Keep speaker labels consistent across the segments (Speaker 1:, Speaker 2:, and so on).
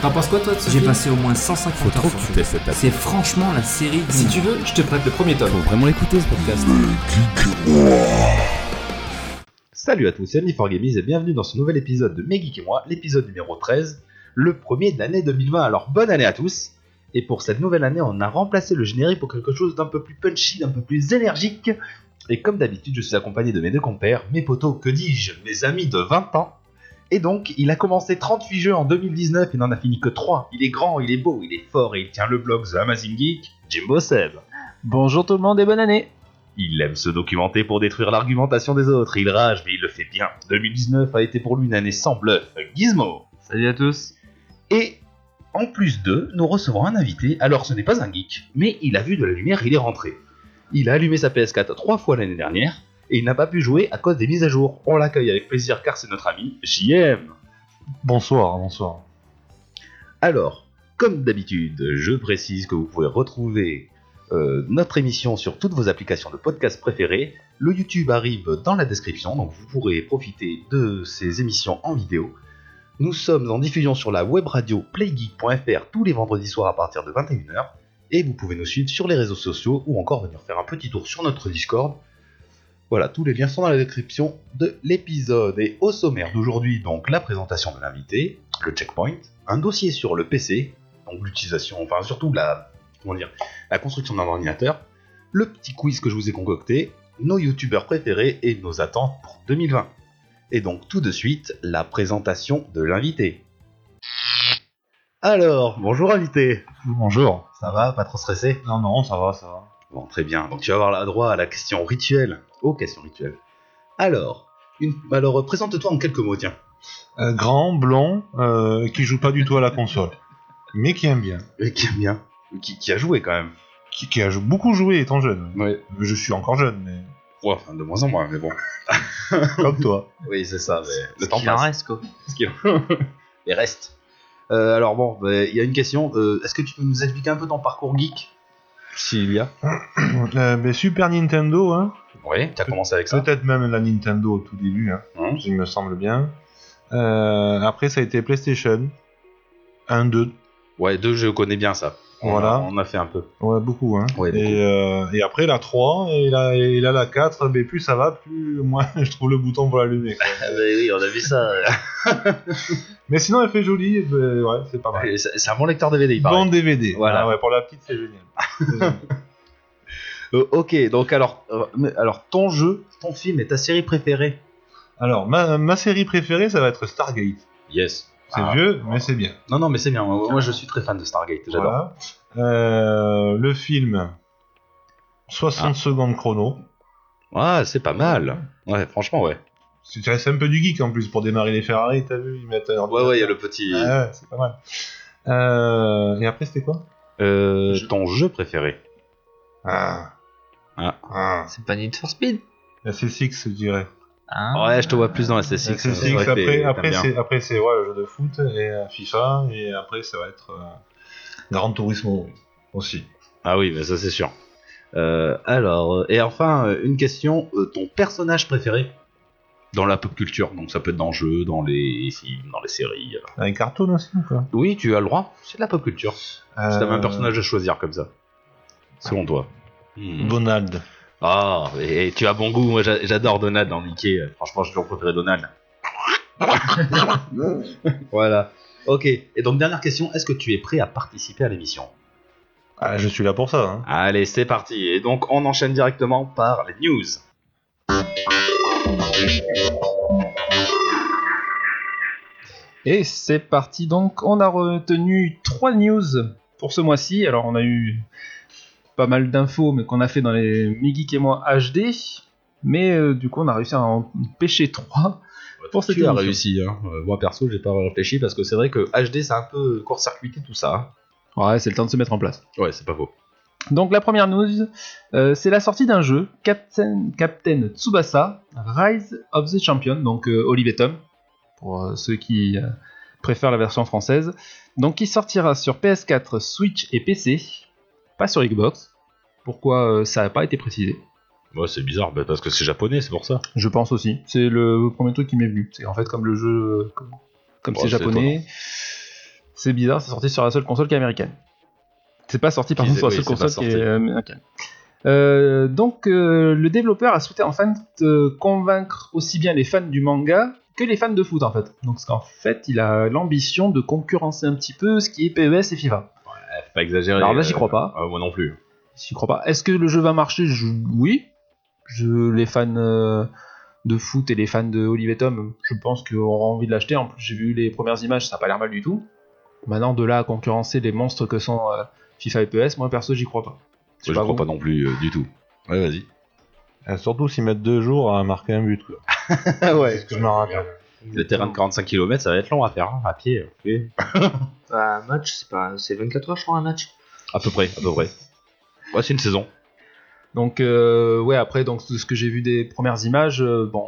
Speaker 1: T'en penses quoi toi de ce
Speaker 2: J'ai
Speaker 1: film
Speaker 2: passé au moins 150
Speaker 3: Faut
Speaker 2: heures
Speaker 3: trop
Speaker 2: sur
Speaker 3: que tu
Speaker 2: le
Speaker 3: testes
Speaker 2: film.
Speaker 3: cette app.
Speaker 2: C'est franchement la série.
Speaker 1: Si
Speaker 2: d'une-
Speaker 1: tu veux, je te prête le premier tome.
Speaker 3: Mmh. Faut vraiment l'écouter ce podcast.
Speaker 4: Salut à tous, c'est Ami for Gamers et bienvenue dans ce nouvel épisode de Megeek et moi, l'épisode numéro 13, le premier de l'année 2020. Alors bonne année à tous Et pour cette nouvelle année, on a remplacé le générique pour quelque chose d'un peu plus punchy, d'un peu plus énergique. Et comme d'habitude, je suis accompagné de mes deux compères, mes potos, que dis-je, mes amis de 20 ans. Et donc, il a commencé 38 jeux en 2019 et n'en a fini que 3. Il est grand, il est beau, il est fort et il tient le blog The Amazing Geek, Jimbo Seb.
Speaker 5: Bonjour tout le monde et bonne année
Speaker 4: Il aime se documenter pour détruire l'argumentation des autres, il rage, mais il le fait bien. 2019 a été pour lui une année sans bluff. Gizmo
Speaker 5: Salut à tous
Speaker 4: Et en plus d'eux, nous recevrons un invité, alors ce n'est pas un geek, mais il a vu de la lumière, il est rentré. Il a allumé sa PS4 trois fois l'année dernière, et il n'a pas pu jouer à cause des mises à jour. On l'accueille avec plaisir car c'est notre ami JM
Speaker 6: Bonsoir, bonsoir.
Speaker 4: Alors, comme d'habitude, je précise que vous pouvez retrouver euh, notre émission sur toutes vos applications de podcast préférées. Le YouTube arrive dans la description, donc vous pourrez profiter de ces émissions en vidéo. Nous sommes en diffusion sur la web radio playgeek.fr tous les vendredis soirs à partir de 21h. Et vous pouvez nous suivre sur les réseaux sociaux ou encore venir faire un petit tour sur notre Discord. Voilà, tous les liens sont dans la description de l'épisode. Et au sommaire d'aujourd'hui, donc la présentation de l'invité, le checkpoint, un dossier sur le PC, donc l'utilisation, enfin surtout la, comment dire, la construction d'un ordinateur, le petit quiz que je vous ai concocté, nos youtubeurs préférés et nos attentes pour 2020. Et donc tout de suite, la présentation de l'invité. Alors, bonjour invité
Speaker 6: Bonjour.
Speaker 4: Ça va, pas trop stressé
Speaker 6: Non, non, ça va, ça va.
Speaker 4: Bon, très bien. Donc tu vas avoir la droit à la question rituelle. Aux questions rituelles. Alors, une... alors euh, présente-toi en quelques mots, tiens.
Speaker 6: Euh, grand, blond, euh, qui joue pas du tout à la console, mais qui aime bien.
Speaker 4: Euh, Qui aime bien. Qui, qui a joué quand même.
Speaker 6: Qui, qui a jou- beaucoup joué étant jeune.
Speaker 4: Ouais.
Speaker 6: Je suis encore jeune, mais
Speaker 4: Ouais, enfin, de moins en moins, mais bon.
Speaker 6: comme toi.
Speaker 4: Oui, c'est ça. Mais le temps
Speaker 5: Il en
Speaker 4: passe.
Speaker 5: reste quoi
Speaker 4: Ce qui- Les restes. Euh, alors bon, bah, il y a une question. Euh, Est-ce que tu peux nous expliquer un peu ton parcours geek S'il y a.
Speaker 6: Euh, ben, Super Nintendo, hein.
Speaker 4: Oui, t'as commencé avec ça.
Speaker 6: peut-être même la Nintendo au tout début, hein,
Speaker 4: Hein
Speaker 6: il me semble bien. Euh, après, ça a été PlayStation 1, 2,
Speaker 4: Ouais, deux jeux, je connais bien ça. On
Speaker 6: Voilà.
Speaker 4: a- On a fait un peu.
Speaker 6: ouais, beaucoup. Hein.
Speaker 4: Ouais, beaucoup.
Speaker 6: Et, euh, et après, la 3, et là, et là, la 4, mais plus ça va, plus moi je trouve le bouton pour l'allumer. quoi.
Speaker 4: Ah, bah oui, on a vu ça.
Speaker 6: Mais sinon, elle fait jolie, et ben, ouais, c'est pas mal.
Speaker 4: c'est un bon lecteur DVD, il paraît.
Speaker 6: Bon DVD.
Speaker 4: Voilà.
Speaker 6: Ah ouais, pour la petite, c'est génial.
Speaker 4: Euh, ok, donc alors, euh, mais- alors ton jeu, ton film et ta série préférée
Speaker 6: Alors, ma, ma série préférée, ça va être Stargate.
Speaker 4: Yes. Ah.
Speaker 6: C'est vieux, mais c'est bien.
Speaker 4: Non, non, mais c'est bien. Moi, moi, je suis très fan de Stargate. J'adore.
Speaker 6: Voilà. Euh, le film, 60 secondes chrono.
Speaker 4: Ouais, c'est Ah. pas mal. Ouais, franchement, ouais.
Speaker 6: C'est c'est un peu du geek en plus pour démarrer les Ferrari, t'as vu Ils mettent un
Speaker 4: Ouais,
Speaker 6: ordinateur.
Speaker 4: ouais, il y a le petit.
Speaker 6: Ah ouais, c'est pas mal. Euh, et après, c'était quoi
Speaker 4: Euh, ton jeu préféré
Speaker 6: Ah.
Speaker 4: Ah.
Speaker 6: Ah.
Speaker 5: C'est pas Need for Speed
Speaker 6: La C6, je dirais.
Speaker 2: hein.
Speaker 5: Ah.
Speaker 4: Ouais, je te vois plus dans la
Speaker 6: La
Speaker 4: C6.
Speaker 6: C6,
Speaker 4: c'est vrai que
Speaker 6: après,
Speaker 4: t'es-
Speaker 6: après,
Speaker 4: t'aimes bien.
Speaker 6: c'est, après, c'est ouais, le jeu de foot et euh, FIFA, et après, ça va être euh, Grand Turismo aussi.
Speaker 4: Ah oui, mais ça, c'est sûr. Euh, alors, euh, et enfin, euh, une question euh, ton personnage préféré dans la pop culture Donc, ça peut être dans le jeu, dans les films, dans les séries. euh.
Speaker 6: Un cartoon aussi, ou Euh, quoi.
Speaker 4: Oui, tu as le droit. C'est de la pop culture. Si t'avais un personnage à choisir comme ça, selon toi. Hmm.
Speaker 6: Donald.
Speaker 4: Ah, et, et tu as bon goût. Moi, j'a- j'adore Donald dans Mickey. Euh, Franchement, j'ai toujours préféré Donald. voilà. Ok. Et donc, dernière question. Est-ce que tu es prêt à participer à l'émission
Speaker 6: Ah, je suis là pour ça. Hein.
Speaker 4: Allez, c'est parti. Et donc, on enchaîne directement par les news.
Speaker 5: Et c'est parti donc, on a retenu trois news pour ce mois-ci. Alors on a eu pas mal d'infos mais qu'on a fait dans les Megeek et moi HD. Mais euh, du coup on a réussi à en pêcher trois. Pour cette
Speaker 4: Bah, tu as
Speaker 5: émission.
Speaker 4: réussi. hein. Euh, Moi, perso, j'ai pas réfléchi parce que c'est vrai que HD, c'est un peu court-circuité tout ça. hein.
Speaker 5: Ouais, c'est le temps de se mettre en place.
Speaker 4: Ouais, c'est pas faux.
Speaker 5: Donc la première news, euh, c'est la sortie d'un jeu, Captain, Captain Tsubasa, Rise of the Champion, donc euh, Olivetum, pour euh, ceux qui euh, préfèrent la version française, donc qui sortira sur PS4, Switch et PC, pas sur Xbox. Pourquoi euh, ça n'a pas été précisé
Speaker 4: Ouais, c'est bizarre bah, parce que c'est japonais, c'est pour ça.
Speaker 5: Je pense aussi. C'est
Speaker 4: Oh,
Speaker 5: le premier truc qui m'est venu. C'est en fait comme le jeu, euh, comme comme
Speaker 4: Ouais,
Speaker 5: c'est
Speaker 4: c'est
Speaker 5: japonais, C'est bizarre, c'est sorti sur la seule console qui est américaine. C'est pas sorti par
Speaker 4: Qui
Speaker 5: contre
Speaker 4: c'est-
Speaker 5: sur la
Speaker 4: oui,
Speaker 5: seule
Speaker 4: c'est pas
Speaker 5: console qui
Speaker 4: sorti.
Speaker 5: est euh, américaine. Euh, donc, euh, le développeur a souhaité enfin euh, convaincre aussi bien les fans du manga que les fans de foot en fait. Donc, parce qu'en fait, il a l'ambition de concurrencer un petit peu ce qui est PES et FIFA.
Speaker 4: Eh, faut pas exagérer.
Speaker 5: Alors là, j'y
Speaker 4: euh,
Speaker 5: crois pas.
Speaker 4: euh, moi non plus.
Speaker 5: Si tu crois pas. Est-ce que le jeu va marcher Je- Oui. Je, les fans euh, de foot et les fans de Olivetum, je pense qu'ils auront envie de l'acheter. En plus, j'ai vu les premières images, ça a pas l'air mal du tout. Maintenant, de là à concurrencer les monstres que sont euh, FIFA et PES, moi perso, j'y crois pas.
Speaker 4: Je
Speaker 5: pas
Speaker 4: crois
Speaker 5: vous.
Speaker 4: pas non plus euh, du tout. Ouais, vas-y.
Speaker 6: Euh, surtout s'ils mettent deux jours à marquer un but. Quoi.
Speaker 4: Ah ouais.
Speaker 6: Je me rappelle.
Speaker 4: Le terrain de 45 km, ça va être long à faire, hein, à pied. ok.
Speaker 2: Bah, un match, c'est pas... c'est 24 heures, je crois, un match.
Speaker 4: À peu près, à peu près. Ouais, c'est une saison.
Speaker 5: Donc euh, ouais après donc de ce que j'ai vu des premières images euh, bon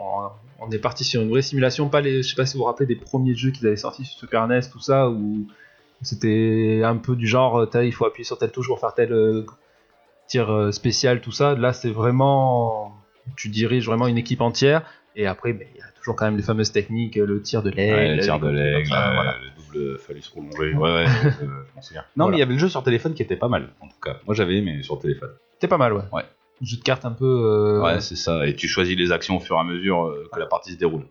Speaker 5: on est parti sur une vraie simulation pas les je sais pas si vous vous rappelez des premiers jeux qu'ils avaient sortis sur Super NES tout ça où c'était un peu du genre euh, t'as- il faut appuyer sur telle touche pour faire tel euh, tir euh, spécial tout ça là c'est vraiment tu diriges vraiment une équipe entière et après ben, il y a toujours quand même les fameuses techniques euh, le tir de l'aile
Speaker 4: Ouais, le
Speaker 5: euh,
Speaker 4: tir de
Speaker 5: comme ça,
Speaker 4: l'aigle,
Speaker 5: voilà.
Speaker 4: euh, le double phallus prolongé. Ouais, ouais, euh, je m'en souviens. Non,
Speaker 5: Voilà.
Speaker 4: mais il y avait le jeu sur téléphone qui était pas mal, en tout cas. Moi, j'avais aimé sur téléphone.
Speaker 5: c'était pas mal ouais,
Speaker 4: Ouais.
Speaker 5: jeu de cartes un peu euh,
Speaker 4: Ouais, c'est ça. Et tu choisis les actions au fur et à mesure euh, que la partie se déroule.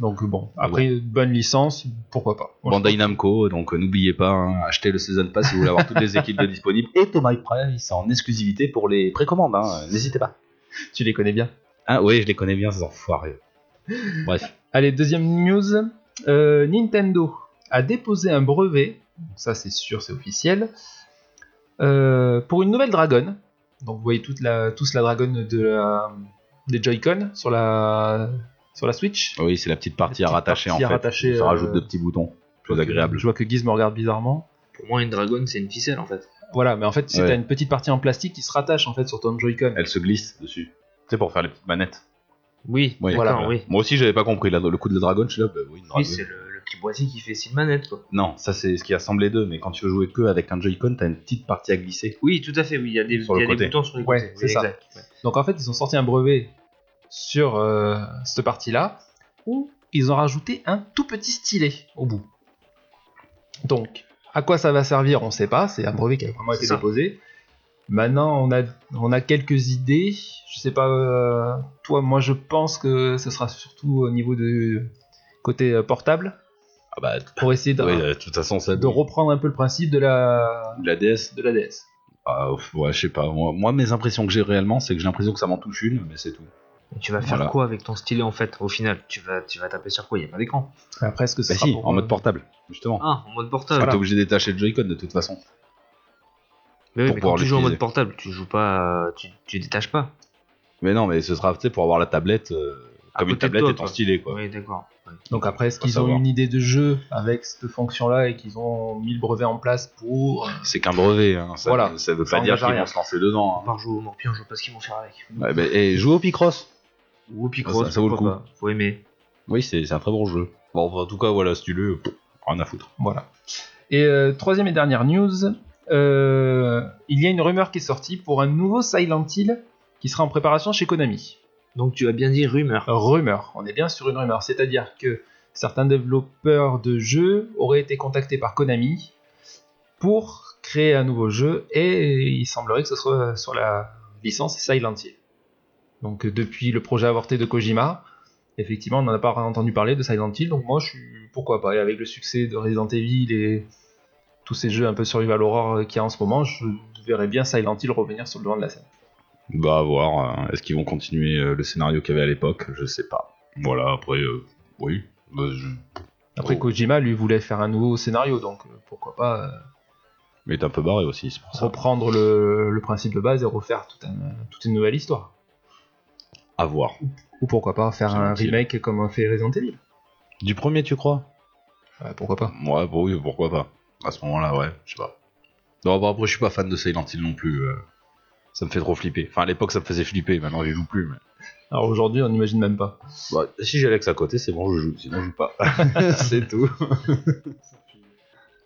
Speaker 5: donc bon après bonne licence pourquoi pas Moi, je
Speaker 4: Bandai Namco, donc euh, n'oubliez pas, hein, achetez le Season Pass si vous voulez avoir toutes les équipes de disponibles. Et Thomas Price en exclusivité pour les précommandes, hein, euh, n'hésitez pas.
Speaker 5: pense que tu les connais bien
Speaker 4: Ah oui, je les connais bien, ces enfoirés. Bref,
Speaker 5: Allez, deuxième news. Euh, Nintendo a déposé un brevet, donc ça c'est sûr, c'est officiel, euh, pour une nouvelle dragonne. Donc vous voyez toute la, tous la dragonne de la- des Joy-Con sur la, sur la Switch.
Speaker 4: oui, c'est la petite partie
Speaker 5: La
Speaker 4: à
Speaker 5: petite
Speaker 4: rattacher
Speaker 5: partie
Speaker 4: en
Speaker 5: à
Speaker 4: fait.
Speaker 5: rattacher,
Speaker 4: Ça rajoute
Speaker 5: euh,
Speaker 4: deux petits boutons, chose agréable.
Speaker 5: Je vois que Guise me regarde bizarrement.
Speaker 2: Pour moi, une dragonne, c'est une ficelle, en fait.
Speaker 5: Voilà, mais en fait, c'est
Speaker 4: Ouais.
Speaker 5: t'as une petite partie en plastique qui se rattache en fait sur ton Joy-Con.
Speaker 4: Elle se glisse dessus. C'est pour faire les petites manettes.
Speaker 2: Oui,
Speaker 4: Oui,
Speaker 2: voilà,
Speaker 4: voilà.
Speaker 2: oui.
Speaker 4: Moi aussi, j'avais pas compris là, le coup de la dragonne. Je suis là, bah oui, une
Speaker 2: Oui,
Speaker 4: dragonne.
Speaker 2: c'est le, le petit boîtier qui fait six manette, quoi.
Speaker 4: non, ça c'est ce qui assemble les deux. Mais quand tu veux jouer que avec un Joy-Con, t'as une petite partie à glisser.
Speaker 2: Oui, tout à fait, oui. Il y a des,
Speaker 4: Sur
Speaker 2: il
Speaker 4: le
Speaker 2: y a
Speaker 4: côté.
Speaker 2: des boutons sur les
Speaker 5: Ouais,
Speaker 2: côtés.
Speaker 5: c'est ça.
Speaker 2: exact. Ouais.
Speaker 5: Donc en fait, ils ont sorti un brevet sur euh, cette partie-là où ils ont rajouté un tout petit stylet au bout. Donc, à quoi ça va servir, on ne sait pas. C'est un brevet qui a vraiment
Speaker 2: C'est
Speaker 5: été
Speaker 2: ça.
Speaker 5: déposé. Maintenant, on a, on a quelques idées. Je sais pas, euh, toi, moi, je pense que ce sera surtout au niveau du côté euh, portable
Speaker 4: Ah bah,
Speaker 5: pour essayer de,
Speaker 4: ouais, euh, de toute façon, ça.
Speaker 5: de reprendre un peu le principe de la,
Speaker 4: de la DS.
Speaker 5: de la DS.
Speaker 4: Ah, pff, ouais, je sais pas. Moi, moi, mes impressions que j'ai réellement, c'est que j'ai l'impression que ça m'en touche une, mais c'est tout.
Speaker 2: Et Tu vas faire
Speaker 4: Voilà.
Speaker 2: quoi avec ton stylet, en fait, au final tu vas, tu vas taper sur quoi Il n'y a pas d'écran.
Speaker 5: Après, est-ce que ce
Speaker 4: Bah
Speaker 5: sera
Speaker 4: si,
Speaker 5: pour,
Speaker 4: en
Speaker 5: euh,
Speaker 4: mode portable, justement.
Speaker 2: Ah, en mode
Speaker 4: Parce
Speaker 2: portable.
Speaker 4: que T'es obligé de détacher le Joy-Con de toute façon.
Speaker 2: Mais oui,
Speaker 4: pour
Speaker 2: mais
Speaker 4: pouvoir
Speaker 2: quand tu joues en
Speaker 4: l'utiliser.
Speaker 2: mode portable, tu joues pas, euh, tu, tu détaches pas.
Speaker 4: Mais non, mais ce sera, tu sais, pour avoir la tablette, euh,
Speaker 2: À
Speaker 4: comme une
Speaker 2: côté de
Speaker 4: tablette
Speaker 2: toi,
Speaker 4: et ton
Speaker 2: quoi.
Speaker 4: stylet, quoi. Ah.
Speaker 2: Oui, d'accord. Ouais.
Speaker 5: Donc après, est-ce
Speaker 4: Faut
Speaker 5: qu'ils ont
Speaker 4: savoir.
Speaker 5: une idée de jeu avec cette fonction-là et qu'ils ont mis le brevet en place pour...
Speaker 4: C'est qu'un brevet, hein. ça,
Speaker 5: Voilà.
Speaker 4: ça veut
Speaker 5: Ça
Speaker 4: pas dire
Speaker 5: engage à
Speaker 4: qu'ils
Speaker 5: rien.
Speaker 4: vont se lancer dedans.
Speaker 2: On
Speaker 4: hein.
Speaker 2: part jouer au morpion, je vois pas ce qu'ils vont faire avec.
Speaker 4: Ouais, bah, et joue au Picross.
Speaker 2: Ou au
Speaker 4: Ah,
Speaker 2: Picross,
Speaker 4: Ça- ça vaut le
Speaker 2: pourquoi pas. Faut aimer.
Speaker 4: Oui, c'est c'est un très bon jeu. Bon, en tout cas, voilà, si tu le, pff, rien à foutre.
Speaker 5: Voilà. Et euh, troisième et dernière news, euh, il y a une rumeur qui est sortie pour un nouveau Silent Hill qui sera en préparation chez Konami.
Speaker 2: Donc tu as bien dit rumeur.
Speaker 5: Rumeur, on est bien sur une rumeur, c'est-à-dire que certains développeurs de jeux auraient été contactés par Konami pour créer un nouveau jeu et il semblerait que ce soit sur la licence Silent Hill. Donc euh, depuis le projet avorté de Kojima, effectivement on n'en a pas entendu parler de Silent Hill, donc moi je suis pourquoi pas, et avec le succès de Resident Evil et tous ces jeux un peu survival horror euh, qu'il y a en ce moment, je verrais bien Silent Hill revenir sur le devant de la scène.
Speaker 4: Bah, à voir. hein. Est-ce qu'ils vont continuer euh, le scénario qu'il y avait à l'époque Je sais pas. Voilà, après, euh, oui. Bah, je-
Speaker 5: Après
Speaker 4: Oh.
Speaker 5: Kojima lui voulait faire un nouveau scénario, donc euh, pourquoi pas... euh,
Speaker 4: Mais t'es un peu barré aussi, c'est pour ça.
Speaker 5: reprendre le, le principe de base et refaire tout un- toute une nouvelle histoire.
Speaker 4: À voir.
Speaker 5: Ou pourquoi pas faire un
Speaker 4: Silent Hill.
Speaker 5: remake comme on fait Resident Evil.
Speaker 4: Du premier, tu crois
Speaker 5: Ouais, pourquoi pas.
Speaker 4: Ouais, bon, oui, pourquoi pas. À ce moment-là, ouais, je sais pas. Non, bah, après, je suis pas fan de Silent Hill non plus. euh. Ça me fait trop flipper. Enfin, à l'époque, ça me faisait flipper, maintenant, j'y joue plus. mais-
Speaker 5: Alors aujourd'hui, on n'imagine même pas.
Speaker 4: Bah, si j'ai Alex à côté, c'est bon, je joue. Sinon, je joue pas. c'est tout.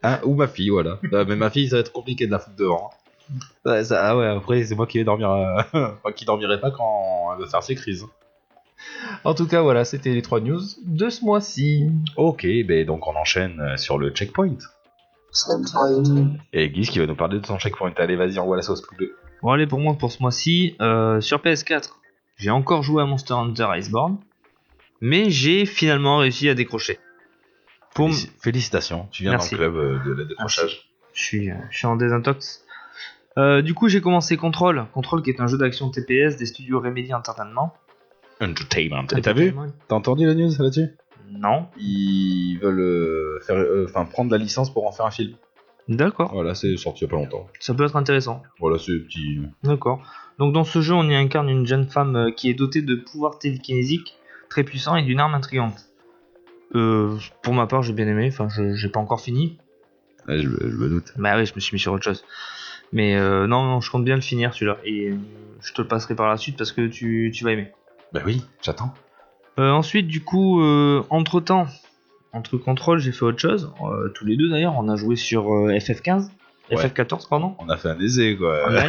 Speaker 4: Hein, ou ma fille, voilà. Euh, mais ma fille, ça va être compliqué de la foutre dehors. hein. Ouais, ça- ah ouais, après, c'est moi qui vais dormir. euh, enfin, qui dormirait pas quand elle va faire ses crises.
Speaker 5: En tout cas, voilà, c'était les trois news de ce mois-ci.
Speaker 4: Ok, ben donc on enchaîne euh, sur le checkpoint.
Speaker 7: Sometime.
Speaker 4: Et Guise qui va nous parler de son checkpoint. Allez, vas-y, envoie la sauce plus deux.
Speaker 2: Bon allez pour moi pour ce mois-ci, euh, sur PS4, j'ai encore joué à Monster Hunter Iceborne, mais j'ai finalement réussi à décrocher. Pour m-
Speaker 4: Félici- Félicitations, tu viens
Speaker 2: Merci.
Speaker 4: dans le club euh, de la décrochage.
Speaker 2: je suis, euh, je suis en désintox. Euh, du coup j'ai commencé Control, Control qui est un jeu d'action TPS des studios Remedy Entertainment.
Speaker 4: Entertainment. Et Ah, t'as vu T'as entendu la news là-dessus
Speaker 2: Non.
Speaker 4: Ils veulent euh, faire, euh, enfin, prendre la licence pour en faire un film.
Speaker 2: D'accord,
Speaker 4: Voilà, c'est sorti il y a pas longtemps.
Speaker 2: ça peut être intéressant.
Speaker 4: Voilà, c'est petit. euh,
Speaker 2: D'accord. Donc dans ce jeu, on y incarne une jeune femme euh, qui est dotée de pouvoirs télékinésiques très puissants et d'une arme intrigante. Euh, pour ma part, j'ai bien aimé. Enfin, je- j'ai pas encore fini.
Speaker 4: Ouais, je, me- je me doute.
Speaker 2: Bah oui, je me suis mis sur autre chose. Mais euh, non, non, je compte bien le finir celui-là. Et euh, je te le passerai par la suite parce que tu, tu vas aimer.
Speaker 4: Bah oui, j'attends.
Speaker 2: Euh, ensuite, du coup, euh, entre temps, entre contrôle, j'ai fait autre chose. Euh, tous les deux d'ailleurs, on a joué sur euh, FF15,
Speaker 4: Ouais.
Speaker 2: FF14, pardon.
Speaker 4: On a fait un essai, quoi.
Speaker 2: Ouais.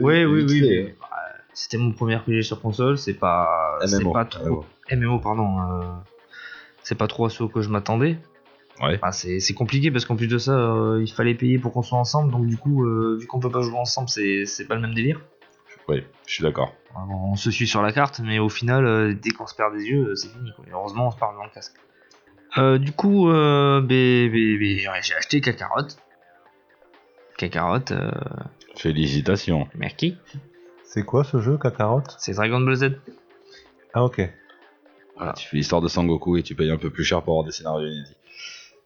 Speaker 2: Oui, oui,
Speaker 4: Vite
Speaker 2: oui.
Speaker 4: fait.
Speaker 2: mais, bah, C'était mon premier RPG sur console, c'est pas, c'est
Speaker 4: MMO.
Speaker 2: pas trop.
Speaker 4: MMO.
Speaker 2: MMO, pardon. euh, c'est pas trop à ce que je m'attendais.
Speaker 4: Ouais.
Speaker 2: Enfin, c'est c'est compliqué parce qu'en plus de ça, euh, il fallait payer pour qu'on soit ensemble, donc du coup, euh, vu qu'on peut pas jouer ensemble, c'est c'est pas le même délire.
Speaker 4: Ouais, je suis d'accord.
Speaker 2: Euh, On se suit sur la carte, mais au final, euh, dès qu'on se perd des yeux, euh, c'est fini. quoi. Et heureusement, on se parle dans le casque. Euh, du coup, euh, bé- bé- bé- ouais, j'ai acheté Kakarot. Kakarot, euh,
Speaker 4: Félicitations.
Speaker 2: merci.
Speaker 6: C'est quoi ce jeu, Kakarot
Speaker 2: C'est Dragon Ball Z.
Speaker 6: Ah, ok.
Speaker 4: Voilà, tu fais l'histoire de Sangoku et tu payes un peu plus cher pour avoir des scénarios inédits.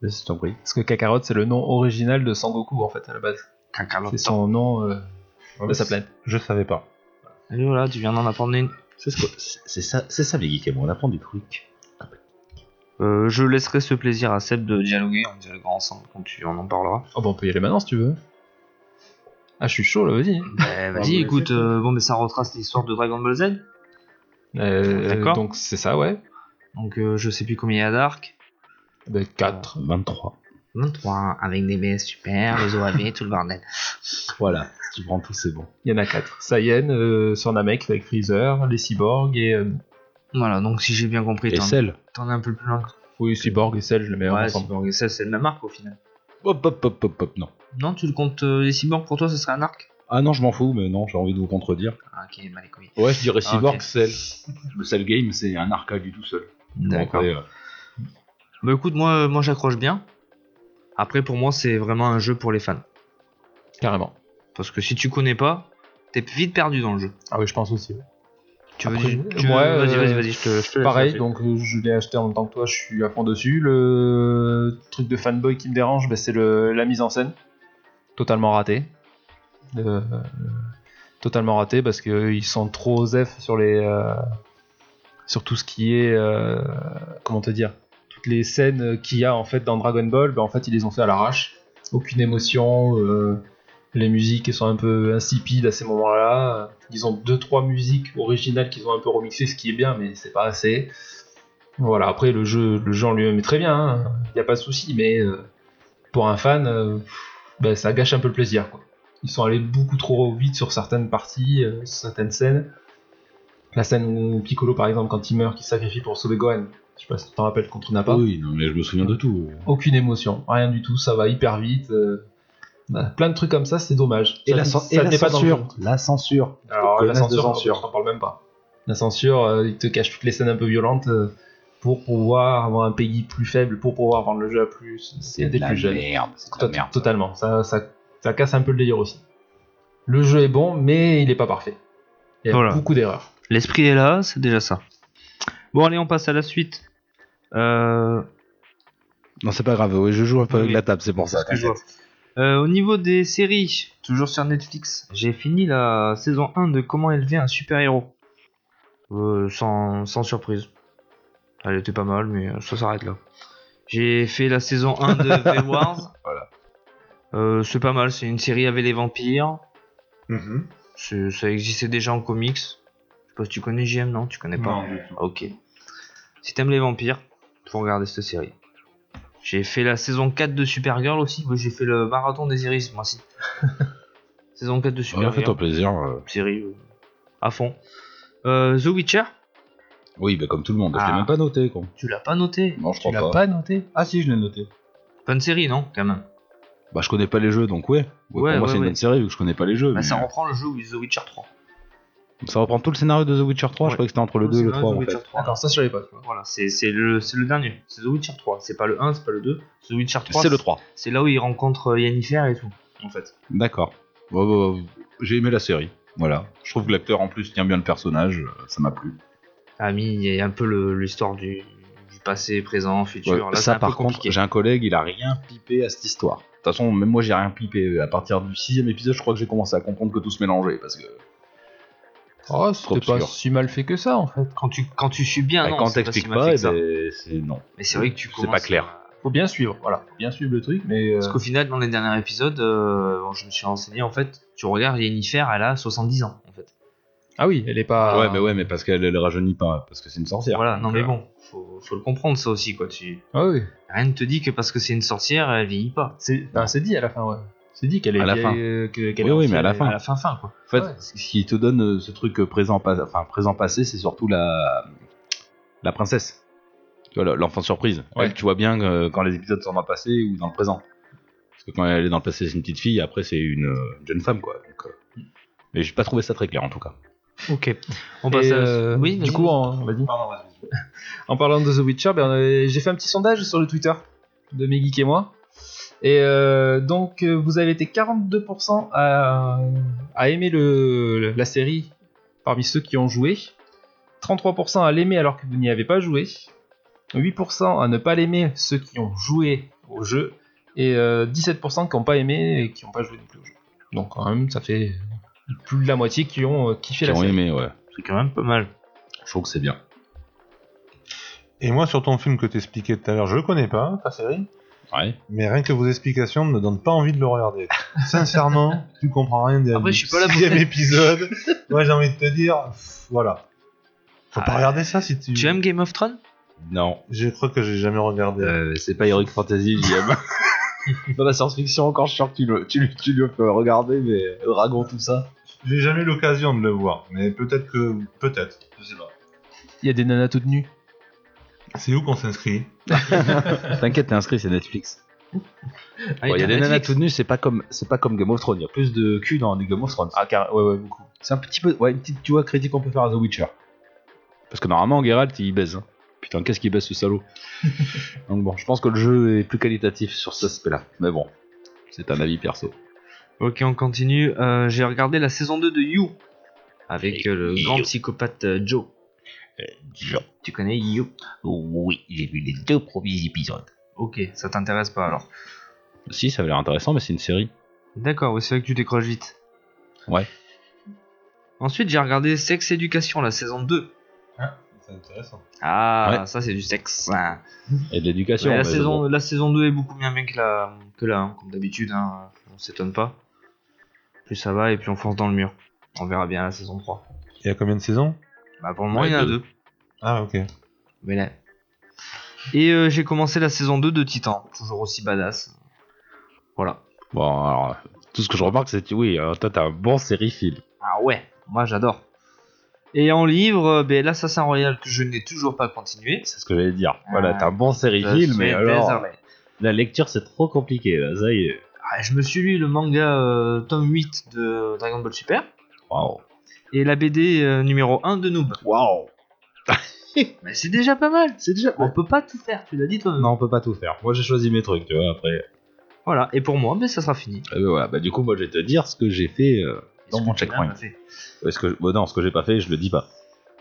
Speaker 5: Je t'en prie. Parce que Kakarot, c'est le nom original de Sangoku, en fait, à la base.
Speaker 2: Kakarot.
Speaker 5: C'est son nom euh,
Speaker 6: Ah,
Speaker 5: de
Speaker 6: mais
Speaker 5: sa
Speaker 6: c'est-
Speaker 5: planète.
Speaker 6: Je savais pas.
Speaker 2: Allez, voilà, tu viens d'en apprendre une.
Speaker 4: C'est ce que- c'est- c'est ça, c'est ça les geeks et moi, on apprend du truc.
Speaker 2: Euh, je laisserai ce plaisir à Seb de dialoguer, on dialoguera ensemble quand tu on en parlera.
Speaker 5: Oh, bah, on peut y aller maintenant, si tu veux. Ah, je suis chaud, là, vas-y.
Speaker 2: Bah,
Speaker 6: bah,
Speaker 2: vas-y,
Speaker 6: oui,
Speaker 2: écoute,
Speaker 6: c'est ça.
Speaker 2: euh, bon, mais ça retrace l'histoire de Dragon Ball Z.
Speaker 5: Euh,
Speaker 2: D'accord.
Speaker 5: Donc, c'est ça, ouais.
Speaker 2: Donc, euh, je sais plus combien il y a d'arc.
Speaker 5: De 4.
Speaker 4: 23.
Speaker 2: 23, avec des BS super, les OAV, tout le bordel.
Speaker 4: Voilà, si tu prends tout, c'est bon.
Speaker 5: Il y en a 4. Saiyan, euh, sur Namek, avec Freezer, les cyborgs et. euh,
Speaker 2: Voilà, donc si j'ai bien compris,
Speaker 4: Et
Speaker 2: t'en
Speaker 4: celle
Speaker 2: t'en es un peu plus loin. que-
Speaker 5: oui, cyborg et Cell, je les mets
Speaker 2: Ouais,
Speaker 5: ensemble.
Speaker 2: Cyborg et Cell, c'est le même arc au final.
Speaker 4: Hop, hop, hop, hop, hop, non.
Speaker 2: Non, tu le comptes, euh, les cyborgs pour toi, ce serait un arc
Speaker 4: Ah non, je m'en fous, mais non, j'ai envie de vous contredire.
Speaker 2: Ah, ok, mal les couilles.
Speaker 4: Ouais, je dirais
Speaker 2: Ah,
Speaker 4: Cyborg,
Speaker 2: ok.
Speaker 4: Cell. Le Cell Game, c'est un arcade du tout seul.
Speaker 2: D'accord.
Speaker 4: Bon, après, euh,
Speaker 2: Bah écoute, moi, moi j'accroche bien. Après, pour moi, c'est vraiment un jeu pour les fans.
Speaker 5: Carrément.
Speaker 2: Parce que si tu connais pas, t'es vite perdu dans le jeu.
Speaker 5: Ah, oui, je pense aussi.
Speaker 2: Tu veux,
Speaker 5: Après,
Speaker 2: tu, tu veux-
Speaker 5: ouais,
Speaker 2: vas-y, vas-y,
Speaker 5: euh,
Speaker 2: vas-y, je te, je te laisse
Speaker 5: Pareil,
Speaker 2: la
Speaker 5: donc euh, je l'ai acheté en même temps que toi, je suis à fond dessus. Le truc de fanboy qui me dérange, bah, c'est le- la mise en scène. Totalement ratée. Euh, euh, totalement ratée parce qu'ils sont trop zef sur les. euh, sur tout ce qui est. euh, comment te dire Toutes les scènes qu'il y a en fait dans Dragon Ball, bah, en fait ils les ont fait à l'arrache. Aucune émotion. euh, les musiques sont un peu insipides à ces moments-là. Ils ont deux trois musiques originales qu'ils ont un peu remixées, ce qui est bien, mais c'est pas assez. Voilà. Après le jeu, le jeu en lui-même est très bien. Il n'y a pas de souci, mais euh, pour un fan, euh, ben, ça gâche un peu le plaisir. quoi. Ils sont allés beaucoup trop vite sur certaines parties, euh, sur certaines scènes. La scène où Piccolo, par exemple, quand il meurt, qui sacrifie pour sauver Gohan. Je sais pas si tu t'en rappelles contre Nappa
Speaker 4: Ah bah Oui, non, mais je me souviens de tout.
Speaker 5: aucune émotion, rien du tout, ça va hyper vite. euh, voilà, plein de trucs comme ça, c'est dommage.
Speaker 4: Et
Speaker 5: Ça-
Speaker 4: la, cen-
Speaker 5: ça
Speaker 4: et la
Speaker 5: n'est pas dans le
Speaker 4: censure. La censure.
Speaker 5: jeu. Alors, la
Speaker 4: Connasse de
Speaker 5: censure,
Speaker 4: censure.
Speaker 5: on t'en parle même pas. La censure, euh, il te cache toutes les scènes un peu violentes euh, pour pouvoir avoir un pays plus faible, pour pouvoir rendre le jeu à plus.
Speaker 4: C'est
Speaker 5: des
Speaker 4: de la
Speaker 5: plus jeunes.
Speaker 4: merde. C'est de
Speaker 5: Tot-
Speaker 4: la merde.
Speaker 5: Totalement, ça, ça, ça casse un peu le délire aussi. Le jeu est bon, mais il n'est pas parfait. Il y a
Speaker 2: Voilà.
Speaker 5: beaucoup d'erreurs.
Speaker 2: L'esprit est là, c'est déjà ça. Bon, allez, on passe à la suite. Euh,
Speaker 4: Non, c'est pas grave, ouais, je joue un peu avec
Speaker 2: Oui.
Speaker 4: la table, c'est pour ça.
Speaker 2: ce que je vois. Euh, au niveau des séries, toujours sur Netflix, j'ai fini la saison 1 de Comment élever un super-héros. Euh, sans, sans surprise. Elle était pas mal, mais euh, ça s'arrête là. J'ai fait la saison 1 de V-Wars.
Speaker 4: Voilà.
Speaker 2: Euh, c'est pas mal, c'est une série avec les vampires.
Speaker 6: Mhm.
Speaker 2: C'est- Ça existait déjà en comics. Je sais pas si tu connais JM, non Tu connais pas
Speaker 6: Non, du tout.
Speaker 2: Ok. Si t'aimes les vampires, faut regarder cette série. J'ai fait la saison 4 de Supergirl aussi. Moi, j'ai fait le marathon des Iris, moi aussi. saison 4 de
Speaker 4: Ouais,
Speaker 2: Supergirl.
Speaker 4: Fais-toi plaisir. euh.
Speaker 2: série euh, à fond. Euh, The Witcher,
Speaker 4: Oui, bah, comme tout le monde, je
Speaker 2: Ah.
Speaker 4: l'ai même pas noté, con.
Speaker 2: tu l'as pas noté
Speaker 4: Non, je
Speaker 5: Tu
Speaker 4: crois
Speaker 5: l'as
Speaker 4: pas.
Speaker 5: pas noté
Speaker 6: Ah si, je l'ai noté.
Speaker 2: Bonne série, non Quand même.
Speaker 4: Bah, je connais pas les jeux, donc ouais. Ouais,
Speaker 2: Ouais,
Speaker 4: pour moi,
Speaker 2: ouais,
Speaker 4: c'est une
Speaker 2: ouais.
Speaker 4: bonne série vu que je connais pas les jeux.
Speaker 2: Bah,
Speaker 4: mais-
Speaker 2: ça reprend le jeu où The Witcher 3.
Speaker 4: ça reprend tout le scénario de The Witcher 3. Je
Speaker 2: Ouais.
Speaker 4: croyais que c'était entre le 2 et le 3.
Speaker 2: The
Speaker 4: En
Speaker 2: Witcher
Speaker 4: fait.
Speaker 2: 3.
Speaker 5: D'accord, ça je savais pas. tu vois.
Speaker 2: Voilà, c'est c'est le, c'est le dernier. C'est The Witcher 3. C'est pas le 1, c'est pas le 2. The Witcher 3.
Speaker 4: C'est le 3.
Speaker 2: C'est là où il rencontre euh, Yennefer et tout, en fait.
Speaker 4: D'accord. Bon, bon, bon, J'ai aimé la série. Voilà. Je trouve que l'acteur en plus tient bien le personnage. euh, Ça m'a plu. Ah
Speaker 2: Ami, il y a un peu le- l'histoire du, du passé, présent,
Speaker 4: Ouais,
Speaker 2: futur. Là, c'est
Speaker 4: ça,
Speaker 2: un peu
Speaker 4: par contre,
Speaker 2: compliqué.
Speaker 4: j'ai un collègue, il a rien pipé à cette histoire. De toute façon, même moi, j'ai rien pipé. À partir du sixième épisode, je crois que j'ai commencé à comprendre que tout se mélangeait. Parce que
Speaker 5: Oh,
Speaker 4: Trop
Speaker 5: c'était pas
Speaker 4: obscur.
Speaker 5: si mal fait que ça en fait.
Speaker 2: quand tu, quand tu suis bien,
Speaker 4: bah,
Speaker 2: Ah non,
Speaker 4: quand
Speaker 2: c'est pas si
Speaker 4: t'expliques
Speaker 2: mal
Speaker 4: pas,
Speaker 2: fait
Speaker 4: eh
Speaker 2: que ça.
Speaker 4: ben, c'est non.
Speaker 2: Mais c'est vrai que tu
Speaker 4: C'est pas
Speaker 2: commences
Speaker 4: clair.
Speaker 2: à-
Speaker 5: Faut bien suivre, voilà. Faut bien suivre le truc, mais. euh,
Speaker 2: Parce qu'au final, dans les derniers épisodes, euh, bon, je me suis renseigné, en fait, tu regardes Yennefer, elle a 70 ans, en fait.
Speaker 5: Ah oui, elle est pas.
Speaker 4: Ouais, mais ouais, mais parce qu'elle elle rajeunit pas, parce que c'est une sorcière.
Speaker 2: Voilà, non
Speaker 4: Donc,
Speaker 2: mais
Speaker 4: euh,
Speaker 2: bon, faut, faut le comprendre ça aussi, quoi. Tu...
Speaker 5: Ah oui.
Speaker 2: Rien ne te dit que parce que c'est une sorcière, elle vieillit pas.
Speaker 5: C'est enfin, c'est dit à la fin, ouais. C'est dit qu'elle est.
Speaker 4: À la
Speaker 5: vieille,
Speaker 4: fin.
Speaker 5: euh, que- qu'elle
Speaker 4: Oui,
Speaker 5: est
Speaker 4: oui, mais à la
Speaker 5: ancienne,
Speaker 4: fin.
Speaker 2: À la fin, fin, quoi.
Speaker 4: En fait,
Speaker 5: Ah Ouais.
Speaker 4: ce qui te donne euh, ce truc présent, pas- enfin présent passé, c'est surtout la la princesse. Tu vois, l'enfant surprise.
Speaker 5: Ouais.
Speaker 4: Elle, tu vois bien euh, quand les épisodes sont dans le passé ou dans le présent. Parce que quand elle est dans le passé, c'est une petite fille, après c'est une, euh, une jeune femme, quoi. Donc, euh, Mais j'ai pas trouvé ça très clair en tout cas.
Speaker 2: Ok. On
Speaker 5: Et,
Speaker 2: passe à-
Speaker 5: euh,
Speaker 2: Oui,
Speaker 5: du
Speaker 2: vas-y.
Speaker 5: coup, en, vas-y.
Speaker 6: Pardon, vas-y.
Speaker 5: En parlant de The Witcher, ben, euh, j'ai fait un petit sondage sur le Twitter de Megeek et moi. Et euh, donc, euh, vous avez été 42% à, à aimer le, le- la série parmi ceux qui ont joué, 33% à l'aimer alors que vous n'y avez pas joué, 8% à ne pas l'aimer ceux qui ont joué au jeu, et euh, 17% qui n'ont pas aimé et qui n'ont pas joué non plus au jeu. Donc, quand même, ça fait plus de la moitié qui ont euh, kiffé
Speaker 4: J'ai
Speaker 5: la série.
Speaker 4: aimé, ouais.
Speaker 2: C'est quand même pas mal.
Speaker 4: Je trouve que c'est bien.
Speaker 6: Et moi, sur ton film que t'expliquais tout à l'heure, je connais pas, ta série,
Speaker 4: Ouais.
Speaker 6: mais rien que vos explications ne me donnent pas envie de le regarder. Sincèrement, tu comprends rien des
Speaker 2: Après, je suis pas là pour-
Speaker 6: sixième épisode. Moi, j'ai envie de te dire, pff, voilà. Faut pas
Speaker 2: Ah,
Speaker 6: regarder ça si tu.
Speaker 2: Tu aimes Game of Thrones Ah,
Speaker 4: Non.
Speaker 6: Je crois que j'ai jamais regardé.
Speaker 4: Euh, c'est pas Heroic Fantasy, j'aime. dans la science-fiction encore, je suis sûr que tu le, tu, le- tu le peux regarder, mais Dragon, tout ça.
Speaker 6: J'ai jamais eu l'occasion de le voir, mais peut-être que. Peut-être. Je sais pas.
Speaker 5: Il y a des nanas toutes nues.
Speaker 6: C'est où qu'on s'inscrit
Speaker 4: T'inquiète, t'es inscrit, c'est Netflix. Il
Speaker 2: Ah,
Speaker 4: y a des
Speaker 2: Netflix.
Speaker 4: nanas toutes nues, c'est pas comme c'est pas comme Game of Thrones. Il y a plus de cul dans du Game of Thrones.
Speaker 5: Ah, car... ouais, ouais, beaucoup.
Speaker 4: C'est un petit peu, ouais, une petite, tu vois, critique qu'on peut faire à The Witcher. Parce que normalement, Geralt, il baise. hein. Putain, qu'est-ce qu'il baise ce salaud Donc bon, je pense que le jeu est plus qualitatif sur ce aspect-là. Mais bon, c'est un avis perso.
Speaker 2: Ok, on continue. Euh, J'ai regardé la saison 2 de You avec euh, le grand psychopathe euh, Joe. Tu connais You
Speaker 8: Oui, j'ai vu les deux premiers épisodes.
Speaker 2: Ok, ça t'intéresse pas alors.
Speaker 4: Si, ça avait l'air intéressant, mais c'est une série.
Speaker 2: D'accord, oui, c'est vrai que tu décroches vite.
Speaker 4: Ouais.
Speaker 2: Ensuite, j'ai regardé Sex Education, la saison 2.
Speaker 6: C'est intéressant.
Speaker 2: Ah,
Speaker 4: Ouais.
Speaker 2: ça c'est du sexe. hein.
Speaker 4: Et de l'éducation.
Speaker 2: Ouais, la,
Speaker 4: mais
Speaker 2: saison,
Speaker 4: bon.
Speaker 2: la saison 2 est beaucoup bien bien que la, que la hein, comme d'habitude, hein, on s'étonne pas. Plus ça va et plus on fonce dans le mur. On verra bien la saison 3.
Speaker 6: Il y a combien de saisons
Speaker 2: Bah pour le moment,
Speaker 4: Ouais,
Speaker 2: il y en a
Speaker 4: deux.
Speaker 2: deux.
Speaker 6: Ah, ok.
Speaker 2: Mais là- Et euh, j'ai commencé la saison 2 de Titan, toujours aussi badass. Voilà.
Speaker 4: Bon, alors, tout ce que je remarque, c'est que oui, euh, toi, t'as un bon série film.
Speaker 2: Ah ouais, moi j'adore. Et en livre, euh, ben, l'Assassin Royal que je n'ai toujours pas continué.
Speaker 4: C'est ce que j'allais dire. Voilà,
Speaker 2: Ah,
Speaker 4: t'as un bon série
Speaker 2: Je
Speaker 4: film,
Speaker 2: suis
Speaker 4: mais alors,
Speaker 2: désolé.
Speaker 4: la lecture, c'est trop compliqué. Là, ça y est.
Speaker 2: Ah, je me suis lu le manga euh, tome 8 de Dragon Ball Super
Speaker 4: Waouh.
Speaker 2: et la BD euh, numéro 1 de Noob.
Speaker 4: Waouh.
Speaker 2: Mais c'est déjà pas mal.
Speaker 4: C'est déjà.
Speaker 2: On peut pas tout faire, tu l'as dit toi.
Speaker 4: Non, on peut pas tout faire. Moi, j'ai choisi mes trucs, tu vois, après.
Speaker 2: Voilà, et pour moi, ben, ça sera fini.
Speaker 4: Eh ben voilà, bah du coup, moi, je vais te dire ce que j'ai fait euh, dans mon checkpoint. Euh, Ce que, bon, non, ce que j'ai pas fait, je le dis pas.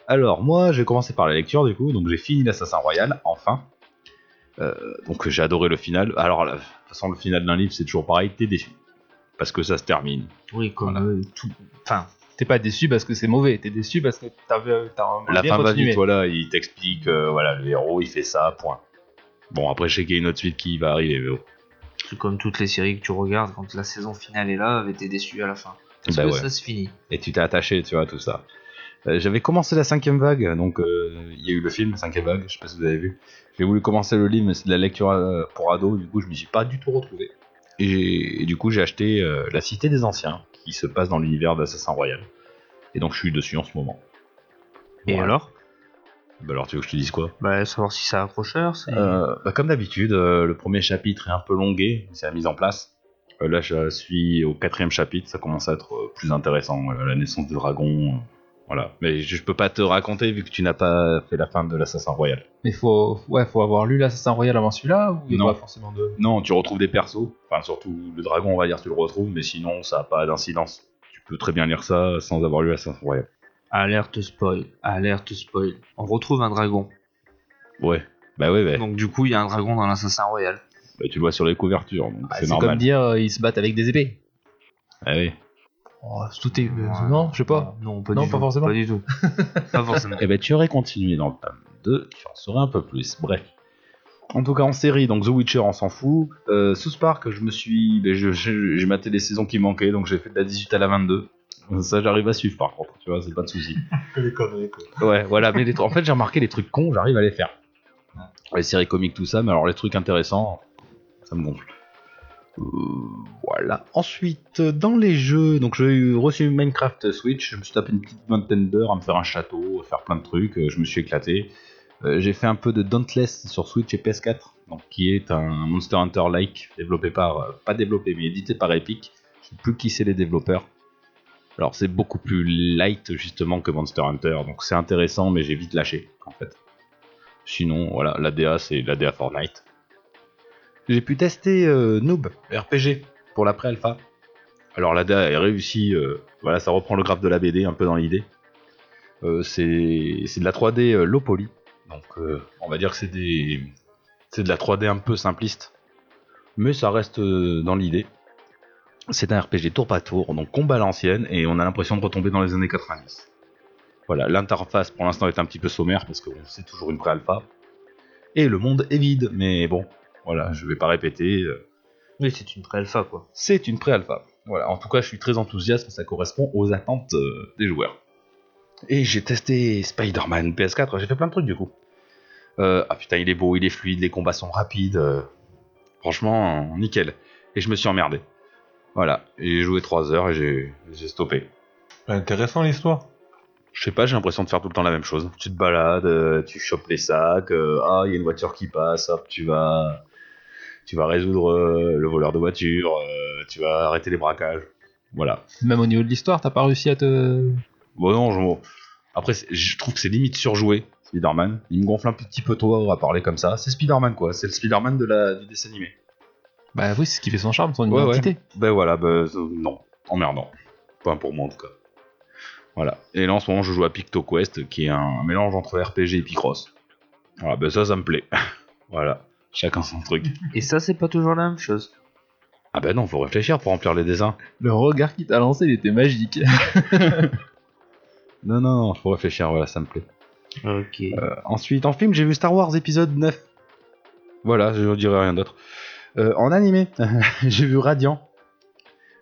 Speaker 4: Alors, moi, j'ai commencé par la lecture, du coup, donc j'ai fini l'Assassin Royal, enfin. Euh, donc, j'ai adoré le final. Alors, la- de toute façon, le final d'un livre, c'est toujours pareil, t'es déçu. Parce que ça se termine.
Speaker 2: Oui, comme
Speaker 4: Voilà.
Speaker 2: euh, tout. Enfin,
Speaker 5: T'es pas déçu parce que c'est mauvais, t'es déçu parce que t'avais- t'as un
Speaker 4: la
Speaker 5: bien
Speaker 4: fin va
Speaker 5: continué.
Speaker 4: vite, voilà, il t'explique, euh, voilà, le héros, il fait ça, point. Bon, après, je sais qu'il y a une autre suite qui va arriver, mais bon.
Speaker 2: c'est comme toutes les séries que tu regardes, quand la saison finale est là, ben, t'es déçu à la fin. Parce
Speaker 4: Bah
Speaker 2: que
Speaker 4: ouais.
Speaker 2: ça se finit.
Speaker 4: et tu t'es attaché, tu vois, tout ça. Euh, J'avais commencé la cinquième vague, donc euh, il y a eu le film cinquième vague, je sais pas si vous avez vu. J'ai voulu commencer le livre, mais c'est de la lecture euh, pour ados, du coup je m'y suis pas du tout retrouvé. Et, j'ai- et du coup j'ai acheté euh, La Cité des Anciens, qui se passe dans l'univers d'Assassin Royal. Et donc je suis dessus en ce moment.
Speaker 2: Et
Speaker 4: Voilà.
Speaker 2: alors
Speaker 4: Bah alors tu veux que je te dise quoi
Speaker 2: Bah, savoir si ça accrocheur, c'est.
Speaker 4: Euh, bah, Comme d'habitude, euh, le premier chapitre est un peu longué, c'est la mise en place. Euh, là, je suis au quatrième chapitre, ça commence à être euh, plus intéressant. euh, la naissance du dragon, euh, voilà. Mais je, je peux pas te raconter vu que tu n'as pas fait la fin de l'Assassin Royal.
Speaker 5: Mais faut, ouais, faut avoir lu l'Assassin Royal avant celui-là ou il y a
Speaker 4: Non.
Speaker 5: pas forcément de.
Speaker 4: Non, tu retrouves des persos, enfin surtout le dragon, on va dire, tu le retrouves, mais sinon, ça n'a pas d'incidence. Tu peux très bien lire ça sans avoir lu l'Assassin Royal.
Speaker 2: Alerte spoil, alerte spoil. On retrouve un dragon.
Speaker 4: Ouais. Bah ouais, ouais.
Speaker 2: Donc du coup, il y a un dragon dans l'assassin royal.
Speaker 4: Bah, tu le vois sur les couvertures, donc
Speaker 5: Bah,
Speaker 4: c'est
Speaker 5: c'est comme
Speaker 4: normal.
Speaker 5: dire euh, ils se battent avec des épées.
Speaker 4: Ah oui.
Speaker 5: Oh, tout est.
Speaker 2: Ouais.
Speaker 5: Non, je sais pas.
Speaker 2: Non, pas
Speaker 5: Non,
Speaker 2: du
Speaker 5: pas
Speaker 2: tout.
Speaker 5: forcément.
Speaker 2: Pas du tout. pas forcément.
Speaker 4: Eh ben, tu aurais continué dans le tome 2, tu en saurais un peu plus. Bref. En tout cas, en série, donc The Witcher, on s'en fout. Euh, South Park, je me suis. ben, je- je- J'ai maté les saisons qui manquaient, donc j'ai fait de la 18 à la 22. Ça, j'arrive à suivre par contre, tu vois, c'est pas de souci.
Speaker 6: Que les conneries, quoi.
Speaker 4: Ouais, voilà, mais les trucs- en fait, j'ai remarqué les trucs cons, j'arrive à les faire. Les séries comiques, tout ça, mais alors les trucs intéressants, ça me gonfle. Euh, voilà. Ensuite, dans les jeux, donc j'ai reçu Minecraft Switch, je me suis tapé une petite vingtaine d'heures à me faire un château, à faire plein de trucs, euh, je me suis éclaté. Euh, j'ai fait un peu de Dauntless sur Switch et PS4, donc qui est un Monster Hunter-like, développé par, euh, pas développé, mais édité par Epic. Je sais plus qui c'est les développeurs. Alors c'est beaucoup plus light justement que Monster Hunter, donc c'est intéressant, mais j'ai vite lâché en fait. Sinon, voilà, la DA c'est la DA Fortnite. J'ai pu tester euh, Noob RPG pour l'après alpha. Alors la DA est réussie, euh, voilà, ça reprend le graphe de la BD un peu dans l'idée. Euh, c'est c'est de la 3D euh, low poly, donc euh, on va dire que c'est des c'est de la 3D un peu simpliste, mais ça reste euh, dans l'idée. C'est un RPG tour par tour, donc combat à l'ancienne, et on a l'impression de retomber dans les années 90. Voilà, l'interface pour l'instant est un petit peu sommaire, parce que bon, c'est toujours une pré-alpha. Et le monde est vide, mais bon, voilà, je vais pas répéter. euh,
Speaker 2: Oui, c'est une pré-alpha, quoi.
Speaker 4: C'est une pré-alpha. Voilà, en tout cas, je suis très enthousiaste, ça correspond aux attentes euh, des joueurs. Et j'ai testé Spider-Man PS4, j'ai fait plein de trucs du coup. Euh, ah putain, il est beau, il est fluide, les combats sont rapides. euh, franchement, nickel. Et je me suis emmerdé. Voilà, et j'ai joué 3 heures et j'ai- j'ai stoppé.
Speaker 6: Bah, Intéressant l'histoire.
Speaker 4: Je sais pas, j'ai l'impression de faire tout le temps la même chose. Tu te balades, euh, tu chopes les sacs, euh, ah, il y a une voiture qui passe, hop, tu vas, tu vas résoudre euh, le voleur de voiture, euh, tu vas arrêter les braquages. Voilà.
Speaker 5: Même au niveau de l'histoire, t'as pas réussi à te.
Speaker 4: Bon, non, je... après, c'est- je trouve que c'est limite surjoué, Spider-Man. Il me gonfle un petit peu trop à parler comme ça. C'est Spider-Man, quoi. C'est le Spider-Man de la... du dessin animé.
Speaker 5: Bah oui, c'est ce qui fait son charme, son
Speaker 4: Ouais, ouais.
Speaker 5: identité.
Speaker 4: Ben voilà, ben, euh, non, emmerdant. Pas pour moi en tout cas. Voilà. Et là en ce moment je joue à PictoQuest qui est un mélange entre RPG et Picross. Voilà, ben ça, ça me plaît. voilà, chacun son truc.
Speaker 2: Et ça, c'est pas toujours la même chose.
Speaker 4: Ah ben non, faut réfléchir pour remplir les dessins.
Speaker 5: Le regard qui t'a lancé, il était magique.
Speaker 4: Non, non, non, faut réfléchir, voilà, ça me plaît.
Speaker 2: Ok.
Speaker 4: Euh, ensuite, en film, j'ai vu Star Wars épisode 9. Voilà, je ne dirai rien d'autre. Euh, en animé, j'ai vu Radiant.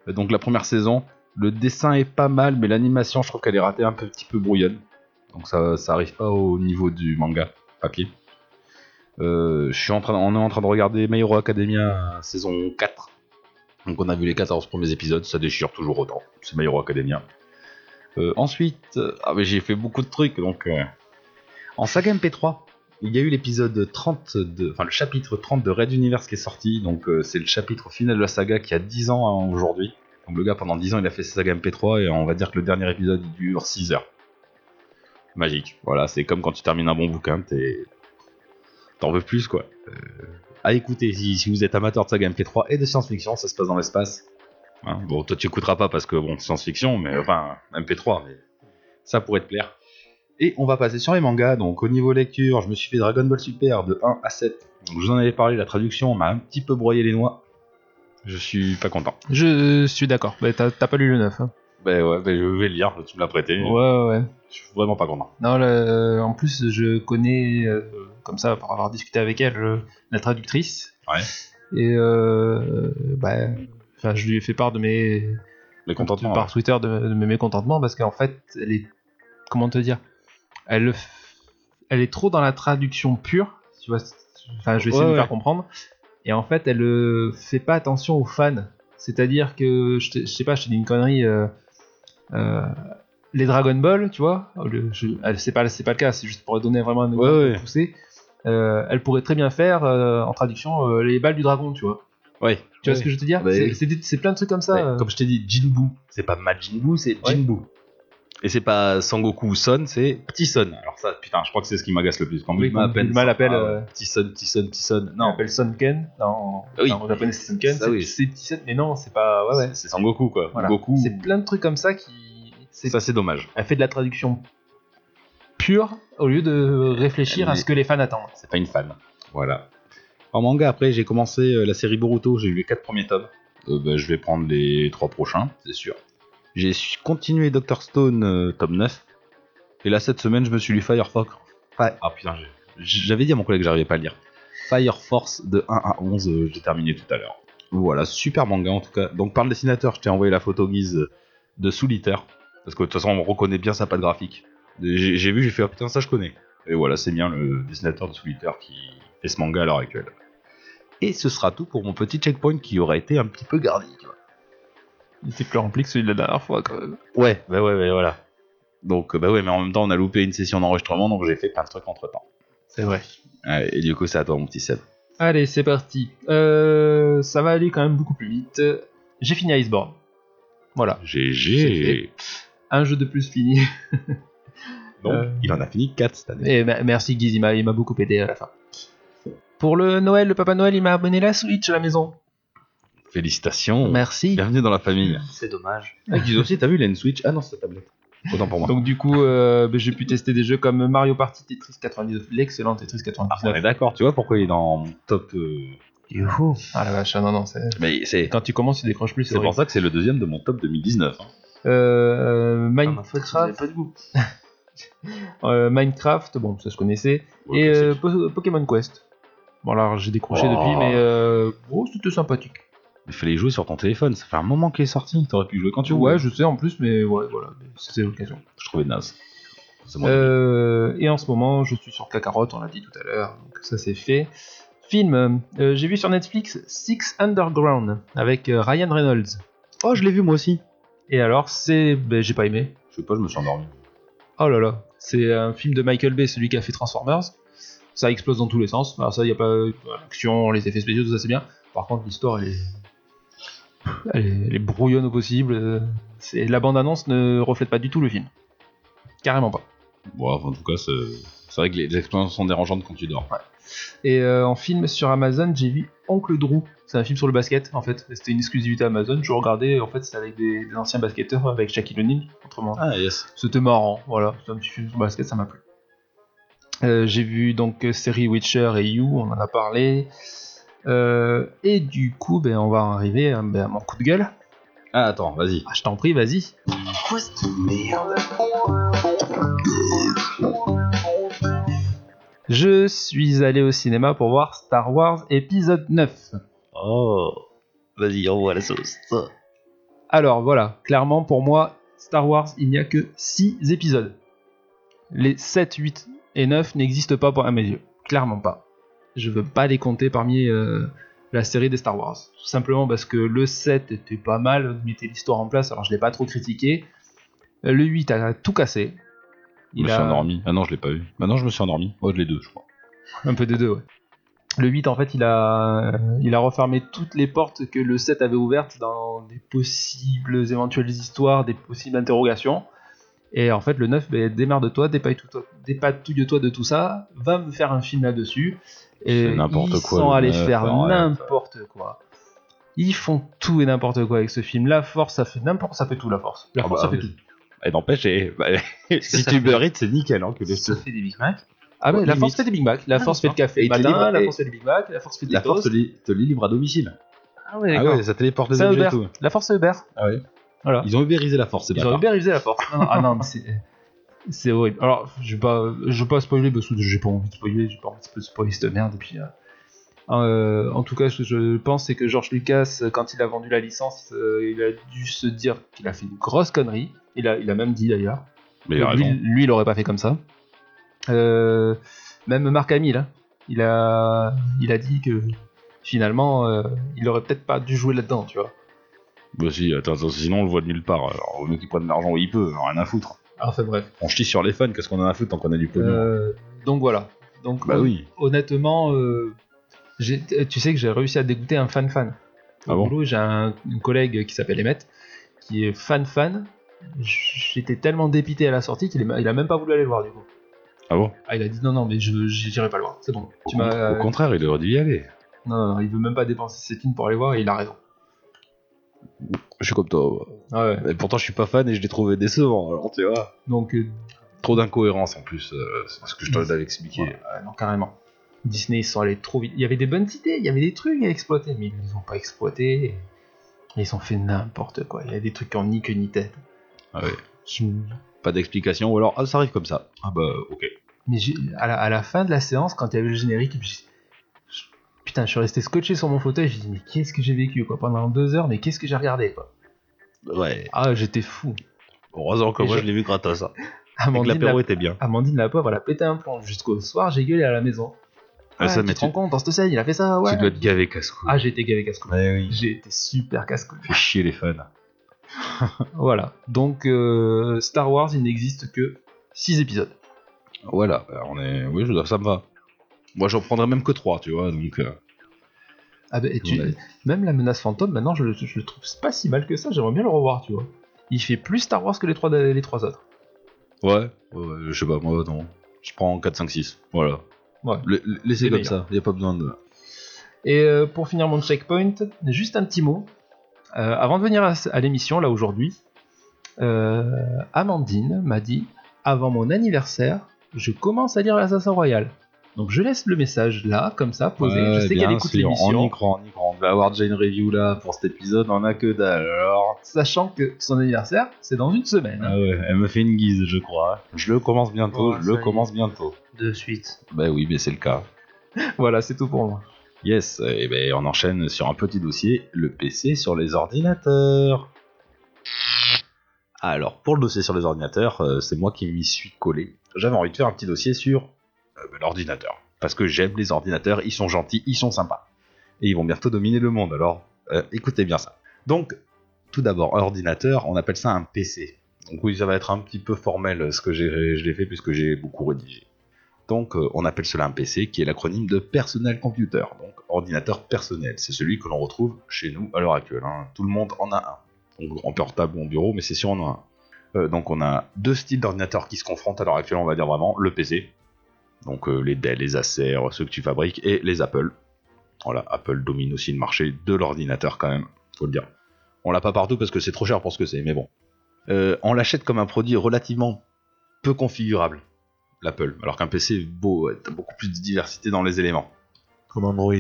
Speaker 4: Euh, Donc la première saison. Le dessin est pas mal, mais l'animation, je trouve qu'elle est ratée un peu- petit peu brouillonne. Donc ça, ça arrive pas au niveau du manga papier. Euh, je suis en train, on est en train de regarder My Hero Academia euh, saison 4. Donc on a vu les 14 premiers épisodes, ça déchire toujours autant. C'est My Hero Academia. Euh, ensuite, euh, ah, mais j'ai fait beaucoup de trucs, donc euh, en saga MP3, il y a eu l'épisode 30 de, enfin le chapitre 30 de Red Universe qui est sorti, donc euh, c'est le chapitre final de la saga qui a 10 ans hein, aujourd'hui. Donc le gars pendant 10 ans il a fait sa saga MP3 et on va dire que le dernier épisode il dure 6 heures. Magique, voilà, c'est comme quand tu termines un bon bouquin, t'es... T'en veux plus quoi. Euh, à écouter, si, si vous êtes amateur de saga MP3 et de science-fiction, ça se passe dans l'espace. Hein, bon, toi tu écouteras pas parce que bon, science-fiction, mais enfin, MP3, mais ça pourrait te plaire. Et on va passer sur les mangas. Donc au niveau lecture, je me suis fait Dragon Ball Super de 1 à 7. Donc, je vous en avais parlé, la traduction m'a un petit peu broyé les noix. Je suis pas content.
Speaker 5: Je suis d'accord. Bah, t'as t'as pas lu le 9. Hein.
Speaker 4: Ben ouais, ben je vais le lire, tu me l'as prêté.
Speaker 5: Ouais, ouais, ouais.
Speaker 4: Je suis vraiment pas content.
Speaker 5: Non, le- euh, en plus, je connais, euh, comme ça, pour avoir discuté avec elle, euh, la traductrice.
Speaker 4: Ouais.
Speaker 5: Et euh, bah, enfin, je lui ai fait part de mes.
Speaker 4: Mais contentement. hein.
Speaker 5: Par Twitter de, de mes mécontentements, parce qu'en fait, elle est. Comment te dire elle, le f- elle est trop dans la traduction pure. Tu vois, c'est- enfin, je vais essayer
Speaker 4: Ouais,
Speaker 5: de
Speaker 4: ouais.
Speaker 5: faire comprendre. Et en fait, elle euh, fait pas attention aux fans. C'est-à-dire que, je, te- je sais pas, je te dis une connerie. euh, euh, les Dragon Ball, tu vois, le- je- elle- c'est pas, c'est pas le cas, c'est juste pour donner vraiment un
Speaker 4: Ouais, ouais.
Speaker 5: poussé. Euh, elle pourrait très bien faire euh, en traduction euh, les balles du dragon, tu vois.
Speaker 4: Ouais.
Speaker 5: Tu vois ce que je veux te dire
Speaker 4: Bah
Speaker 5: C'est-
Speaker 4: oui.
Speaker 5: C'est des- c'est plein de trucs comme ça.
Speaker 4: Ouais,
Speaker 5: euh.
Speaker 4: Comme je t'ai dit, Jinbu. C'est pas Majin Buu, c'est Jinbu. Et c'est pas Sangoku ou Son, c'est Petit Son. Alors ça, putain, je crois que c'est ce qui m'agace le plus. Quand
Speaker 5: Oui,
Speaker 4: Bulma
Speaker 5: quand Bulma l'appelle,
Speaker 4: Ah,
Speaker 5: euh,
Speaker 4: Petit Son, Petit Son, Petit Son.
Speaker 5: On
Speaker 4: Non,
Speaker 5: appelle Sonken. En
Speaker 4: Oui.
Speaker 5: en japonais, c'est Sonken.
Speaker 4: Ça,
Speaker 5: C'est
Speaker 4: oui.
Speaker 5: c'est petit set, mais non, c'est pas. Ouais, ouais.
Speaker 4: c'est Sangoku quoi.
Speaker 5: Voilà.
Speaker 4: Goku.
Speaker 5: C'est plein de trucs comme ça qui. c'est-
Speaker 4: Ça c'est dommage.
Speaker 5: Elle fait de la traduction pure au lieu de réfléchir à
Speaker 4: Mais-
Speaker 5: ce que les fans attendent.
Speaker 4: C'est pas une fan. Voilà. En manga, après, j'ai commencé euh, la série Boruto. J'ai lu les 4 premiers tomes. Euh, bah, je vais prendre les 3 prochains, c'est sûr. J'ai su- continué Doctor Stone, euh, tome 9. Et là, cette semaine, je me suis lu Fire Fox. Fa- Ah putain, j'ai- j'avais dit à mon collègue que j'arrivais pas à le lire. Fire Force de 1 à 11, euh, j'ai terminé tout à l'heure. Voilà, super manga en tout cas. Donc, par le dessinateur, je t'ai envoyé la photo guise de Soulitaire. Parce que de toute façon, on reconnaît bien sa patte graphique. J'ai j'ai vu, j'ai fait, ah putain, ça je connais. Et voilà, c'est bien le dessinateur de Solitaire qui fait ce manga à l'heure actuelle. Et ce sera tout pour mon petit checkpoint qui aurait été un petit peu gardé. tu vois.
Speaker 5: Il était plus rempli que celui de la dernière fois quand même.
Speaker 4: Ouais, bah ouais, ouais, voilà. Donc, euh, bah ouais, mais en même temps, on a loupé une session d'enregistrement, donc j'ai fait plein de trucs entre temps.
Speaker 5: C'est vrai.
Speaker 4: et du coup, c'est à toi, mon petit Seb.
Speaker 5: Allez, c'est parti. Euh, ça va aller quand même beaucoup plus vite. J'ai fini Iceborne. Voilà.
Speaker 4: GG.
Speaker 5: Un jeu de plus fini.
Speaker 4: Donc,
Speaker 5: Euh.
Speaker 4: il en a fini 4 cette année.
Speaker 5: Et me- merci Guiz, il m'a il m'a beaucoup aidé à la fin. Pour le Noël, le Papa Noël, il m'a amené la Switch à la maison.
Speaker 4: Félicitations.
Speaker 5: Merci.
Speaker 4: Bienvenue dans la famille.
Speaker 2: C'est dommage.
Speaker 4: Ah, Guiz aussi, t'as vu, il a une Switch. Ah non, c'est ta tablette. Autant pour moi.
Speaker 5: Donc du coup, euh, ben, j'ai pu tester des jeux comme Mario Party, Tetris 99, l'excellent Tetris
Speaker 4: on est
Speaker 5: 99.
Speaker 4: d'accord, tu vois pourquoi il est dans mon top. euh,
Speaker 2: Youhou.
Speaker 5: Ah la vache, ah non non, c'est-
Speaker 4: Mais c'est
Speaker 5: quand tu commences, tu décroches plus.
Speaker 4: c'est pour
Speaker 5: horrible.
Speaker 4: ça que c'est le deuxième de mon top 2019. hein.
Speaker 5: Euh, euh,
Speaker 4: bah,
Speaker 2: Ah, ma faute, vous avez
Speaker 5: Minecraft,
Speaker 2: pas de goût.
Speaker 5: euh, Minecraft, bon ça je connaissais,
Speaker 4: Ouais,
Speaker 5: et
Speaker 4: classique.
Speaker 5: euh, Po- Pokémon Quest. Bon alors j'ai décroché
Speaker 4: Oh.
Speaker 5: depuis, mais euh, oh, c'était sympathique.
Speaker 4: Il fallait y jouer sur ton téléphone, ça fait un moment qu'il est sorti, t'aurais pu y jouer quand tu voulais.
Speaker 5: Ouais, je sais en plus, mais ouais, voilà, c'était l'occasion.
Speaker 4: Je trouvais naze. C'est mon avis.
Speaker 5: Euh, et en ce moment, je suis sur Kakarot, on l'a dit tout à l'heure, donc ça c'est fait. Film, euh, j'ai vu sur Netflix Six Underground avec euh, Ryan Reynolds.
Speaker 4: Oh, je l'ai vu moi aussi.
Speaker 5: Et alors, c'est. ben, j'ai pas aimé.
Speaker 4: Je sais pas, je me suis endormi.
Speaker 5: Oh là là, c'est un film de Michael Bay, celui qui a fait Transformers. Ça explose dans tous les sens. Alors, ça, il n'y a pas voilà, l'action, les effets spéciaux, tout ça c'est bien. Par contre, l'histoire, elle est. Elle est, elle est brouillonne au possible. euh, c'est- La bande-annonce ne reflète pas du tout le film. Carrément pas.
Speaker 4: Bon, enfin, en tout cas, c'est c'est vrai que les les expériences sont dérangeantes quand tu dors.
Speaker 5: Et euh, en film sur Amazon, j'ai vu Oncle Drew. C'est un film sur le basket, en fait. C'était une exclusivité Amazon. Je regardais, en fait, c'était avec des, des anciens basketteurs, avec Shaquille O'Neal, autrement.
Speaker 4: Ah, yes.
Speaker 5: C'était marrant, voilà. C'est un petit film sur le basket, ça m'a plu. Euh, j'ai vu donc euh, série Witcher et You, on en a parlé. Euh, et du coup, ben, on va en arriver à, ben, à mon coup de gueule.
Speaker 4: Ah, attends, vas-y.
Speaker 5: Ah, je t'en prie, vas-y. Je suis allé au cinéma pour voir Star Wars épisode 9.
Speaker 9: Oh, vas-y, envoie la sauce.
Speaker 5: Alors voilà, clairement pour moi, Star Wars, il n'y a que 6 épisodes. Les 7, 8 et 9 n'existent pas pour, à mes yeux. Clairement pas. Je veux pas les compter parmi euh, la série des Star Wars. Tout simplement parce que le 7 était pas mal, mettait l'histoire en place, alors je l'ai pas trop critiqué. Euh, Le 8 a tout cassé.
Speaker 4: Je me suis endormi. Ah non, je l'ai pas vu. Bah non, je me suis endormi. Oh, je l'ai deux, je crois.
Speaker 5: Un peu des deux, ouais. Le 8, en fait, il a, il a refermé toutes les portes que le 7 avait ouvertes dans des possibles éventuelles histoires, des possibles interrogations. Et en fait, le 9, ben, démarre de toi, dépatouille-toi dépatouille-toi de tout ça, va me faire un film là-dessus. Et
Speaker 4: C'est n'importe
Speaker 5: ils
Speaker 4: quoi,
Speaker 5: sont
Speaker 4: le
Speaker 5: allés
Speaker 4: 9,
Speaker 5: faire
Speaker 4: arrête.
Speaker 5: n'importe quoi. Ils font tout et n'importe quoi avec ce film. La force, ça fait n'importe, ça fait tout la force. La
Speaker 4: Ah
Speaker 5: force,
Speaker 4: bah,
Speaker 5: ça fait tout.
Speaker 4: Et n'empêche, eh, bah, si tu beurres it, c'est nickel. Hein, que les-
Speaker 2: Ça fait des Big Mac.
Speaker 5: Ah ouais, la
Speaker 4: limite.
Speaker 5: force fait des Big Mac, la force fait le café
Speaker 4: Et
Speaker 5: le
Speaker 4: tu
Speaker 5: matin,
Speaker 4: livres-
Speaker 5: la
Speaker 4: et-
Speaker 5: force fait le Big Mac, la force fait des
Speaker 4: La force te,
Speaker 5: toasts.
Speaker 4: li- te lit libre à domicile.
Speaker 2: Ah ouais,
Speaker 4: Ah
Speaker 2: d'accord.
Speaker 4: ouais, ça téléporte des
Speaker 5: Ça,
Speaker 4: objets et
Speaker 5: Uber.
Speaker 4: tout.
Speaker 5: La force Uber.
Speaker 4: Ah ouais.
Speaker 5: Voilà.
Speaker 4: Ils ont ubérisé la force, c'est
Speaker 5: Ils auraient
Speaker 4: pas
Speaker 5: bien révisé la force. Non, non, ah non, mais c'est. eh, C'est horrible. Alors, je vais pas, je vais pas spoiler parce que j'ai pas envie de spoiler, j'ai pas envie de spoiler cette merde. Et puis, euh, euh, en tout cas, ce que je pense, c'est que George Lucas, quand il a vendu la licence, euh, il a dû se dire qu'il a fait une grosse connerie. Il a, il a même dit d'ailleurs.
Speaker 4: Mais il a
Speaker 5: que lui,
Speaker 4: raison.
Speaker 5: lui, il aurait pas fait comme ça. Euh, même Marc Hamill, hein, il a, il a dit que finalement, euh, il aurait peut-être pas dû jouer là-dedans, tu vois.
Speaker 4: Bah si, attends, attends, sinon on le voit de nulle part. Alors, au mieux qu'il prenne de l'argent où il peut, rien à foutre.
Speaker 5: Enfin bref.
Speaker 4: On chie sur les fans, qu'est-ce qu'on en a à foutre tant qu'on a du pognon
Speaker 5: Euh, donc voilà. Donc
Speaker 4: Bah oui.
Speaker 5: honnêtement, euh, j'ai- tu sais que j'ai réussi à dégoûter un fan fan. Au
Speaker 4: Ah bon
Speaker 5: boulot, j'ai un, un collègue qui s'appelle Emmett, qui est fan fan. J'étais tellement dépité à la sortie qu'il est ma- il a même pas voulu aller le voir du coup.
Speaker 4: Ah bon
Speaker 5: Ah, il a dit non, non, mais je j'irai pas le voir. C'est bon.
Speaker 4: au,
Speaker 5: Tu
Speaker 4: con-
Speaker 5: m'as.
Speaker 4: au contraire, il aurait dû y aller.
Speaker 5: Non, non, non, il veut même pas dépenser ses thunes pour aller voir et il a raison. Ah
Speaker 4: Je suis comme toi.
Speaker 5: Ouais.
Speaker 4: Et pourtant, je suis pas fan et je l'ai trouvé décevant. Alors, tu vois.
Speaker 5: Donc, euh,
Speaker 4: Trop d'incohérence en plus. euh, c'est ce que je te l'avais expliqué.
Speaker 5: ouais, non, carrément. Disney, ils sont allés trop vite. Il y avait des bonnes idées, il y avait des trucs à exploiter, mais ils les ont pas exploités. et Ils ont fait n'importe quoi. Il y a des trucs qui ont ni queue ni tête.
Speaker 4: Ah ouais.
Speaker 5: Je-
Speaker 4: Pas d'explication. Ou alors, ah, ça arrive comme ça. Ah bah, ok.
Speaker 5: Mais j'ai- à la, à la fin de la séance, quand il y avait le générique, j'ai- je- putain, je suis resté scotché sur mon fauteuil. J'ai dit, mais qu'est-ce que j'ai vécu quoi pendant deux heures, mais qu'est-ce que j'ai regardé quoi
Speaker 10: Ouais.
Speaker 5: Ah, j'étais fou.
Speaker 10: Heureusement que
Speaker 5: Et
Speaker 10: moi
Speaker 5: je-
Speaker 10: je l'ai vu gratos. Hein. Et que
Speaker 5: Amandine,
Speaker 10: l'apéro
Speaker 5: la,
Speaker 10: était bien.
Speaker 5: Amandine, la pauvre, elle a pété un plomb. Jusqu'au soir, j'ai gueulé à la maison.
Speaker 4: Ah, ça,
Speaker 5: tu
Speaker 4: mais
Speaker 5: te
Speaker 4: tu-
Speaker 5: rends compte, dans cette scène, il a fait ça, ouais.
Speaker 4: Tu dois être gavé casse-cou.
Speaker 5: Ah, j'ai été gavé casse
Speaker 2: Bah
Speaker 4: Ouais, oui.
Speaker 5: J'ai été super casse-cou.
Speaker 4: Fais chier les fans.
Speaker 5: Voilà. Donc, euh, Star Wars, il n'existe que 6 épisodes.
Speaker 4: Voilà, bah, on est. Oui, je- ça me va. Moi, j'en prendrais même que 3, tu vois. Donc, euh,
Speaker 5: Ah ben, et tu-
Speaker 4: Ouais.
Speaker 5: Même la menace fantôme, maintenant, je le, je le trouve pas si mal que ça. J'aimerais bien le revoir, tu vois. Il fait plus Star Wars que les trois, les trois autres.
Speaker 4: ouais, ouais, je sais pas, moi, non. Je prends 4, 5, 6. Voilà.
Speaker 5: Ouais.
Speaker 4: Le- le- laissez
Speaker 5: Les
Speaker 4: comme
Speaker 5: meilleurs.
Speaker 4: ça, y a pas besoin de.
Speaker 5: Et euh, pour finir mon checkpoint, juste un petit mot. Euh, avant de venir à, à l'émission, là aujourd'hui, euh, Amandine m'a dit Avant mon anniversaire, je commence à lire l'Assassin Royal. Donc je laisse le message là, comme ça, posé. je sais qu'elle écoute
Speaker 4: On y
Speaker 5: l'émission,
Speaker 4: croit, on y croit. On devait avoir déjà une review là pour cet épisode, on a que dalle. Alors.
Speaker 5: sachant que son anniversaire, c'est dans une semaine. hein.
Speaker 4: Ah ouais, elle me fait une guise, je crois. Je le commence bientôt,
Speaker 2: Ouais,
Speaker 4: je
Speaker 2: ça
Speaker 4: le
Speaker 2: y est.
Speaker 4: commence bientôt.
Speaker 2: De suite.
Speaker 4: Bah oui, mais c'est le cas.
Speaker 5: Voilà, c'est tout pour moi.
Speaker 4: Yes, et ben on enchaîne sur un petit dossier, le PC sur les ordinateurs. Alors pour le dossier sur les ordinateurs, euh, c'est moi qui m'y suis collé. J'avais envie de faire un petit dossier sur euh, ben, l'ordinateur. Parce que j'aime les ordinateurs, ils sont gentils, ils sont sympas. Et ils vont bientôt dominer le monde, alors euh, écoutez bien ça. Donc, tout d'abord, ordinateur, on appelle ça un PC. Donc oui, ça va être un petit peu formel euh, ce que j'ai- je l'ai fait puisque j'ai beaucoup rédigé. Donc euh, on appelle cela un PC qui est l'acronyme de Personal Computer, donc ordinateur personnel. C'est celui que l'on retrouve chez nous à l'heure actuelle. hein. Tout le monde en a un. Donc, en portable ou en bureau, mais c'est sûr on en a un. Euh, donc on a deux styles d'ordinateurs qui se confrontent à l'heure actuelle, on va dire vraiment, le PC. Donc euh, les Dell, les Acer, ceux que tu fabriques, et les Apple. Voilà, Apple domine aussi le marché de l'ordinateur quand même, faut le dire. On l'a pas partout parce que c'est trop cher pour ce que c'est, mais bon. Euh, on l'achète comme un produit relativement peu configurable l'Apple, alors qu'un PC est beau, ouais, t'as beaucoup plus de diversité dans les éléments.
Speaker 10: Comme Android.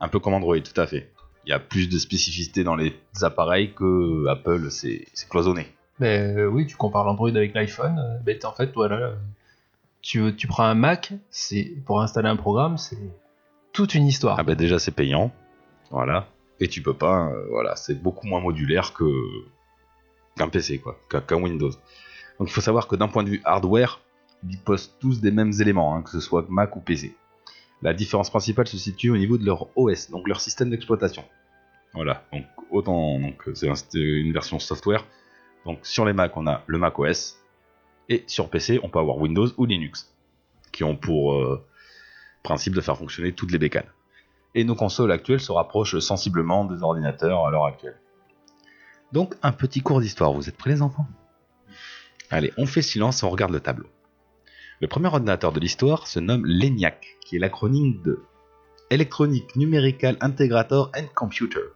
Speaker 4: Un peu comme Android, tout à fait. Il y a plus de spécificité dans les appareils que Apple, c'est c'est cloisonné.
Speaker 5: Mais euh, oui, tu compares l'Android avec l'iPhone, euh, ben, en fait, voilà, euh, tu, veux- tu prends un Mac, c'est pour installer un programme, c'est toute une histoire.
Speaker 4: Ah bah déjà c'est payant, voilà. Et tu peux pas, euh, voilà, c'est beaucoup moins modulaire que qu'un PC quoi, qu'un qu'un Windows. Donc il faut savoir que d'un point de vue hardware, ils postent tous des mêmes éléments, hein, que ce soit Mac ou PC. La différence principale se situe au niveau de leur OS, donc leur système d'exploitation. Voilà, donc autant donc c'est un- c'est une version software. Donc sur les Mac on a le Mac OS et sur PC on peut avoir Windows ou Linux, qui ont pour euh, principe de faire fonctionner toutes les bécanes et nos consoles actuelles se rapprochent sensiblement des ordinateurs à l'heure actuelle. Donc un petit cours d'histoire, vous êtes prêts les enfants Allez, on fait silence et on regarde le tableau. Le premier ordinateur de l'histoire se nomme l'ENIAC, qui est l'acronyme de Electronic Numerical Integrator and Computer.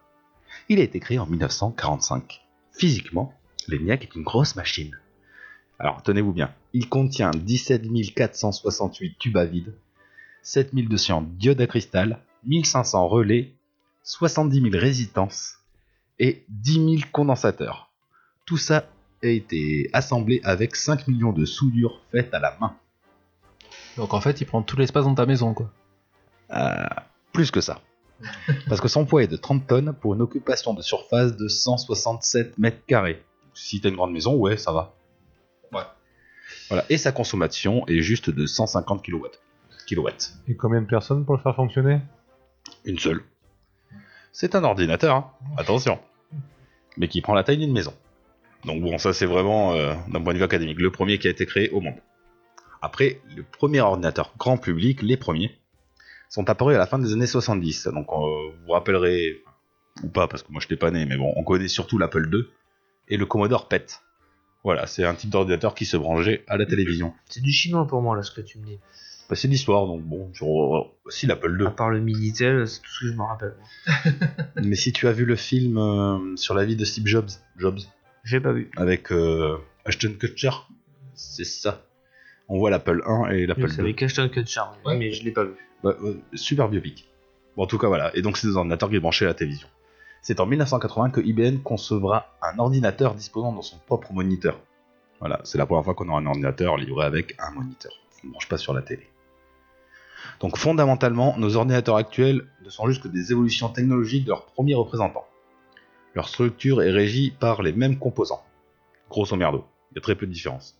Speaker 4: Il a été créé en 1945. Physiquement, l'ENIAC est une grosse machine. Alors tenez-vous bien, il contient 17 468 tubes à vide, 7200 diodes à cristal, 1500 relais, 70 000 résistances et 10 000 condensateurs. Tout ça a été assemblé avec 5 millions de soudures faites à la main.
Speaker 5: Donc en fait, il prend tout l'espace dans ta maison, quoi.
Speaker 4: Euh, plus que ça. Parce que son poids est de 30 tonnes pour une occupation de surface de 167 mètres carrés. Si t'as une grande maison, ouais, ça va. Ouais.
Speaker 10: Voilà.
Speaker 4: Et sa consommation est juste de 150 kW. kilowatts.
Speaker 10: Et combien de personnes pour le faire fonctionner
Speaker 4: Une seule. C'est un ordinateur, hein, attention. Mais qui prend la taille d'une maison. Donc bon, ça c'est vraiment, euh, d'un point de vue académique, le premier qui a été créé au monde. Après, le premier ordinateur grand public, les premiers, sont apparus à la fin des années 70. Donc euh, vous vous rappellerez, ou pas, parce que moi je n'étais pas né, mais bon, on connaît surtout l'Apple II et le Commodore PET. Voilà, c'est un type d'ordinateur qui se branchait à la télévision.
Speaker 2: C'est du chinois pour moi, là, ce que tu me dis.
Speaker 4: Bah, c'est l'histoire, donc bon, sur- si l'Apple II.
Speaker 2: À part le Minitel, c'est tout ce que je me rappelle.
Speaker 4: Mais si tu as vu le film euh, sur la vie de Steve Jobs, Jobs
Speaker 2: J'ai pas vu.
Speaker 4: avec euh, Ashton Kutcher, c'est ça. On voit l'Apple 1 et l'Apple
Speaker 2: C'est
Speaker 4: 2.
Speaker 2: avec Ashton Kutcher,
Speaker 5: Ouais.
Speaker 2: mais je l'ai pas vu.
Speaker 4: Ouais, ouais, Bah, euh, super biopic. Bon, en tout cas, voilà. Et donc, c'est des ordinateurs qui est branché à la télévision. C'est en 1980 que IBM concevra un ordinateur disposant de son propre moniteur. Voilà, c'est la première fois qu'on aura un ordinateur livré avec un moniteur. On ne branche pas sur la télé. Donc, fondamentalement, nos ordinateurs actuels ne sont juste que des évolutions technologiques de leurs premiers représentants. Leur structure est régie par les mêmes composants. Grosso merdo, il y a très peu de différence.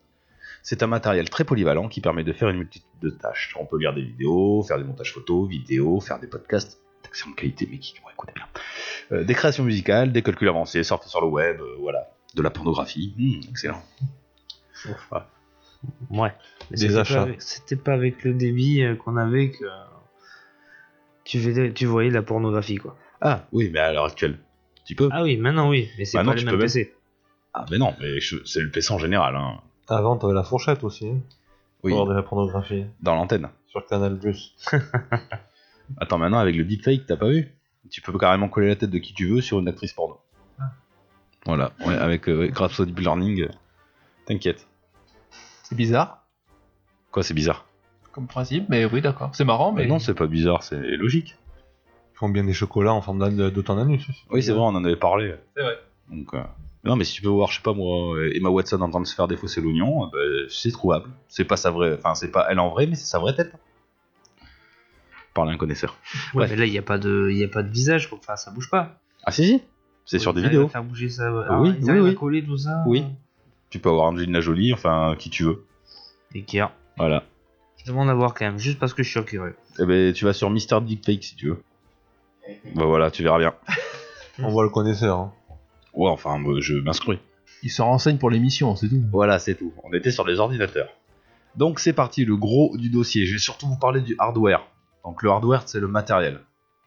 Speaker 4: C'est un matériel très polyvalent qui permet de faire une multitude de tâches. On peut lire des vidéos, faire des montages photos, vidéos, faire des podcasts d'excellente qualité, mais qui vont écouter bien. Euh, des créations musicales, des calculs avancés, sorties sur le web, euh, voilà. De la pornographie, hmm, excellent. Voilà.
Speaker 2: Ouais.
Speaker 10: Des
Speaker 2: Mais c'était pas
Speaker 10: achats.
Speaker 2: avec- C'était pas avec le débit euh, qu'on avait que tu, voyais- tu voyais la pornographie, quoi.
Speaker 4: Ah oui, mais à l'heure actuelle, tu peux.
Speaker 2: Ah oui, maintenant oui, mais c'est
Speaker 4: Maintenant,
Speaker 2: pas les
Speaker 4: tu
Speaker 2: mêmes
Speaker 4: peux
Speaker 2: PC.
Speaker 4: Ah mais non, mais je- c'est le PC en général, hein.
Speaker 10: Avant, t'avais la fourchette aussi, hein,
Speaker 4: Oui,
Speaker 10: pour avoir de la pornographie,
Speaker 4: dans l'antenne.
Speaker 10: sur Canal+. Plus.
Speaker 4: Attends, maintenant avec le deepfake, t'as pas vu Tu peux carrément coller la tête de qui tu veux sur une actrice porno. Voilà, ouais, avec, euh, avec Rhapsody Learning, euh, t'inquiète.
Speaker 5: C'est bizarre
Speaker 4: Quoi, c'est bizarre
Speaker 5: comme principe, mais oui, d'accord. C'est marrant, mais,
Speaker 4: Mais non, c'est pas bizarre, c'est logique.
Speaker 10: Ils font bien des chocolats en forme d'an- de ton anus. aussi.
Speaker 4: Oui, c'est vrai, on en avait parlé.
Speaker 5: C'est vrai.
Speaker 4: Donc, euh, Non, mais si tu peux voir, je sais pas moi, Emma Watson en train de se faire défausser l'oignon, euh, bah, c'est trouvable. C'est pas sa vraie, enfin, c'est pas elle en vrai, mais c'est sa vraie tête. Parle à un connaisseur.
Speaker 2: Ouais,
Speaker 4: Ouais.
Speaker 2: mais là, il n'y a, pas de- y a pas de visage, quoi. enfin, ça bouge pas.
Speaker 4: Ah si, si C'est sur
Speaker 2: Ils
Speaker 4: des
Speaker 2: arrivent
Speaker 4: vidéos.
Speaker 2: à faire bouger ça. ouais.
Speaker 4: Ah
Speaker 2: Ah,
Speaker 4: oui,
Speaker 2: ils
Speaker 4: oui,
Speaker 2: arrivent à
Speaker 4: oui.
Speaker 2: coller tout ça.
Speaker 4: Oui. Tu peux avoir Angelina Jolie, enfin, qui tu veux.
Speaker 2: Et qui, hein,
Speaker 4: Voilà.
Speaker 2: je demande à voir quand même, juste parce que je suis curieux.
Speaker 4: Eh ben, tu vas sur Mister Deepfake si tu veux. Bah voilà, tu verras bien.
Speaker 10: On voit le connaisseur. hein.
Speaker 4: Ouais, enfin, moi, je m'inscris.
Speaker 5: il se renseigne pour l'émission, c'est tout.
Speaker 4: Voilà, c'est tout. On était sur les ordinateurs. Donc c'est parti, le gros du dossier. Je vais surtout vous parler du hardware. Donc le hardware, c'est le matériel.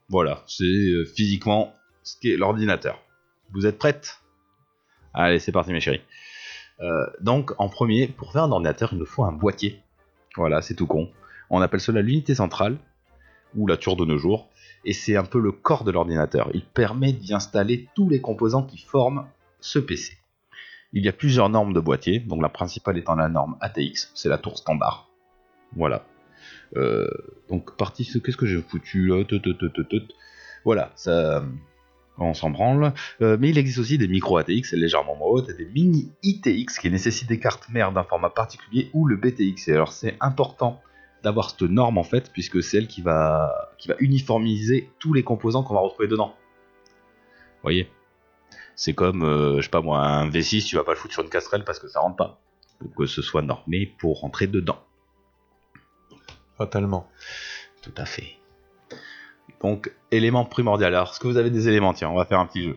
Speaker 4: Voilà, c'est euh, physiquement ce qu'est l'ordinateur. Vous êtes prêtes Allez, c'est parti mes chéris. Euh, donc en premier, pour faire un ordinateur, il nous faut un boîtier. Voilà, c'est tout con. On appelle cela l'unité centrale, ou la tour de nos jours, et c'est un peu le corps de l'ordinateur. Il permet d'y installer tous les composants qui forment ce PC. Il y a plusieurs normes de boîtier, donc la principale étant la norme ATX, c'est la tour standard. Voilà. Euh, donc, partie, ce- qu'est-ce que j'ai foutu là Tut, tut, tut, tut, tut. Voilà, ça. On s'en branle. Euh, mais il existe aussi des micro ATX légèrement moins hautes et des mini ITX qui nécessitent des cartes mères d'un format particulier ou le BTX. Et alors, c'est important d'avoir cette norme en fait, puisque c'est elle qui va, qui va uniformiser tous les composants qu'on va retrouver dedans. Vous voyez c'est comme, euh, je sais pas moi, un V6, tu vas pas le foutre sur une casserelle parce que ça rentre pas. Faut que ce soit normé pour rentrer dedans.
Speaker 10: Fatalement.
Speaker 4: Tout à fait. Donc, élément primordial. Alors, est-ce que vous avez des éléments Tiens, on va faire un petit jeu.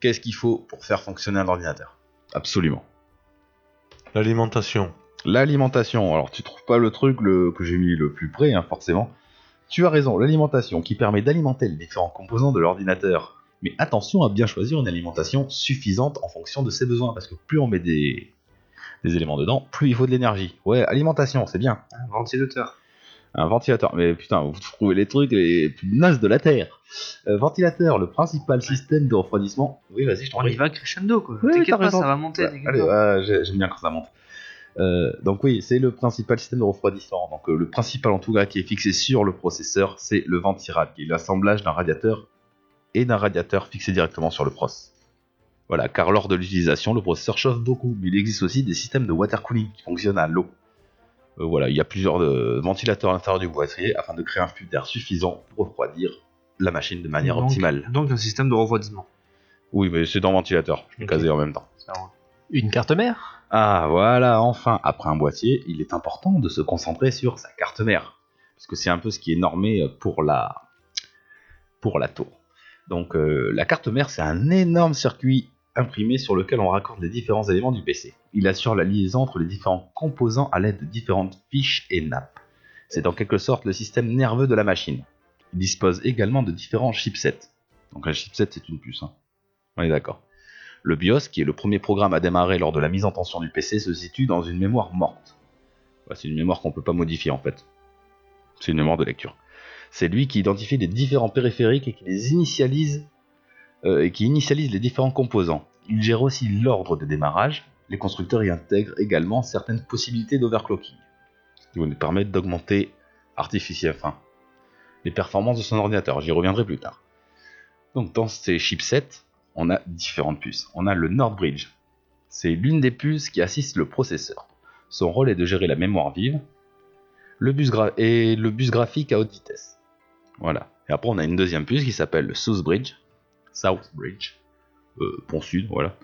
Speaker 4: Qu'est-ce qu'il faut pour faire fonctionner un ordinateur Absolument.
Speaker 10: L'alimentation.
Speaker 4: L'alimentation. Alors, tu trouves pas le truc le- que j'ai mis le plus près, hein, forcément. Tu as raison, l'alimentation qui permet d'alimenter les différents composants de l'ordinateur. Mais attention à bien choisir une alimentation suffisante en fonction de ses besoins, parce que plus on met des, des éléments dedans, plus il faut de l'énergie. Ouais, alimentation, c'est bien.
Speaker 2: Un ventilateur.
Speaker 4: Un ventilateur, mais putain, vous trouvez les trucs les plus nazes de la Terre. Euh, ventilateur, le principal système de refroidissement. Oui, vas-y, je t'en
Speaker 2: On
Speaker 4: prie.
Speaker 2: y va crescendo, quoi.
Speaker 4: Oui,
Speaker 2: T'inquiète
Speaker 4: t'as
Speaker 2: pas,
Speaker 4: raison. Bah,
Speaker 2: ça va monter. t'inquiète
Speaker 4: Allez,
Speaker 2: pas.
Speaker 4: ouais, j'ai- j'aime bien quand ça monte. Euh, donc oui, c'est le principal système de refroidissement. Donc euh, le principal en tout cas qui est fixé sur le processeur, c'est le ventirad, qui est l'assemblage d'un radiateur et d'un radiateur fixé directement sur le pros. Voilà, car lors de l'utilisation, le processeur chauffe beaucoup, mais il existe aussi des systèmes de water cooling qui fonctionnent à l'eau. Euh, voilà, il y a plusieurs euh, ventilateurs à l'intérieur du boîtier afin de créer un flux d'air suffisant pour refroidir la machine de manière
Speaker 2: Donc-
Speaker 4: optimale.
Speaker 2: Donc, un système de refroidissement.
Speaker 4: Oui, mais c'est dans ventilateur, je l'ai
Speaker 2: Ok.
Speaker 4: casé en même temps.
Speaker 2: Ça roule.
Speaker 5: Une carte mère
Speaker 4: Ah voilà, enfin, après un boîtier, il est important de se concentrer sur sa carte mère. Parce que c'est un peu ce qui est normé euh, pour la, pour la tour. Donc euh, la carte mère, c'est un énorme circuit imprimé sur lequel on raccorde les différents éléments du PC. Il assure la liaison entre les différents composants à l'aide de différentes fiches et nappes. C'est en quelque sorte le système nerveux de la machine. Il dispose également de différents chipsets. Donc un chipset, c'est une puce. hein. On est d'accord. Le BIOS, qui est le premier programme à démarrer lors de la mise en tension du PC, se situe dans une mémoire morte. Bah, c'est une mémoire qu'on ne peut pas modifier en fait. C'est une mémoire de lecture. C'est lui qui identifie les différents périphériques et qui les initialise euh, et qui initialise les différents composants. Il gère aussi l'ordre de démarrage. Les constructeurs y intègrent également certaines possibilités d'overclocking, qui vont nous permettre d'augmenter artificiellement enfin, les performances de son ordinateur. J'y reviendrai plus tard. Donc dans ces chipsets, on a différentes puces. On a le Nord Bridge. C'est l'une des puces qui assiste le processeur. Son rôle est de gérer la mémoire vive le bus gra- et le bus graphique à haute vitesse. Voilà. Et après, on a une deuxième puce qui s'appelle le South Bridge. South Bridge. Euh, pont sud, voilà.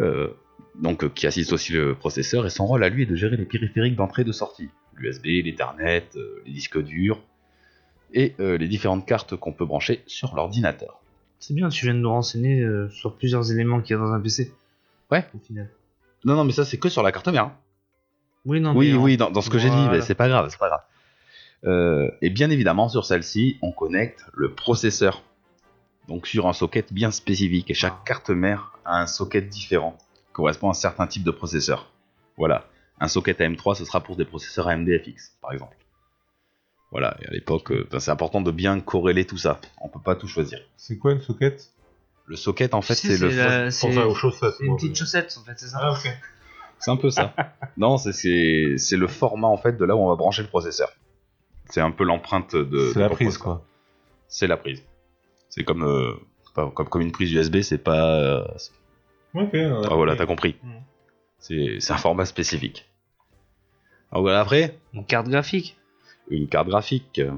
Speaker 4: Euh, donc, euh, qui assiste aussi le processeur. Et son rôle à lui est de gérer les périphériques d'entrée et de sortie. L'USB, l'Ethernet, euh, les disques durs. Et euh, les différentes cartes qu'on peut brancher sur l'ordinateur.
Speaker 2: C'est bien, tu viens de nous renseigner euh, sur plusieurs éléments qu'il y a dans un PC.
Speaker 4: Ouais.
Speaker 2: Au final.
Speaker 4: Non, non, mais ça, c'est que sur la carte mère. hein.
Speaker 2: Oui, non,
Speaker 4: Oui,
Speaker 2: mais on-
Speaker 4: oui, dans, dans ce que j'ai dit,
Speaker 2: Hein, Voilà.
Speaker 4: mais c'est pas grave, c'est pas grave. Euh, et bien évidemment, sur celle-ci, on connecte le processeur. Donc sur un socket bien spécifique, et chaque carte mère a un socket différent, qui correspond à un certain type de processeur. Voilà, un socket AM3, ce sera pour des processeurs AMDFX, par exemple. Voilà, et à l'époque, euh, ben, c'est important de bien corréler tout ça. On peut pas tout choisir.
Speaker 10: C'est quoi une socket
Speaker 4: Le socket, en fait,
Speaker 2: Si,
Speaker 4: c'est le...
Speaker 2: la- c'est-
Speaker 10: Pour ça aux chaussettes.
Speaker 2: c'est une
Speaker 10: moi,
Speaker 2: petite
Speaker 10: je-
Speaker 2: chaussette, en fait, c'est ça.
Speaker 10: Ah, ok.
Speaker 4: C'est un peu ça. non, c'est- c'est c'est le format, en fait, de là où on va brancher le processeur. C'est un peu l'empreinte de...
Speaker 10: C'est la
Speaker 4: de-
Speaker 10: prise, quoi.
Speaker 4: c'est la prise. C'est comme, euh, c'est pas- comme, comme une prise USB, c'est pas. euh, c'est-
Speaker 10: Ok.
Speaker 4: ah, voilà, t'as compris.
Speaker 10: Mm.
Speaker 4: C'est c'est un format spécifique. Ah, voilà, après,
Speaker 2: Une carte graphique.
Speaker 4: une carte graphique. euh,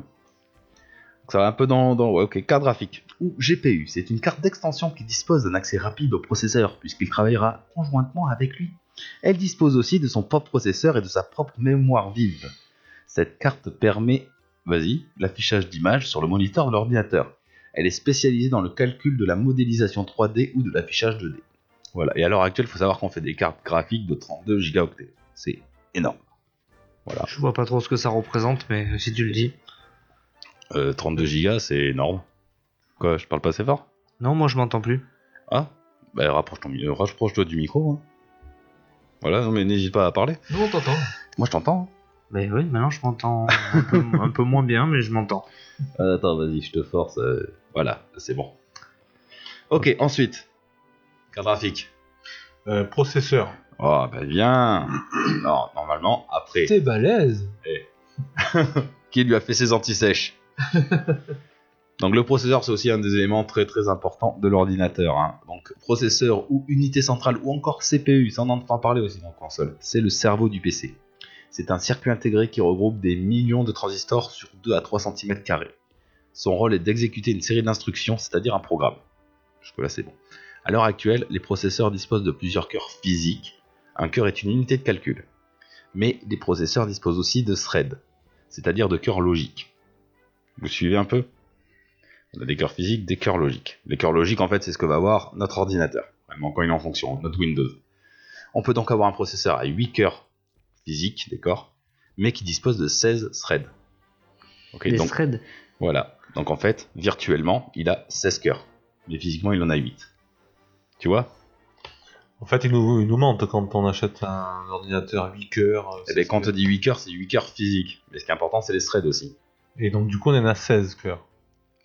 Speaker 4: Ça va un peu dans. dans ouais, ok, carte graphique. Ou GPU, c'est une carte d'extension qui dispose d'un accès rapide au processeur, puisqu'il travaillera conjointement avec lui. Elle dispose aussi de son propre processeur et de sa propre mémoire vive. Cette carte permet, vas-y, l'affichage d'images sur le moniteur de l'ordinateur. Elle est spécialisée dans le calcul de la modélisation 3D ou de l'affichage 2D. Voilà, et à l'heure actuelle, il faut savoir qu'on fait des cartes graphiques de 32 gigaoctets. C'est énorme. Voilà.
Speaker 2: Je vois pas trop ce que ça représente, mais si tu le dis.
Speaker 4: Euh, 32 gigas, c'est énorme. Quoi, je parle pas assez fort
Speaker 2: Non, moi je m'entends plus.
Speaker 4: Ah Bah rapproche ton mi- euh, rapproche-toi du micro. hein. Voilà, non mais n'hésite pas à parler.
Speaker 2: Non, on t'entend.
Speaker 4: Moi je t'entends. hein.
Speaker 2: Mais oui, maintenant je m'entends un peu, un peu moins bien, mais je m'entends.
Speaker 4: Euh, attends, vas-y, je te force. euh, Voilà, c'est bon. Ok, ensuite. Carte graphique.
Speaker 10: Euh, processeur.
Speaker 4: Oh bah bien Non, normalement, après. Eh.
Speaker 5: T'es balèze
Speaker 4: qui lui a fait ses antisèches. Donc le processeur, c'est aussi un des éléments très très importants de l'ordinateur. hein. Donc processeur ou unité centrale ou encore CPU, ça on en entend parler aussi dans la console. C'est le cerveau du PC. C'est un circuit intégré qui regroupe des millions de transistors sur 2 à 3 cm. Son rôle est d'exécuter une série d'instructions, c'est-à-dire un programme. Jusque-là, c'est bon. À l'heure actuelle, les processeurs disposent de plusieurs cœurs physiques. Un cœur est une unité de calcul. Mais les processeurs disposent aussi de threads c'est-à-dire de cœurs logiques. Vous suivez un peu On a des cœurs physiques, des cœurs logiques. Les cœurs logiques, en fait, c'est ce que va avoir notre ordinateur, vraiment quand il est en fonction, notre Windows. On peut donc avoir un processeur à 8 cœurs physiques, des corps, mais qui dispose de 16 threads. Ok,
Speaker 2: Les
Speaker 4: donc
Speaker 2: threads.
Speaker 4: voilà. Donc en fait, virtuellement, il a 16 cœurs, mais physiquement, il en a 8. Tu vois
Speaker 10: En fait, il nous, il nous mente quand on achète un ordinateur 8 cœurs. euh,
Speaker 4: Et
Speaker 10: c'est-
Speaker 4: Eh ben, quand on te dit 8 cœurs, c'est 8 cœurs physiques. Mais ce qui est important, c'est les threads aussi.
Speaker 10: Et donc, du coup, on en a 16 cœurs.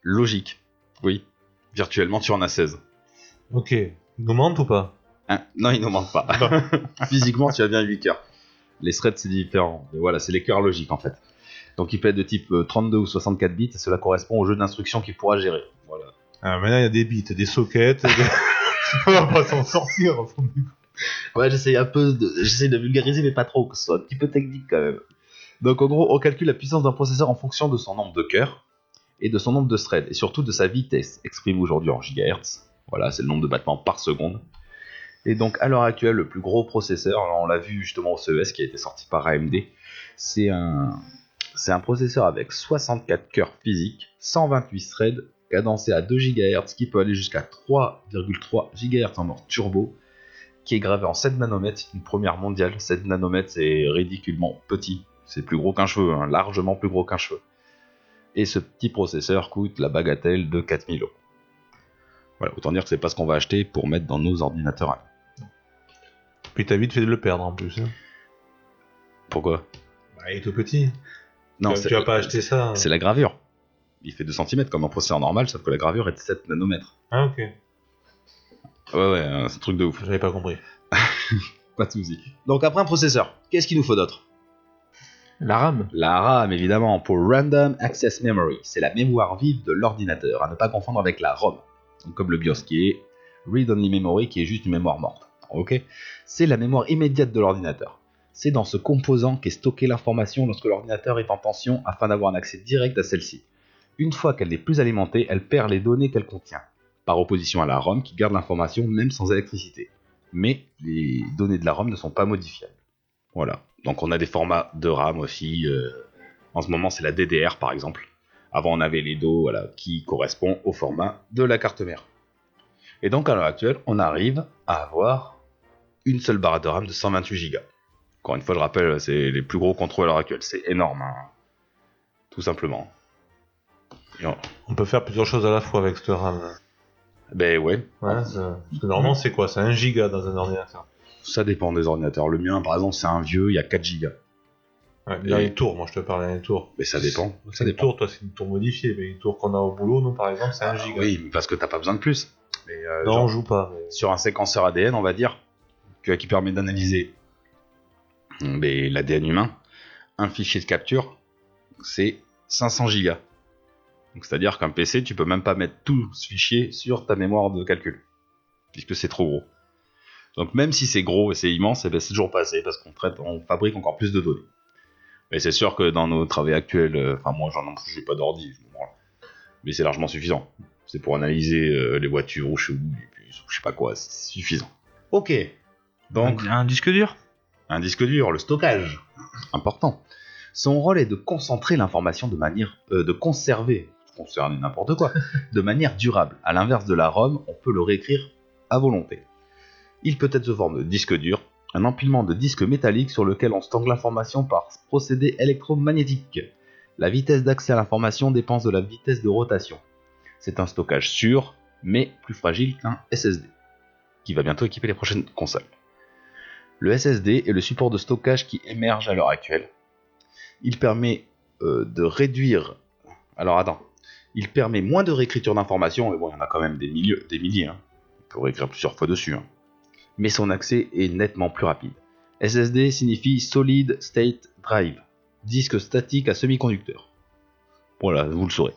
Speaker 4: Logique. Oui. Virtuellement, tu en as 16.
Speaker 10: Ok. Il nous mente ou pas
Speaker 4: Hein non, il ne manque pas. Physiquement, tu as bien 8 cœurs. Les threads, c'est différent. Mais voilà, c'est les cœurs logiques en fait. Donc il peut être de type euh, 32 ou 64 bits et cela correspond au jeu d'instruction qu'il pourra gérer. Voilà.
Speaker 10: ah, Maintenant, il y a des bits, des sockets. des- on va pas s'en sortir.
Speaker 4: Ouais, j'essaie un peu de, j'essaie de vulgariser, mais pas trop, que ce soit un petit peu technique quand même. Donc en gros, on calcule la puissance d'un processeur en fonction de son nombre de cœurs et de son nombre de threads, et surtout de sa vitesse, exprimée aujourd'hui en gigahertz. Voilà, c'est le nombre de battements par seconde. Et donc à l'heure actuelle, le plus gros processeur, alors, on l'a vu justement au CES qui a été sorti par AMD, c'est un, c'est un processeur avec 64 cœurs physiques, 128 threads, cadencé à 2 GHz, qui peut aller jusqu'à 3,3 GHz en mode turbo, qui est gravé en 7 nanomètres, une première mondiale. 7 nanomètres, c'est ridiculement petit. C'est plus gros qu'un cheveu, hein, largement plus gros qu'un cheveu. Et ce petit processeur coûte la bagatelle de 4000 euros. Voilà, autant dire que c'est pas ce qu'on va acheter pour mettre dans nos ordinateurs. hein.
Speaker 10: Puis t'as vite fait de le perdre en plus. hein.
Speaker 4: Pourquoi
Speaker 10: Bah, il est tout petit.
Speaker 4: Non,
Speaker 10: tu,
Speaker 4: c'est-
Speaker 10: tu vas pas acheter ça.
Speaker 4: C'est la gravure. Il fait 2 cm comme un processeur normal, sauf que la gravure est de 7 nanomètres.
Speaker 10: Ah, ok.
Speaker 4: Ouais, ouais, hein, c'est un truc de ouf.
Speaker 10: J'avais pas compris.
Speaker 4: Pas de soucis.
Speaker 11: Donc après un processeur, qu'est-ce qu'il nous faut d'autre
Speaker 5: La RAM.
Speaker 4: La RAM, évidemment, pour Random Access Memory. C'est la mémoire vive de l'ordinateur, à ne pas confondre avec la ROM. Donc, comme le BIOS qui est Read Only Memory, qui est juste une mémoire morte. Ok C'est la mémoire immédiate de l'ordinateur. C'est dans ce composant qu'est stockée l'information lorsque l'ordinateur est en tension afin d'avoir un accès direct à celle-ci. Une fois qu'elle n'est plus alimentée, elle perd les données qu'elle contient, par opposition à la ROM qui garde l'information même sans électricité. Mais les données de la ROM ne sont pas modifiables. Voilà. Donc on a des formats de RAM aussi. euh, en ce moment, c'est la DDR par exemple. Avant, on avait les dos voilà, qui correspond au format de la carte mère. Et donc, à l'heure actuelle, on arrive à avoir une seule barre de RAM de 128 Go. Encore une fois, je rappelle, c'est les plus gros contrôles à l'heure actuelle. C'est énorme. hein. Tout simplement. Et on-
Speaker 10: On peut faire plusieurs choses à la fois avec ce RAM.
Speaker 4: Ben ouais,
Speaker 10: Ouais, c'est- parce que normalement, c'est quoi C'est 1 giga dans un ordinateur.
Speaker 4: ça dépend des ordinateurs. Le mien, par exemple, c'est un vieux, il y a 4 Go.
Speaker 10: Ouais,
Speaker 4: Et-
Speaker 10: dans les tours, moi je te parle des tours.
Speaker 4: Mais ça dépend. Ça
Speaker 10: Les
Speaker 4: dépend.
Speaker 10: tours, toi, c'est une tour modifiée, mais les tours qu'on a au boulot, nous par exemple, c'est
Speaker 6: Ah
Speaker 10: 1 giga.
Speaker 4: Oui, mais parce que t'as pas besoin de plus. Mais, euh,
Speaker 10: non,
Speaker 4: genre,
Speaker 10: on joue pas. mais-
Speaker 4: sur un séquenceur ADN, on va dire, que- qui permet d'analyser mais l'ADN humain, un fichier de capture, c'est 500 gigas. Donc c'est-à-dire qu'un PC, tu peux même pas mettre tout ce fichier sur ta mémoire de calcul, puisque c'est trop gros. Donc même si c'est gros et c'est immense, eh ben, c'est toujours pas assez, parce qu'on traite, on fabrique encore plus de données. Mais c'est sûr que dans nos travaux actuels, euh, enfin moi j'en ai pas d'ordi, je me branle. mais c'est largement suffisant. C'est pour analyser euh, les voitures ou chez vous, les puces, ou je sais pas quoi, c'est suffisant. Ok. Donc,
Speaker 2: un, un disque dur
Speaker 4: un disque dur, le stockage, important. Son rôle est de concentrer l'information de manière. euh, de conserver, concerner n'importe quoi, de manière durable. À l'inverse de la ROM, on peut le réécrire à volonté. Il peut être sous forme de disque dur, un empilement de disques métalliques sur lequel on stocke l'information par procédé électromagnétique. La vitesse d'accès à l'information dépend de la vitesse de rotation. C'est un stockage sûr, mais plus fragile qu'un SSD, qui va bientôt équiper les prochaines consoles. Le SSD est le support de stockage qui émerge à l'heure actuelle. Il permet euh, de réduire. Alors attends, il permet moins de réécriture d'informations, mais bon, il y en a quand même des, milieux, des milliers. hein. On peut réécrire plusieurs fois dessus. hein. Mais son accès est nettement plus rapide. SSD signifie Solid State Drive, disque statique à semi-conducteur. Voilà, vous le saurez.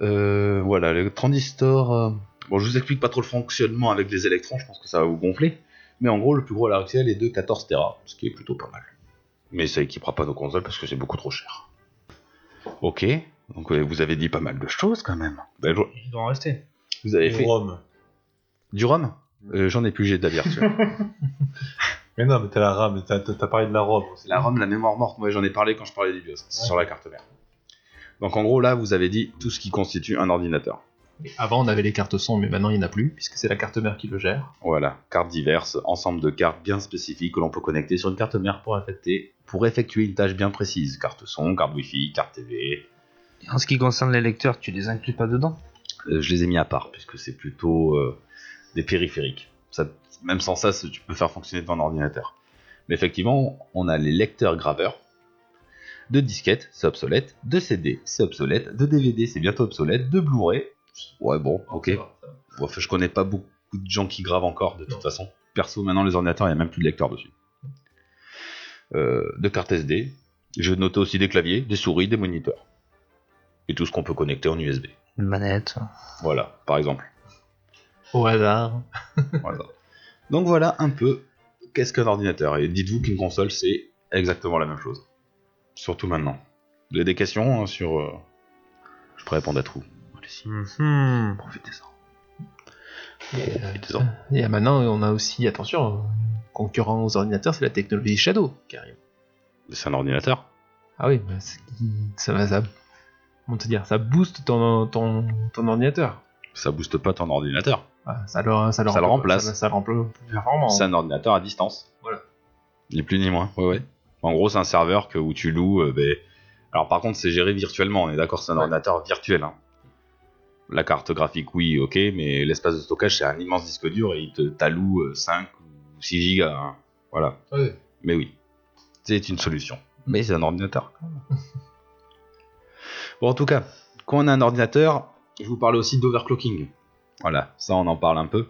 Speaker 4: Euh, voilà, le transistor. euh, Bon, je vous explique pas trop le fonctionnement avec les électrons, je pense que ça va vous gonfler. Mais en gros, le plus gros à l'heure actuelle est de 14 Tera, ce qui est plutôt pas mal. Mais ça équipera pas nos consoles parce que c'est beaucoup trop cher. Ok, donc euh, vous avez dit pas mal de choses quand même. Belle joie.
Speaker 2: Il doit en rester.
Speaker 4: Bah, Vous avez
Speaker 10: Une
Speaker 4: fait
Speaker 10: ROM.
Speaker 4: du rhum Euh, J'en ai plus, j'ai de la bière. tu vois.
Speaker 10: Mais non, mais t'as la RAM, t'as t'as- t'as parlé de la ROM. aussi.
Speaker 4: la ROM, la mémoire morte, moi j'en ai parlé quand je parlais du BIOS, c'est
Speaker 10: Ouais.
Speaker 4: sur la carte mère. Donc en gros, là, vous avez dit tout ce qui constitue un ordinateur.
Speaker 5: Avant, on avait les cartes son, mais maintenant, il n'y en a plus, puisque c'est la carte mère qui le gère.
Speaker 4: Voilà, cartes diverses, ensemble de cartes bien spécifiques que l'on peut connecter sur une carte mère pour effectuer, pour effectuer une tâche bien précise. Carte son, carte Wi-Fi, carte TV,
Speaker 2: Et en ce qui concerne les lecteurs, tu les inclus pas dedans
Speaker 4: Euh, je les ai mis à part puisque c'est plutôt euh, des périphériques. Ça- même sans ça, c'est- tu peux faire fonctionner ton ordinateur. Mais effectivement, on a les lecteurs graveurs. De disquettes, c'est obsolète. De CD, c'est obsolète. De DVD, c'est bientôt obsolète. De Blu-ray, ouais, bon, ok. Bon, enfin, je connais pas beaucoup de gens qui gravent encore, de toute façon. Perso, maintenant, les ordinateurs, il n'y a même plus de lecteur dessus. Euh, de cartes SD. Je note aussi des claviers, des souris, des moniteurs. Et tout ce qu'on peut connecter en USB.
Speaker 2: Une manette
Speaker 4: Voilà, par exemple.
Speaker 5: Au hasard.
Speaker 4: Voilà. Donc voilà un peu qu'est-ce qu'un ordinateur. Et dites-vous qu'une console, c'est exactement la même chose. Surtout maintenant. Vous avez des questions hein, sur... euh, Je pourrais répondre à tout. Allez-y,
Speaker 10: Mhm.
Speaker 4: profitez-en.
Speaker 5: Et, euh,
Speaker 4: Profitez-en.
Speaker 5: et maintenant, on a aussi, attention, euh, concurrent aux ordinateurs, c'est la technologie Shadow qui arrive.
Speaker 4: C'est un ordinateur.
Speaker 5: Ah oui, bah, c'est qui- ça va, ça. Comment te dire, ça booste ton, ton, ton ordinateur.
Speaker 4: Ça booste pas ton ordinateur.
Speaker 5: Ah, ça le, ça le,
Speaker 4: Ça le remplace.
Speaker 5: Ça, ça le remplace plus performant.
Speaker 4: C'est un ordinateur à distance.
Speaker 5: Voilà.
Speaker 4: Ni plus ni moins. Ouais, ouais. En gros, c'est un serveur que, où tu loues. euh, ben- Alors, par contre, c'est géré virtuellement. On est d'accord, c'est un ordinateur virtuel. hein. La carte graphique, oui, ok, mais l'espace de stockage, c'est un immense disque dur et il te t'alloue euh, 5 ou 6 gigas. hein. Voilà.
Speaker 3: Ouais.
Speaker 4: Mais oui, c'est une solution. Mais c'est un ordinateur. quand même. bon, en tout cas, quand on a un ordinateur, je vous parlais aussi d'overclocking. Voilà, ça on en parle un peu.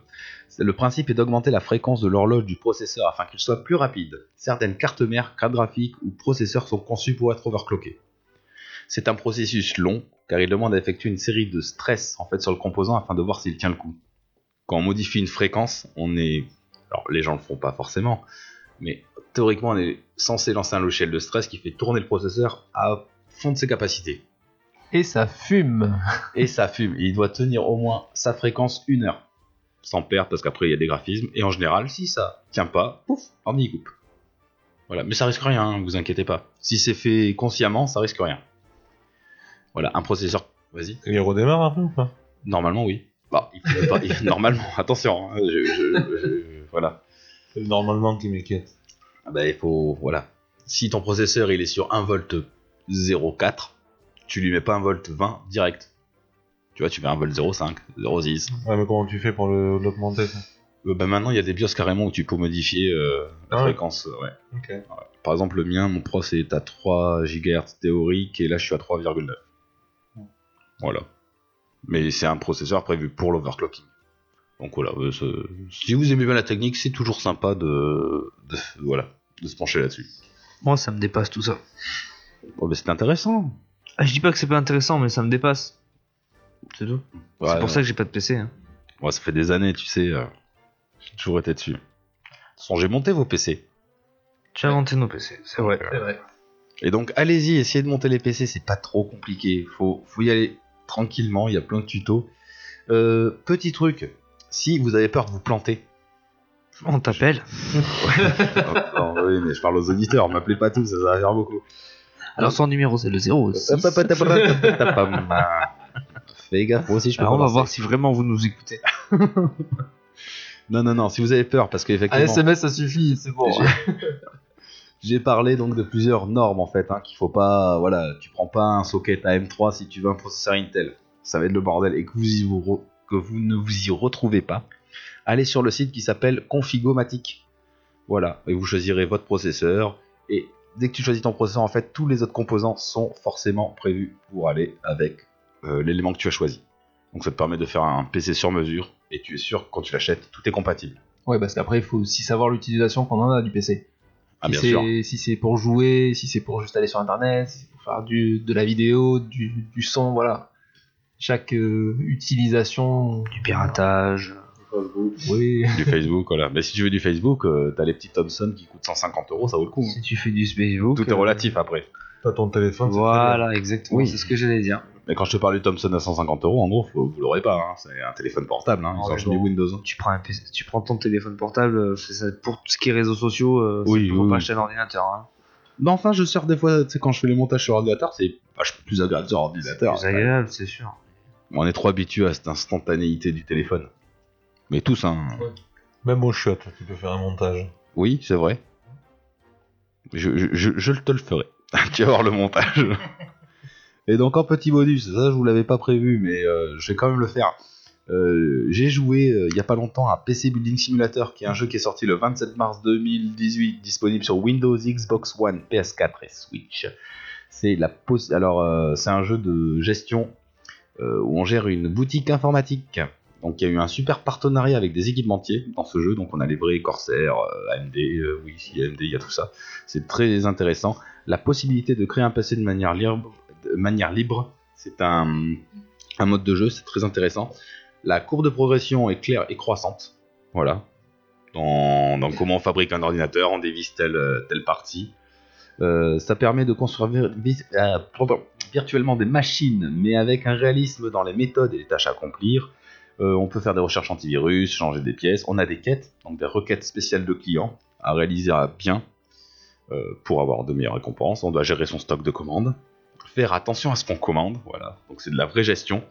Speaker 4: C'est- Le principe est d'augmenter la fréquence de l'horloge du processeur afin qu'il soit plus rapide. Certaines cartes mères, cartes graphiques ou processeurs sont conçus pour être overclockés. C'est un processus long car il demande à effectuer une série de stress en fait sur le composant afin de voir s'il tient le coup. Quand on modifie une fréquence, on est alors les gens le font pas forcément, mais théoriquement on est censé lancer un logiciel de stress qui fait tourner le processeur à fond de ses capacités
Speaker 5: Et ça fume.
Speaker 4: et ça fume. Il doit tenir au moins sa fréquence une heure. Sans perdre, parce qu'après il y a des graphismes. Et en général, si ça tient pas, pouf, l'ordi il coupe. Voilà, mais ça risque rien, hein, vous inquiétez pas. Si c'est fait consciemment, ça risque rien. Voilà, un processeur. Vas-y.
Speaker 10: Il redémarre un peu ou pas
Speaker 4: Normalement, oui. Bah, il peut pas. il- Normalement, attention. hein, je- je- je- voilà.
Speaker 10: C'est le normalement qui m'inquiète.
Speaker 4: Ah bah, il faut. Voilà. Si ton processeur il est sur 1 volt 0,4, tu lui mets pas 1 volt 20 direct. Tu vois, tu mets 1 volt 0,5, 0,6.
Speaker 10: Ouais, mais comment tu fais pour le- l'augmenter ça
Speaker 4: Euh, bah, maintenant, il y a des BIOS carrément où tu peux modifier euh,
Speaker 10: Ah
Speaker 4: la
Speaker 10: ouais.
Speaker 4: fréquence. euh, ouais.
Speaker 10: Ok.
Speaker 4: Par exemple, le mien, mon pro, c'est à 3 GHz théorique et là, je suis à 3,9. Voilà. Mais c'est un processeur prévu pour l'overclocking. Donc voilà, euh, ce- si vous aimez bien la technique, c'est toujours sympa de, de, voilà, de se pencher là-dessus.
Speaker 2: Moi, ça me dépasse tout ça.
Speaker 4: Bon, bah, c'est intéressant.
Speaker 2: Ah, je dis pas que c'est pas intéressant, mais ça me dépasse. C'est tout. c'est
Speaker 4: Ouais,
Speaker 2: pour ça que j'ai pas de PC. hein.
Speaker 4: Moi, ça fait des années, tu sais. euh, j'ai toujours été dessus. De toute façon, j'ai monté vos PC.
Speaker 2: J'ai inventé nos PC, c'est vrai.
Speaker 3: C'est vrai.
Speaker 4: Et donc, allez-y, essayez de monter les PC, c'est pas trop compliqué. Faut, faut y aller tranquillement, il y a plein de tutos. Euh, petit truc, si vous avez peur de vous planter.
Speaker 2: On t'appelle.
Speaker 4: Oh, non, oui, mais je parle aux auditeurs, m'appelez pas tous, ça, ça va faire beaucoup.
Speaker 2: Alors, son numéro, c'est le 0 aussi.
Speaker 4: Fais gaffe, moi aussi je peux
Speaker 2: Alors, on
Speaker 4: pas
Speaker 2: va
Speaker 4: lancer.
Speaker 2: voir si vraiment vous nous écoutez.
Speaker 4: Non, non, non, si vous avez peur, parce
Speaker 5: Un
Speaker 4: qu'effectivement.
Speaker 5: SMS, ça suffit, c'est bon.
Speaker 4: J'ai parlé donc de plusieurs normes en fait, hein, qu'il faut pas, voilà, tu prends pas un socket AM3 si tu veux un processeur Intel, ça va être le bordel et que vous, y vous re- que vous ne vous y retrouvez pas, allez sur le site qui s'appelle Configomatic, voilà, et vous choisirez votre processeur et dès que tu choisis ton processeur en fait, tous les autres composants sont forcément prévus pour aller avec euh, l'élément que tu as choisi. Donc ça te permet de faire un PC sur mesure et tu es sûr que quand tu l'achètes, tout est compatible.
Speaker 5: Ouais, parce qu'après, il faut aussi savoir l'utilisation qu'on en a du PC.
Speaker 4: Ah
Speaker 5: si
Speaker 4: bien
Speaker 5: c'est-
Speaker 4: sûr.
Speaker 5: Si c'est pour jouer, si c'est pour juste aller sur internet, si c'est pour faire du, de la vidéo, du, du son, voilà. Chaque euh, utilisation.
Speaker 2: Du piratage.
Speaker 5: Oui.
Speaker 4: du Facebook, voilà. Mais si tu veux du Facebook, euh, t'as les petits Thomson qui coûtent 150 euros, ça vaut le coup. hein.
Speaker 2: Si tu fais du Facebook.
Speaker 4: Tout est
Speaker 2: euh,
Speaker 4: relatif après.
Speaker 10: T'as ton téléphone. c'est
Speaker 2: Voilà, exactement.
Speaker 4: Oui.
Speaker 2: C'est ce que j'allais dire.
Speaker 4: Mais quand je te parle du Thomson à 150 euros, en gros, faut- vous l'aurez pas. hein. C'est un téléphone portable. Hein. Ils
Speaker 10: Ah,
Speaker 4: ont
Speaker 10: ouais,
Speaker 4: acheté du
Speaker 10: bon.
Speaker 4: Windows.
Speaker 2: Tu prends, un PC tu prends ton téléphone portable, euh, c'est ça, pour tout ce qui est réseaux sociaux, euh,
Speaker 4: Oui,
Speaker 2: c'est pour
Speaker 4: oui,
Speaker 2: pas
Speaker 4: oui.
Speaker 2: acheter un ordinateur. hein.
Speaker 4: Mais Ben, enfin, je sors des fois, tu sais, quand je fais les montages sur ordinateur, c'est vachement plus agréable sur
Speaker 2: C'est
Speaker 4: ordinateur.
Speaker 2: plus agréable, c'est sûr.
Speaker 4: On est trop habitué à cette instantanéité du téléphone. Mais tous, hein.
Speaker 10: Même au shot, tu peux faire un montage.
Speaker 4: Oui, c'est vrai. Je, je- je- je te le ferai. tu vas voir le montage. Et donc en petit bonus, ça je vous l'avais pas prévu, mais euh, je vais quand même le faire. Euh, J'ai joué euh, il y a pas longtemps à PC Building Simulator, qui est un jeu qui est sorti le 27 mars 2018, disponible sur Windows, Xbox One, PS4 et Switch. C'est la pos- alors euh, c'est un jeu de gestion euh, où on gère une boutique informatique. Donc il y a eu un super partenariat avec des équipementiers dans ce jeu, donc on a les vrais Corsair, euh, AMD, euh, oui, si AMD, il y a tout ça. C'est très intéressant. La possibilité de créer un PC de manière libre, de manière libre, c'est un, un mode de jeu, c'est très intéressant. La courbe de progression est claire et croissante. Voilà. Dans, dans comment on fabrique un ordinateur, on dévisse telle, euh, telle partie. Euh, ça permet de construire vir- vis- euh, pardon, virtuellement des machines, mais avec un réalisme dans les méthodes et les tâches à accomplir. Euh, on peut faire des recherches antivirus, changer des pièces. On a des quêtes, donc des requêtes spéciales de clients à réaliser à bien euh, pour avoir de meilleures récompenses. On doit gérer son stock de commandes, faire attention à ce qu'on commande. Voilà, donc c'est de la vraie gestion.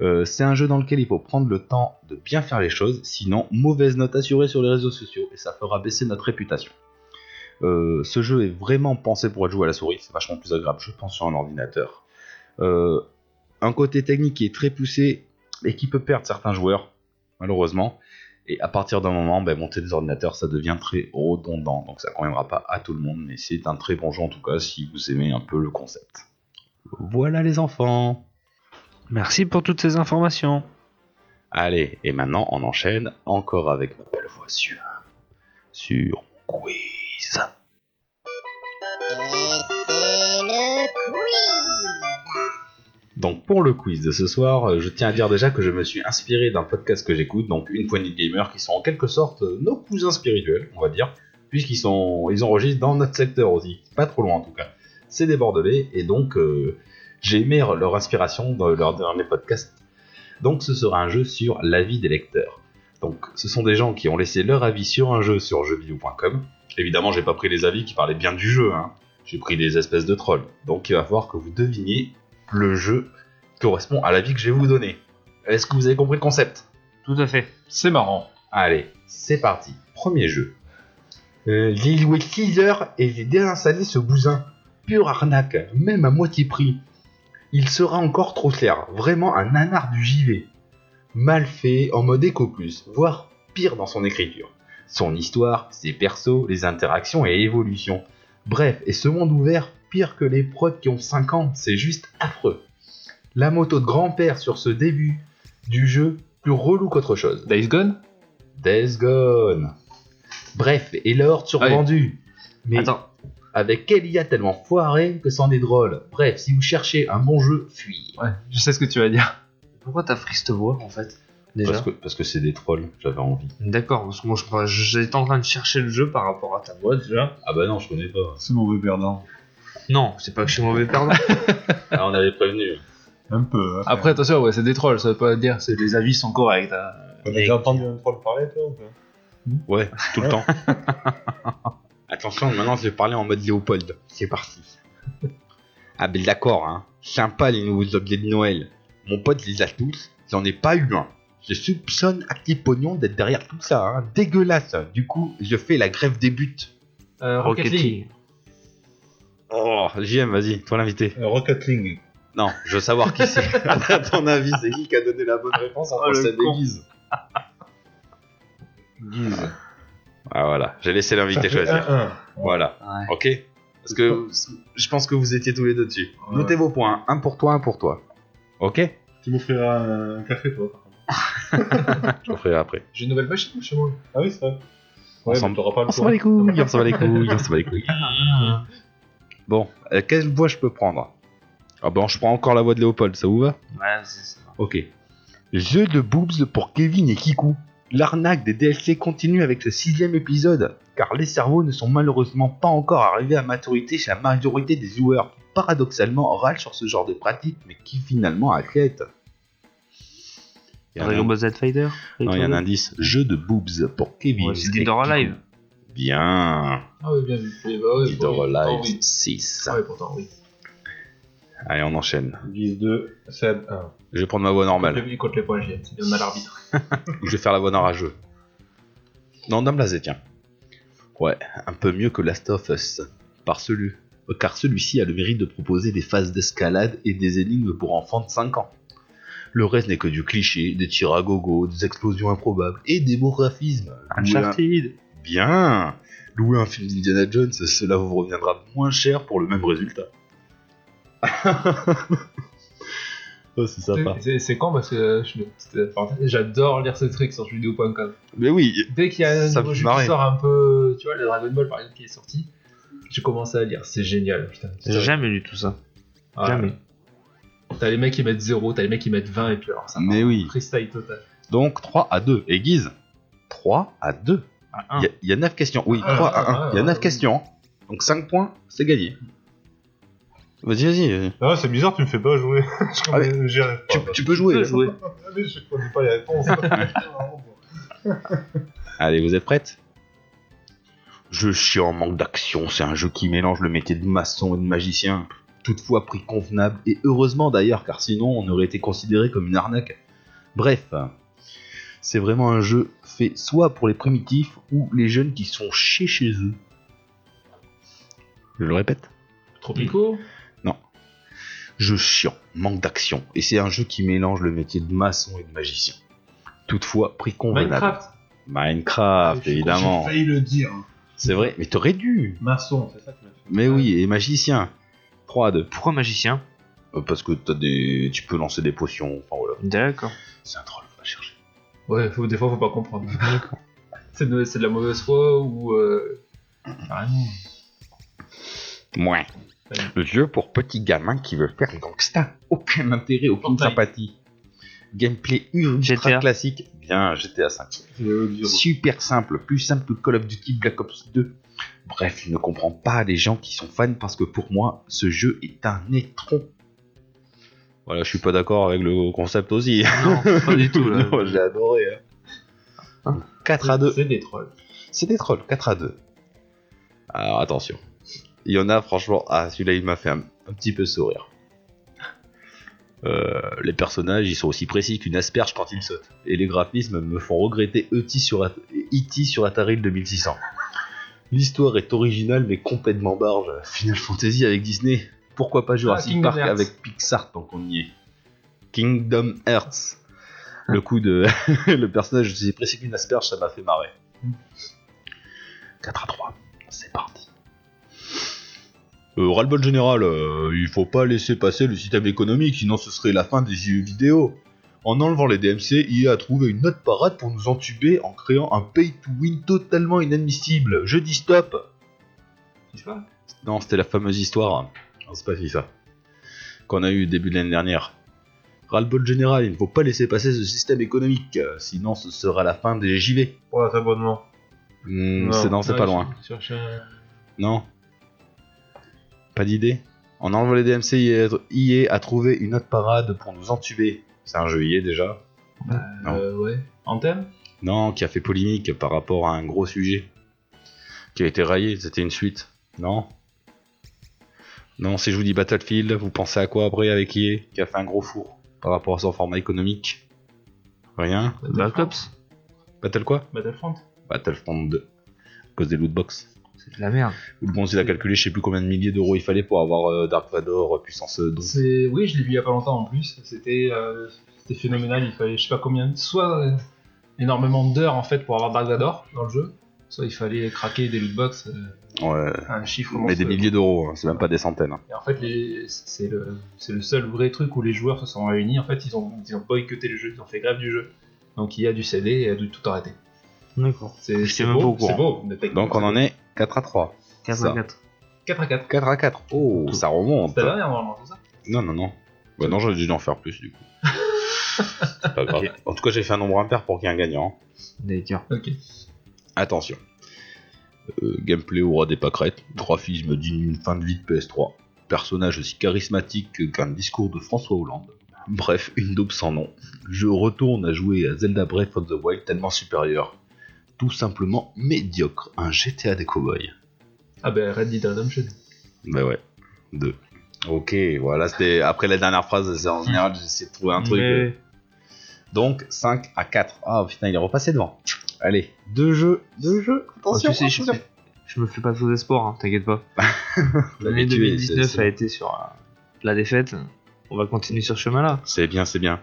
Speaker 4: Euh, c'est un jeu dans lequel il faut prendre le temps de bien faire les choses, sinon mauvaise note assurée sur les réseaux sociaux et ça fera baisser notre réputation. Euh, ce jeu est vraiment pensé pour être joué à la souris, c'est vachement plus agréable, je pense, sur un ordinateur. Euh, un côté technique qui est très poussé et qui peut perdre certains joueurs, malheureusement. Et à partir d'un moment, ben, monter des ordinateurs, ça devient très redondant. Donc ça ne conviendra pas à tout le monde, mais c'est un très bon jeu en tout cas si vous aimez un peu le concept. Voilà les enfants.
Speaker 2: Merci pour toutes ces informations.
Speaker 4: Allez, et maintenant on enchaîne encore avec ma belle voix sur, sur mon quiz.
Speaker 3: c'est le quiz.
Speaker 4: Donc pour le quiz de ce soir, euh, je tiens à dire déjà que je me suis inspiré d'un podcast que j'écoute, donc une poignée de gamers qui sont en quelque sorte euh, nos cousins spirituels, on va dire, puisqu'ils sont, ils enregistrent dans notre secteur aussi, pas trop loin en tout cas. C'est des Bordelais et donc euh, j'ai aimé leur inspiration dans leur dernier podcast. Donc ce sera un jeu sur l'avis des lecteurs. Donc ce sont des gens qui ont laissé leur avis sur un jeu sur jeuxvideo.com. Évidemment, j'ai pas pris les avis qui parlaient bien du jeu, hein. j'ai pris des espèces de trolls. Donc il va falloir que vous deviniez le jeu correspond à l'avis que je vais vous donner. Est-ce que vous avez compris le concept
Speaker 2: Tout à fait.
Speaker 5: C'est marrant.
Speaker 4: Allez, c'est parti. Premier jeu. Euh, j'ai loué 6 heures et j'ai désinstallé ce bousin. Pure arnaque, même à moitié prix. Il sera encore trop cher, vraiment un anard du JV. Mal fait, en mode éco plus, voire pire dans son écriture. Son histoire, ses persos, les interactions et évolutions. Bref, et ce monde ouvert, pire que les prods qui ont 5 ans, c'est juste affreux. La moto de grand-père sur ce début du jeu, plus relou qu'autre chose.
Speaker 5: Days Gone
Speaker 4: Days Gone. Bref, et la horde survendue. Mais
Speaker 2: Attends,
Speaker 4: avec quelle IA tellement foirée que c'en est drôle. Bref, si vous cherchez un bon jeu, fuyez.
Speaker 5: Ouais, je sais ce que tu vas dire.
Speaker 2: pourquoi t'as pris cette voix en fait Déjà.
Speaker 4: Parce que parce que c'est des trolls, j'avais envie.
Speaker 2: D'accord, parce que moi je- j'étais en train de chercher le jeu par rapport à ta voix déjà.
Speaker 4: Ah bah non, je connais pas.
Speaker 6: C'est mauvais perdant.
Speaker 2: Non, c'est pas que je suis mauvais perdant.
Speaker 4: Ah, on avait prévenu.
Speaker 6: Un peu. hein.
Speaker 5: Après, attention, ouais, c'est des trolls, ça veut pas dire que les avis sont corrects. hein.
Speaker 10: T'as déjà entendu un troll parler, toi ou quoi
Speaker 4: Ouais, tout le temps. Attention, maintenant je vais parler en mode Léopold. C'est parti. Ah ben d'accord, hein. Sympa les nouveaux objets de Noël. Mon pote les a tous, j'en ai pas eu un. Je soupçonne à petit pognon d'être derrière tout ça, hein. Dégueulasse. Du coup, je fais la grève des buts.
Speaker 5: Euh, Rocket,
Speaker 2: Rocket
Speaker 5: League.
Speaker 2: League.
Speaker 4: Oh, JM, vas-y, toi l'invité.
Speaker 10: Euh, Rocket League.
Speaker 4: Non, je veux savoir qui c'est. Ah, à ton avis, c'est qui qui a donné la bonne réponse
Speaker 2: Oh,
Speaker 4: à
Speaker 2: le
Speaker 4: ça
Speaker 2: con.
Speaker 4: déguise Ah voilà, j'ai laissé l'invité choisir.
Speaker 10: 1-1.
Speaker 4: Voilà.
Speaker 2: Ouais.
Speaker 4: Ok Parce que je pense que vous étiez tous les deux dessus.
Speaker 6: Ouais.
Speaker 4: Notez vos points. Un pour toi, un pour toi. Ok
Speaker 10: Tu m'offriras un café, toi. par contre.
Speaker 4: Je ferai après.
Speaker 5: J'ai une nouvelle machine chez moi.
Speaker 10: Ah oui, c'est vrai.
Speaker 4: On
Speaker 10: Ouais,
Speaker 4: s'en-
Speaker 10: mais t'auras pas le
Speaker 4: On se bat
Speaker 10: temps.
Speaker 4: les couilles, on se bat les couilles, on se bat les couilles. Bon, euh, quelle voix je peux prendre Ah bon, je prends encore la voix de Léopold, ça vous va
Speaker 2: Ouais, c'est ça.
Speaker 4: Ok. Jeu de boobs pour Kevin et Kikou. L'arnaque des DLC continue avec ce sixième épisode, car les cerveaux ne sont malheureusement pas encore arrivés à maturité chez la majorité des joueurs, qui paradoxalement râlent sur ce genre de pratique, mais qui finalement achètent. Il y a un
Speaker 2: Dragon Ball Z Fighter
Speaker 4: Non, il y a un indice. Jeu de boobs pour Kevin.
Speaker 2: Ouais, c'est
Speaker 4: et
Speaker 2: Dead or
Speaker 4: Kikou.
Speaker 2: Alive.
Speaker 4: Bien.
Speaker 5: Ah oui, bien vu. Eh bah ouais,
Speaker 4: Dead
Speaker 5: pourtant,
Speaker 4: or Alive
Speaker 5: oui.
Speaker 4: 6.
Speaker 5: Ah oui, pourtant, oui.
Speaker 4: Allez, on enchaîne.
Speaker 10: Guise 2, Seb 1.
Speaker 4: Je vais prendre ma voix normale.
Speaker 5: Contre les- Contre les points, j'ai c'est bien mal arbitre.
Speaker 4: Ou je vais faire la bonne rageux. Non, Dame Lazé, tiens. Ouais, un peu mieux que Last of Us. Par celui... Car celui-ci a le mérite de proposer des phases d'escalade et des énigmes pour enfants de 5 ans. Le reste n'est que du cliché, des tirs à gogo, des explosions improbables et des beaux graphismes. Louer un-
Speaker 2: Uncharted.
Speaker 4: Bien Louer un film d'Indiana Jones, cela vous reviendra moins cher pour le même résultat. oh, c'est sympa.
Speaker 5: C'est- C'est con parce que euh, je suis une petite, euh, parenthèse, j'adore lire ces trucs sur jeuxvideo.com.
Speaker 4: Mais oui,
Speaker 5: Dès qu'il y a un
Speaker 4: Ça
Speaker 5: nouveau
Speaker 4: me fait
Speaker 5: jeu
Speaker 4: marrer.
Speaker 5: qui sort un peu, tu vois, le Dragon Ball par exemple qui est sorti, j'ai commencé à lire. C'est génial, putain.
Speaker 2: J'ai jamais lu tout ça.
Speaker 5: Ah,
Speaker 2: jamais.
Speaker 5: T'as les mecs qui mettent 0, t'as les mecs qui mettent 20, et puis alors ça
Speaker 4: mais oui.
Speaker 5: freestyle total.
Speaker 4: Donc 3 à 2. Et Guise 3 à 2.
Speaker 2: Ah, un. Euh,
Speaker 4: Il y, a 9 questions. Oui,
Speaker 5: Ah,
Speaker 4: 3
Speaker 5: ah,
Speaker 4: à 1.
Speaker 5: ah,
Speaker 4: Il y a
Speaker 5: ah,
Speaker 4: 9
Speaker 5: oui.
Speaker 4: questions. Donc 5 points, c'est gagné. Vas-y, vas-y. vas-y.
Speaker 10: Ah, c'est bizarre, tu me fais pas jouer. Je
Speaker 4: Ah, mais
Speaker 10: connais- J'y arrive pas.
Speaker 4: Tu, tu peux jouer.
Speaker 2: peux
Speaker 4: là.
Speaker 2: jouer.
Speaker 10: Ah, mais je connais pas les réponses.
Speaker 6: Ah,
Speaker 4: Allez, vous êtes prêtes Je suis en manque d'action. C'est un jeu qui mélange le métier de maçon et de magicien. Toutefois, prix convenable. Et heureusement d'ailleurs, car sinon, on aurait été considéré comme une arnaque. Bref, c'est vraiment un jeu fait soit pour les primitifs ou les jeunes qui sont chez chez eux. Je le répète.
Speaker 5: Tropico
Speaker 4: Jeu chiant, manque d'action, et c'est un jeu qui mélange le métier de maçon et de magicien. Toutefois, prix convenable.
Speaker 6: Minecraft.
Speaker 4: Minecraft, Ah, évidemment.
Speaker 6: J'ai failli le dire.
Speaker 4: C'est vrai, mais t'aurais dû.
Speaker 6: Maçon, c'est ça que tu m'as fait.
Speaker 4: Mais oui, et magicien. 3 à 2.
Speaker 2: Euh. Pourquoi magicien
Speaker 4: Euh, Parce que t'as des... tu peux lancer des potions. Enfin voilà,
Speaker 2: D'accord.
Speaker 4: c'est un troll, va chercher.
Speaker 5: Ouais, faut- des fois, faut pas comprendre. c'est de, c'est de la mauvaise foi ou. euh, carrément.
Speaker 4: Mouais. Le jeu pour petit gamin qui veut faire le gangsta. Aucun intérêt, aucune
Speaker 5: Fortnite.
Speaker 4: sympathie. Gameplay ultra
Speaker 2: GTA.
Speaker 4: classique. Bien, GTA 5. Super simple, plus simple que Call of Duty Black Ops 2. Bref, je ne comprends pas les gens qui sont fans parce que pour moi, ce jeu est un étron. Voilà, je suis pas d'accord avec le concept aussi.
Speaker 2: Non, pas du tout. Là.
Speaker 4: Non, j'ai adoré. hein. 4 à 2.
Speaker 5: C'est des trolls.
Speaker 4: C'est des trolls, 4 à 2. Alors attention. Il y en a, franchement, ah, celui-là, il m'a fait un, un petit peu sourire. Euh, les personnages, ils sont aussi précis qu'une asperge quand ils sautent. Et les graphismes me font regretter E.T. sur, At- E.T. sur Atari le 2600. L'histoire est originale, mais complètement barge. Final Fantasy avec Disney. Pourquoi pas Jurassic
Speaker 5: Ah, Kingdom
Speaker 4: Park
Speaker 5: Hearts.
Speaker 4: avec Pixar tant qu'on y est Kingdom Hearts. Le coup de. le personnage aussi précis qu'une asperge, ça m'a fait marrer. 4 à 3, c'est parti. Euh, ras-le-bol général, euh, il faut pas laisser passer le système économique, sinon ce serait la fin des jeux vidéo. En enlevant les DMC, EA a trouvé une autre parade pour nous entuber en créant un pay-to-win totalement inadmissible. Je dis stop Non, c'était la fameuse histoire. Non, C'est pas FIFA. Qu'on a eu début de l'année dernière. Ras-le-bol général, il ne faut pas laisser passer ce système économique, euh, sinon ce sera la fin des JV.
Speaker 6: Pour les abonnements.
Speaker 4: Hmm, c'est non, c'est pas loin. Non. Pas d'idée En enlevant les DMC, IA EA a trouvé une autre parade pour nous entuber. C'est un jeu IA déjà Non.
Speaker 5: Euh, ouais. Anthem
Speaker 4: Non, qui a fait polémique par rapport à un gros sujet. Qui a été raillé, c'était une suite. Non Non, si je vous dis Battlefield, vous pensez à quoi après avec EA Qui a fait un gros four par rapport à son format économique Rien
Speaker 2: Black Ops
Speaker 4: Battle quoi
Speaker 5: Battlefront
Speaker 4: Battlefront 2. À cause des lootbox.
Speaker 2: C'est de la merde.
Speaker 4: Où le bon il a calculé je sais plus combien de milliers d'euros il fallait pour avoir euh, Dark Vador euh, puissance euh, 12.
Speaker 5: C'est... Oui, je l'ai vu il y a pas longtemps en plus. C'était, euh, c'était phénoménal. Il fallait, je sais pas combien, soit euh, énormément d'heures en fait pour avoir Dark Vador dans le jeu, soit il fallait craquer des lootbox euh,
Speaker 4: Ouais.
Speaker 5: à un chiffre.
Speaker 4: Mais des
Speaker 5: monstrueux.
Speaker 4: milliers d'euros, hein, c'est même pas des centaines. hein.
Speaker 5: Et en fait, les- c'est le, c'est le seul vrai truc où les joueurs se sont réunis. En fait, ils ont, ils ont boycotté le jeu, ils ont fait grève du jeu. Donc, il y a dû céder et a dû tout arrêter.
Speaker 2: D'accord.
Speaker 5: C'est
Speaker 2: J'étais
Speaker 5: c'est
Speaker 2: même pas au
Speaker 5: beau,
Speaker 2: courant.
Speaker 5: c'est beau. mais techniquement,
Speaker 4: Donc on en est 4 à 3.
Speaker 2: 4
Speaker 4: Ça.
Speaker 2: à 4.
Speaker 5: 4 à 4.
Speaker 4: 4 à 4. Oh, ça remonte.
Speaker 5: C'était la dernière, normalement, c'est ça
Speaker 4: Non, non, non. Bah non, j'aurais dû en faire plus du coup. C'est pas grave. En tout cas, j'ai fait un nombre impair pour qu'il y ait un gagnant.
Speaker 2: D'accord.
Speaker 5: Ok.
Speaker 4: Attention. Euh, gameplay au roi des pâquerettes. Graphisme digne d'une fin de vie de PS3. Personnage aussi charismatique qu'un discours de François Hollande. Bref, une daube sans nom. Je retourne à jouer à Zelda Breath of the Wild tellement supérieur. Tout simplement médiocre. Un GTA des cowboys.
Speaker 5: Ah ben, Red Dead Redemption.
Speaker 4: Bah ouais. Deux. Ok, voilà, c'était après la dernière phrase, c'est- en général j'essaie de trouver un truc. euh,
Speaker 2: Mais...
Speaker 4: Donc 5 à 4. Ah putain, il est repassé devant. Allez, Ah, deux jeux, deux jeux.
Speaker 2: Oh,
Speaker 4: Attention, hein,
Speaker 2: tu sais, je,
Speaker 4: attention.
Speaker 2: je me fais pas de faux espoirs, hein, t'inquiète pas. L'année
Speaker 4: Habitué,
Speaker 2: 2019
Speaker 4: c'est- c'est-
Speaker 2: a été sur euh, la défaite. On va continuer sur ce chemin-là.
Speaker 4: C'est bien, c'est bien.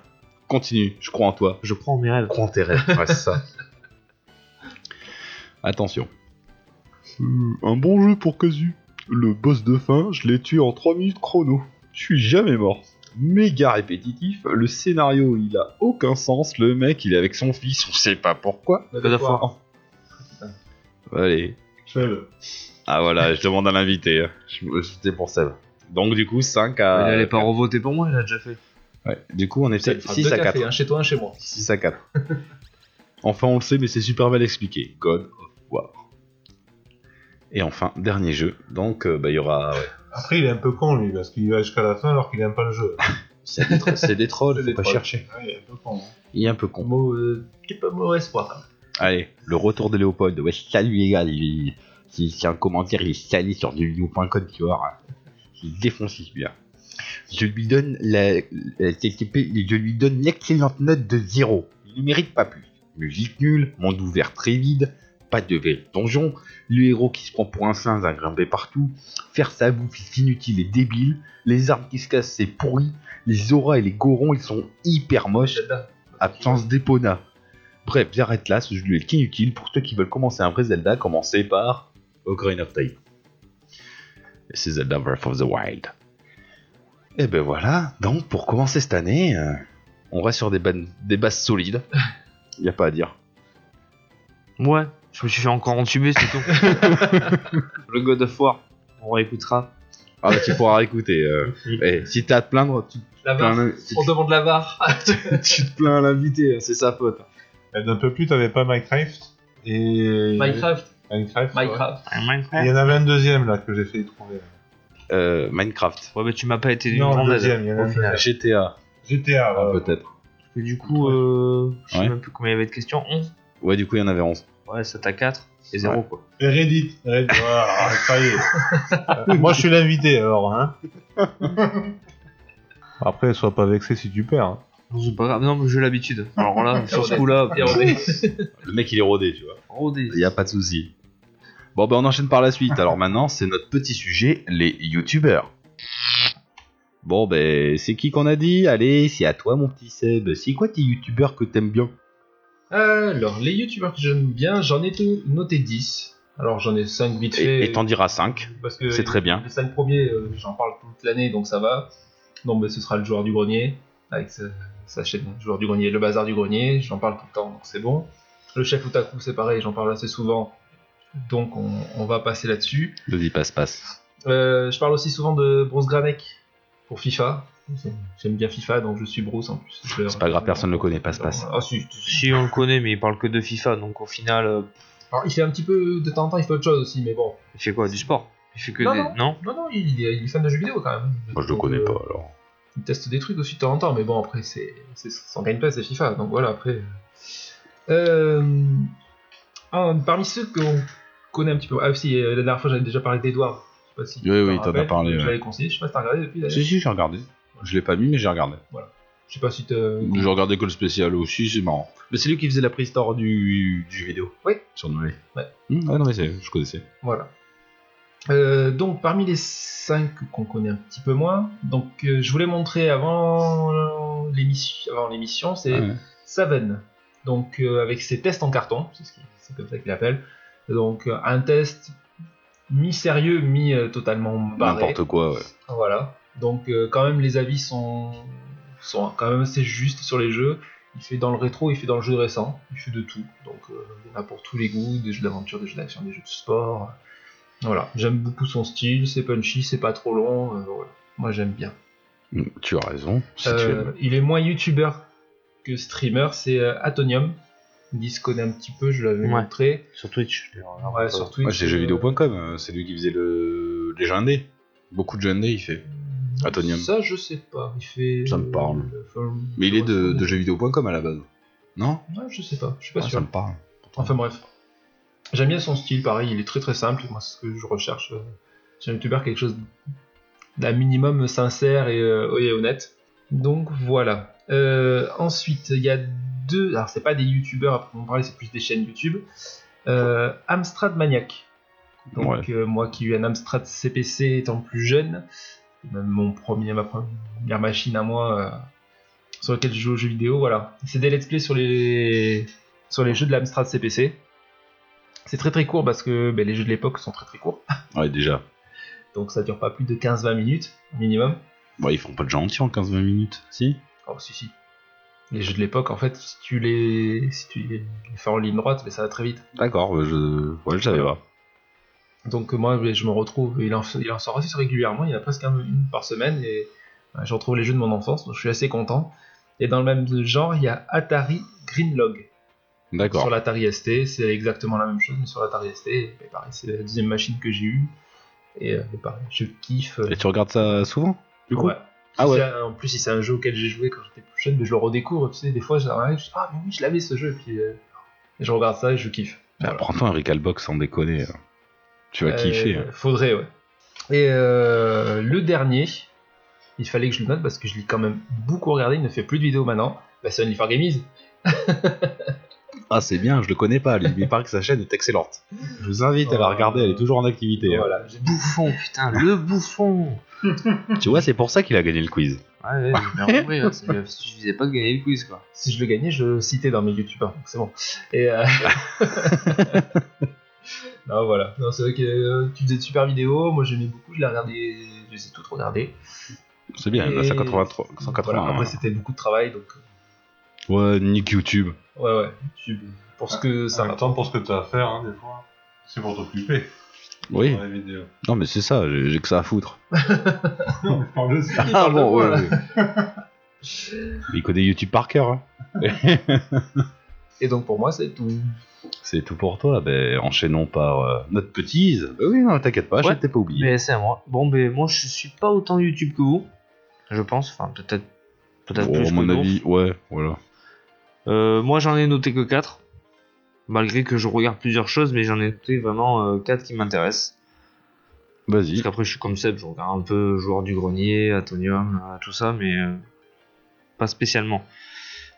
Speaker 4: Continue, je crois en toi.
Speaker 2: Je prends mes rêves.
Speaker 4: Je crois en tes rêves. Ouais, c'est ça. Attention. Hmm,
Speaker 12: un bon jeu pour Casu. Le boss de fin, je l'ai tué en 3 minutes chrono. Je suis jamais mort.
Speaker 4: Méga répétitif, le scénario il a aucun sens. Le mec il est avec son fils, on sait pas pourquoi.
Speaker 2: God of War.
Speaker 4: Allez,
Speaker 6: Fais-le.
Speaker 4: Ah voilà, je demande à l'invité. hein. Je- C'était pour Seb. Donc du coup, 5
Speaker 2: Il
Speaker 4: à...
Speaker 2: allait pas revoter pour moi, il a déjà fait.
Speaker 4: Ouais. Du coup, on est
Speaker 5: C'est
Speaker 4: peut-être 6 à 4.
Speaker 5: Un chez toi, un chez moi.
Speaker 4: 6 à 4. enfin, on le sait, mais c'est super mal expliqué. God of War. Et enfin, dernier jeu. Donc, euh, bah, il y aura... ouais.
Speaker 6: Après, il est un peu con, lui, parce qu'il va jusqu'à la fin alors qu'il aime pas le jeu.
Speaker 4: C'est des, tro- c'est des trolls,
Speaker 6: C'est des
Speaker 4: faut pas
Speaker 6: trolls.
Speaker 4: chercher.
Speaker 6: Ouais, il est un peu con. hein.
Speaker 4: Il est un peu con.
Speaker 5: Mot, euh, petit peu mauvais espoir. quand même.
Speaker 4: Allez, le retour de Léopold. Ouais, salut les gars. Il... Si c'est un commentaire, il salit sur jeuxvideo.com, tu vois. Il défonce il se bien. Je lui donne la... la TTP, je lui donne l'excellente note de 0. Il ne mérite pas plus. Musique nulle, monde ouvert très vide, pas de véritable donjon. Le héros qui se prend pour un singe à grimper partout, faire sa bouffe est inutile et débile, les armes qui se cassent c'est pourri, les auras et les gorons ils sont hyper moches, absence d'épona. Bref, j'arrête là, ce jeu est inutile. Pour ceux qui veulent commencer un vrai Zelda, commencez par Ocarina of Time. Et c'est Zelda Breath of the Wild. Et ben voilà, donc pour commencer cette année, euh, on reste sur des, ban- des bases solides. Y a pas à dire.
Speaker 2: Ouais, je me suis fait encore entuber, c'est tout. le God of War, on réécoutera.
Speaker 4: Ah bah tu pourras écouter. eh, si t'as à te plaindre, tu,
Speaker 5: La
Speaker 4: te
Speaker 5: barre.
Speaker 4: plains- tu-
Speaker 5: On demande la barre.
Speaker 4: tu te plains à l'invité, hein, c'est sa faute.
Speaker 6: Et Un peu plus, t'avais pas Minecraft et...
Speaker 5: Minecraft.
Speaker 6: Minecraft. ouais.
Speaker 5: Minecraft.
Speaker 6: Il y
Speaker 2: Ah, Minecraft
Speaker 6: en avait un deuxième là que j'ai fait trouver.
Speaker 4: Euh, Minecraft.
Speaker 2: Ouais, bah tu m'as pas été d'une
Speaker 6: Non,
Speaker 2: grande
Speaker 6: le
Speaker 2: aide.
Speaker 6: deuxième, il y en a
Speaker 2: Au
Speaker 6: un
Speaker 2: final.
Speaker 4: GTA,
Speaker 6: GTA,
Speaker 4: ah,
Speaker 6: voilà.
Speaker 4: peut-être.
Speaker 2: Et du coup, euh, je sais
Speaker 4: Ouais.
Speaker 2: même plus combien il y avait de questions. 11
Speaker 4: Ouais, du coup, il y en avait 11.
Speaker 2: Ouais, ça t'a 4 et 0 quoi.
Speaker 6: Et Reddit. Reddit. Voilà, ça y est. Moi, je suis l'invité alors. Hein. Après, sois pas vexé si tu perds. hein.
Speaker 2: Non, c'est pas grave, non, mais j'ai l'habitude. Alors là, sur ce coup-là,
Speaker 4: Le mec, il est rodé, tu vois.
Speaker 2: rodé.
Speaker 4: Il n'y a pas de souci. Bon, ben on enchaîne par la suite. Alors maintenant, c'est notre petit sujet, les youtubeurs. Bon, ben c'est qui qu'on a dit Allez, c'est à toi, mon petit Seb. C'est quoi tes youtubeurs que t'aimes bien
Speaker 5: Alors, les youtubeurs que j'aime bien, j'en ai tout noté 10. Alors, j'en ai 5 vite fait.
Speaker 4: Et et t'en diras 5.
Speaker 5: parce que
Speaker 4: c'est très bien.
Speaker 5: Les 5 premiers, euh, j'en parle toute l'année, donc ça va. Non, mais ce sera le joueur du grenier, avec sa, sa chaîne joueur du grenier, le bazar du grenier, j'en parle tout le temps, donc c'est bon. Le chef otaku, c'est pareil, j'en parle assez souvent, donc on, on va passer là-dessus.
Speaker 4: Vas-y, passe, passe.
Speaker 5: Euh, je parle aussi souvent de Bruce Granek pour FIFA. J'aime- J'aime bien FIFA, donc je suis Bruce en plus. Je-
Speaker 4: C'est pas grave, personne ne le connaît, passe, passe.
Speaker 5: Ah si, si, si.
Speaker 2: Si on le connaît, mais il parle que de FIFA, donc au final, euh,
Speaker 5: Alors, il fait un petit peu de temps en temps, il fait autre chose aussi, mais bon.
Speaker 2: il fait quoi Du sport Il fait que
Speaker 5: Non,
Speaker 2: des.
Speaker 5: non. Non, non, il, est- il est fan de jeux vidéo quand même.
Speaker 4: Moi, je le
Speaker 5: Donc,
Speaker 4: connais
Speaker 5: euh,
Speaker 4: pas, alors.
Speaker 5: Il teste des trucs aussi de temps en temps, mais bon, après, c'est c'est- son gameplay, c'est FIFA, donc voilà, après. Euh, ah, parmi ceux qu'on connaît un petit peu. Ah, si, euh, la dernière fois, j'avais déjà parlé d'Edouard. Je sais pas si tu
Speaker 4: Oui, oui, t'en
Speaker 5: t'en
Speaker 4: as
Speaker 5: rappelles,
Speaker 4: parlé,
Speaker 5: Je
Speaker 4: ouais.
Speaker 5: l'avais conseillé, je sais pas si t'as regardé depuis. d'ailleurs.
Speaker 4: Si, si, j'ai regardé. Je l'ai pas mis, mais j'ai regardé.
Speaker 5: Je sais pas si t'as.
Speaker 4: J'ai regardé que le spécial aussi, c'est marrant. Mais c'est lui qui faisait la préhistoire du, du jeu vidéo.
Speaker 5: Oui.
Speaker 4: Surnommé.
Speaker 5: Ouais.
Speaker 4: Hum, ouais, non, mais c'est- je connaissais.
Speaker 5: Voilà. Euh, donc parmi les 5 qu'on connaît un petit peu moins, donc euh, je voulais montrer avant l'émission, avant l'émission, c'est
Speaker 4: Ouais.
Speaker 5: Saven. Donc euh, avec ses tests en carton, c'est, ce qu'il- c'est comme ça qu'il appelle. Donc euh, un test mi-sérieux, mi euh, totalement barré.
Speaker 4: N'importe quoi, ouais.
Speaker 5: Voilà. Donc euh, quand même les avis sont sont quand même assez justes sur les jeux. Il fait dans le rétro, il fait dans le jeu récent, il fait de tout. Donc euh, il y en a pour tous les goûts, des jeux d'aventure, des jeux d'action, des jeux de sport. Voilà. J'aime beaucoup son style, c'est punchy, c'est pas trop long. euh, voilà. Moi j'aime bien.
Speaker 4: Hum, Tu as raison. Si tu
Speaker 5: Euh,
Speaker 4: aimes.
Speaker 5: il est moins youtubeur que streamer, c'est euh, Atonium. Il dit se connaît un petit peu, je l'avais
Speaker 2: Ouais.
Speaker 5: montré.
Speaker 2: Sur Twitch.
Speaker 5: Ouais, sur Twitch.
Speaker 4: Ouais, c'est
Speaker 5: euh,
Speaker 4: jeuxvideo.com, euh, c'est lui qui faisait le... les jeux indés. Beaucoup de jeux indés, il fait. Atonium.
Speaker 5: Ça, je sais pas. Il fait. euh,
Speaker 4: Ça me parle.
Speaker 5: Enfin,
Speaker 4: Mais il est de, de jeuxvideo.com à la base. Non
Speaker 5: Ouais, je sais pas. Je suis pas
Speaker 4: Ah,
Speaker 5: sûr.
Speaker 4: Ça me parle.
Speaker 5: Enfin bref. J'aime bien son style, pareil, il est très très simple, moi c'est ce que je recherche. euh, Chez un youtubeur quelque chose d'un minimum sincère et, euh, et honnête. Donc voilà. Euh, ensuite, il y a deux. Alors c'est pas des youtubeurs à proprement parler, c'est plus des chaînes YouTube. Euh, Amstrad Maniac. Donc
Speaker 4: Ouais.
Speaker 5: euh, moi qui ai eu un Amstrad CPC étant plus jeune, c'était même mon premier, ma première machine à moi euh, sur laquelle je joue aux jeux vidéo, voilà. C'est des let's play sur les, sur les jeux de l'Amstrad CPC. C'est très très court parce que ben, les jeux de l'époque sont très très courts.
Speaker 4: Ouais, déjà.
Speaker 5: Donc ça dure pas plus de 15-20 minutes minimum.
Speaker 4: Bon, ils font pas de gens entiers en 15-20 minutes, si
Speaker 5: Oh, si, si. Les jeux de l'époque, en fait, si tu les, si tu les fais en ligne droite, mais ça va très vite.
Speaker 4: D'accord, ouais, je... Ouais, je savais pas.
Speaker 5: Donc euh, moi, ben, je me retrouve, il en, il en sort assez régulièrement, il y en a presque un- une par semaine, et euh, je retrouve les jeux de mon enfance, donc je suis assez content. Et dans le même genre, il y a Atari Greenlog. Sur
Speaker 4: D'accord.
Speaker 5: l'Atari ST, c'est exactement la même chose, mais sur l'Atari ST, ben, pareil, c'est la deuxième machine que j'ai eue. Et euh, ben, pareil, je kiffe. euh,
Speaker 4: Et tu regardes ça souvent Du coup
Speaker 5: Ouais.
Speaker 4: Ah ouais.
Speaker 5: C'est un- En plus, si c'est un jeu auquel j'ai joué quand j'étais plus jeune, mais je le redécouvre, tu sais, des fois, j'arrive, je dis, ah, mais oui, je l'avais ce jeu, et puis euh, et je regarde ça et je kiffe.
Speaker 4: Bah,
Speaker 5: Voilà.
Speaker 4: Prends-toi un Recalbox sans déconner. hein. Tu vas
Speaker 5: Ah, Euh,
Speaker 4: kiffer. hein.
Speaker 5: Faudrait, ouais. Et euh, le dernier, il fallait que je le note parce que je l'ai quand même beaucoup regardé, il ne fait plus de vidéos maintenant, bah, c'est Only for Gamies.
Speaker 4: Ah, c'est bien, je le connais pas, lui. mais Il paraît que sa chaîne est excellente. Je vous invite à la regarder, elle est toujours en activité. hein.
Speaker 5: Voilà.
Speaker 2: Bouffon, putain, le bouffon
Speaker 4: Tu vois, c'est pour ça qu'il a gagné le quiz.
Speaker 2: Ouais, ouais, j'ai hein, bien compris, ouais, ça me suffisait pas de gagner le quiz, quoi.
Speaker 5: Si je le gagnais, je le citais dans mes youtubeurs, donc c'est bon. Et euh, non, voilà. Non, c'est vrai que euh, tu faisais de super vidéos, moi j'aimais beaucoup, je les regardais, je les ai toutes regardées.
Speaker 4: C'est bien, il a
Speaker 5: Et-
Speaker 4: 183, 180.
Speaker 5: Voilà, après
Speaker 4: hein.
Speaker 5: c'était beaucoup de travail, donc
Speaker 4: Ouais, nique YouTube.
Speaker 5: euh, ouais, ouais, YouTube, pour ce que ça
Speaker 6: Ça attend pour ce que t'as à faire, hein, des fois. C'est pour t'occuper.
Speaker 4: Oui,
Speaker 6: Dans les vidéos.
Speaker 4: non mais c'est ça, j'ai j'ai que ça à foutre.
Speaker 6: Non, mais parle de ça.
Speaker 4: Ah bon,
Speaker 5: quoi,
Speaker 4: ouais, ouais. Il connaît YouTube par cœur. hein.
Speaker 5: Et donc pour moi, c'est tout.
Speaker 4: C'est tout pour toi. Ben, enchaînons par euh, notre petise. Ben oui, non, t'inquiète pas,
Speaker 2: Ouais.
Speaker 4: je t'ai pas oublié.
Speaker 2: Mais c'est à moi. Bon, ben moi je suis pas autant YouTube que vous, je pense. Enfin, peut-être peut-être
Speaker 4: Bon,
Speaker 2: plus
Speaker 4: Oh, à
Speaker 2: que
Speaker 4: mon
Speaker 2: vous.
Speaker 4: avis, ouais, voilà.
Speaker 2: Euh, moi j'en ai noté que 4. Malgré que je regarde plusieurs choses, mais j'en ai noté vraiment 4 qui m'intéressent.
Speaker 4: Vas-y.
Speaker 2: Parce qu'après je suis comme Seb, je regarde un peu Joueur du Grenier, Atonium, euh, tout ça, mais euh, pas spécialement.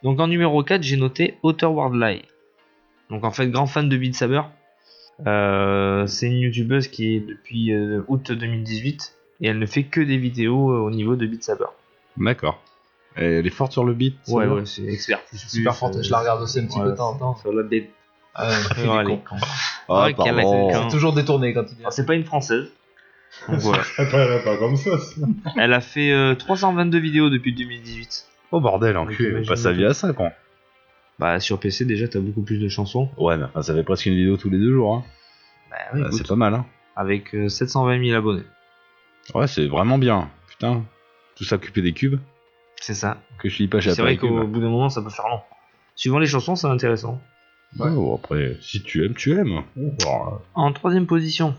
Speaker 2: Donc en numéro 4, j'ai noté Outer World Lie. Donc en fait, grand fan de Beat Saber. Euh, C'est une youtubeuse qui est depuis euh, août 2018 et elle ne fait que des vidéos euh, au niveau de Beat Saber.
Speaker 4: D'accord. Et Elle est forte sur le beat.
Speaker 2: Ouais,
Speaker 4: celle-là
Speaker 2: ouais, c'est expert. euh,
Speaker 5: Je suis super fort, je la regarde aussi un petit peu de temps en temps.
Speaker 2: Sur la bête.
Speaker 5: Ah, il est
Speaker 2: Ouais,
Speaker 5: con.
Speaker 2: allez.
Speaker 4: Ah,
Speaker 2: Ouais,
Speaker 4: pardon.
Speaker 2: qu'elle a-
Speaker 5: C'est toujours détourné quand il dit.
Speaker 2: Alors, Ah, c'est pas une française. Donc voilà.
Speaker 6: Après, elle est pas comme ça. ça.
Speaker 2: Elle a fait euh, 322 vidéos depuis 2018.
Speaker 4: Oh bordel, enculé,
Speaker 2: Donc,
Speaker 4: on passe sa vie à ça, con.
Speaker 2: Bah sur PC déjà t'as beaucoup plus de chansons.
Speaker 4: Ouais, mais enfin, ça fait presque une vidéo tous les deux jours. Hein.
Speaker 2: Bah oui,
Speaker 4: Euh,
Speaker 2: écoute,
Speaker 4: c'est pas mal, hein.
Speaker 2: avec euh, 720 000 abonnés.
Speaker 4: Ouais, c'est vraiment bien. Putain. Tout ça occupé des cubes.
Speaker 2: C'est ça.
Speaker 4: Que je lis pas, j'ai
Speaker 2: C'est vrai
Speaker 4: pas les
Speaker 2: qu'au
Speaker 4: cubes.
Speaker 2: bout d'un moment ça peut faire long. Suivant les chansons c'est intéressant.
Speaker 4: Ouais, bon, après, si tu aimes, tu aimes. Bon, euh,
Speaker 2: En troisième position,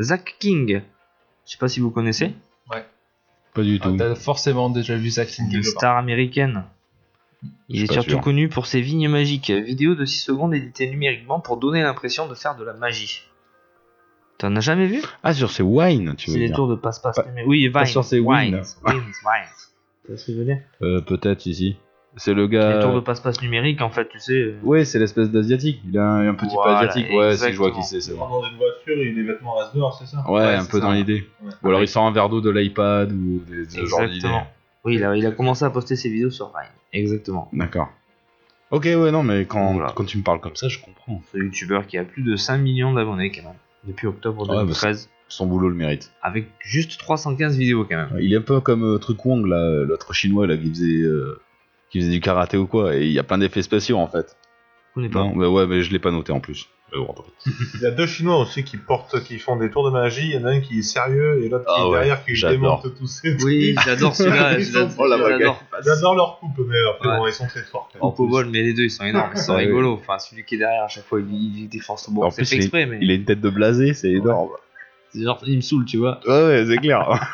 Speaker 2: Zach King. Je sais pas si vous connaissez.
Speaker 4: pas du
Speaker 2: Ah,
Speaker 4: tout.
Speaker 5: T'as forcément déjà vu ça King
Speaker 2: Une
Speaker 5: quelque part.
Speaker 2: star américaine. Il
Speaker 4: Je suis
Speaker 2: est
Speaker 4: pas
Speaker 2: surtout
Speaker 4: sûr.
Speaker 2: connu pour ses vignes magiques, vidéo de 6 secondes éditées numériquement pour donner l'impression de faire de la magie. T'en as jamais vu
Speaker 4: Ah, sur ces wine, tu
Speaker 2: C'est
Speaker 4: veux
Speaker 2: les
Speaker 4: dire.
Speaker 2: tours de passe-passe. mais oui, Vines.
Speaker 4: pas Ah. sur ces
Speaker 2: Vines.
Speaker 4: wins.
Speaker 2: Vines, Vines. Tu vois ce que je veux dire
Speaker 4: Euh, peut-être ici. C'est le
Speaker 2: Les tours de
Speaker 4: gars.
Speaker 2: passe-passe numérique, en fait, tu sais. euh,
Speaker 4: Euh, Ouais, c'est l'espèce d'asiatique. Il a un, un petit
Speaker 2: Voilà,
Speaker 4: peu asiatique. Ouais, si je vois
Speaker 2: exactement.
Speaker 4: qui c'est, c'est
Speaker 6: Il
Speaker 4: vrai.
Speaker 6: rentre dans une voiture et les vêtements restent dehors, c'est ça
Speaker 4: Ouais, un
Speaker 5: c'est
Speaker 4: peu
Speaker 5: ça.
Speaker 4: dans l'idée.
Speaker 6: Ouais.
Speaker 4: Ou alors il sort un verre d'eau de l'iPad ou des, ce genre d'idée.
Speaker 2: Exactement. Oui, il a, il a commencé à poster ses vidéos sur Vine. Exactement.
Speaker 4: D'accord. Ok, ouais, non, mais quand,
Speaker 2: Voilà.
Speaker 4: quand tu me parles comme ça, je comprends.
Speaker 2: Ce youtubeur qui a plus de 5 millions d'abonnés, quand même. Depuis octobre
Speaker 4: Ouais, bah,
Speaker 2: 2013.
Speaker 4: Son boulot le mérite.
Speaker 2: avec juste 315 vidéos, quand même.
Speaker 4: Il est un peu comme euh, truc Wong, là, euh, l'autre chinois, là, qui faisait, euh, qui faisait du karaté ou quoi. Et il y a plein d'effets spéciaux, en fait.
Speaker 2: Vous n'êtes pas.
Speaker 4: Non, mais ouais, mais je l'ai pas noté en plus. Mais bon, tant pis.
Speaker 6: Il y a deux Chinois aussi qui portent, qui font des tours de magie. Il y en a un qui est sérieux et l'autre qui
Speaker 4: Ah
Speaker 6: est
Speaker 4: ouais,
Speaker 6: derrière qui
Speaker 4: j'adore.
Speaker 6: démonte tous ces
Speaker 2: Oui, j'adore celui-là.
Speaker 6: Ils
Speaker 2: je
Speaker 6: sont
Speaker 2: l'ad-
Speaker 6: trop
Speaker 2: je
Speaker 6: la
Speaker 2: l'adore.
Speaker 6: J'adore leur coupe, mais après,
Speaker 2: Ouais.
Speaker 6: bon, ils sont très forts. quand même.
Speaker 2: En Pobol, mais les deux, ils sont énormes. Ils sont
Speaker 4: Ah oui.
Speaker 2: rigolos. Enfin, celui qui est derrière, à chaque fois, il, il défonce le
Speaker 4: En
Speaker 2: bon. C'est
Speaker 4: plus,
Speaker 2: fait exprès, mais.
Speaker 4: Il a une tête de blasé, c'est énorme.
Speaker 2: c'est Genre, il me saoule, tu vois.
Speaker 4: Ouais, ouais, c'est clair.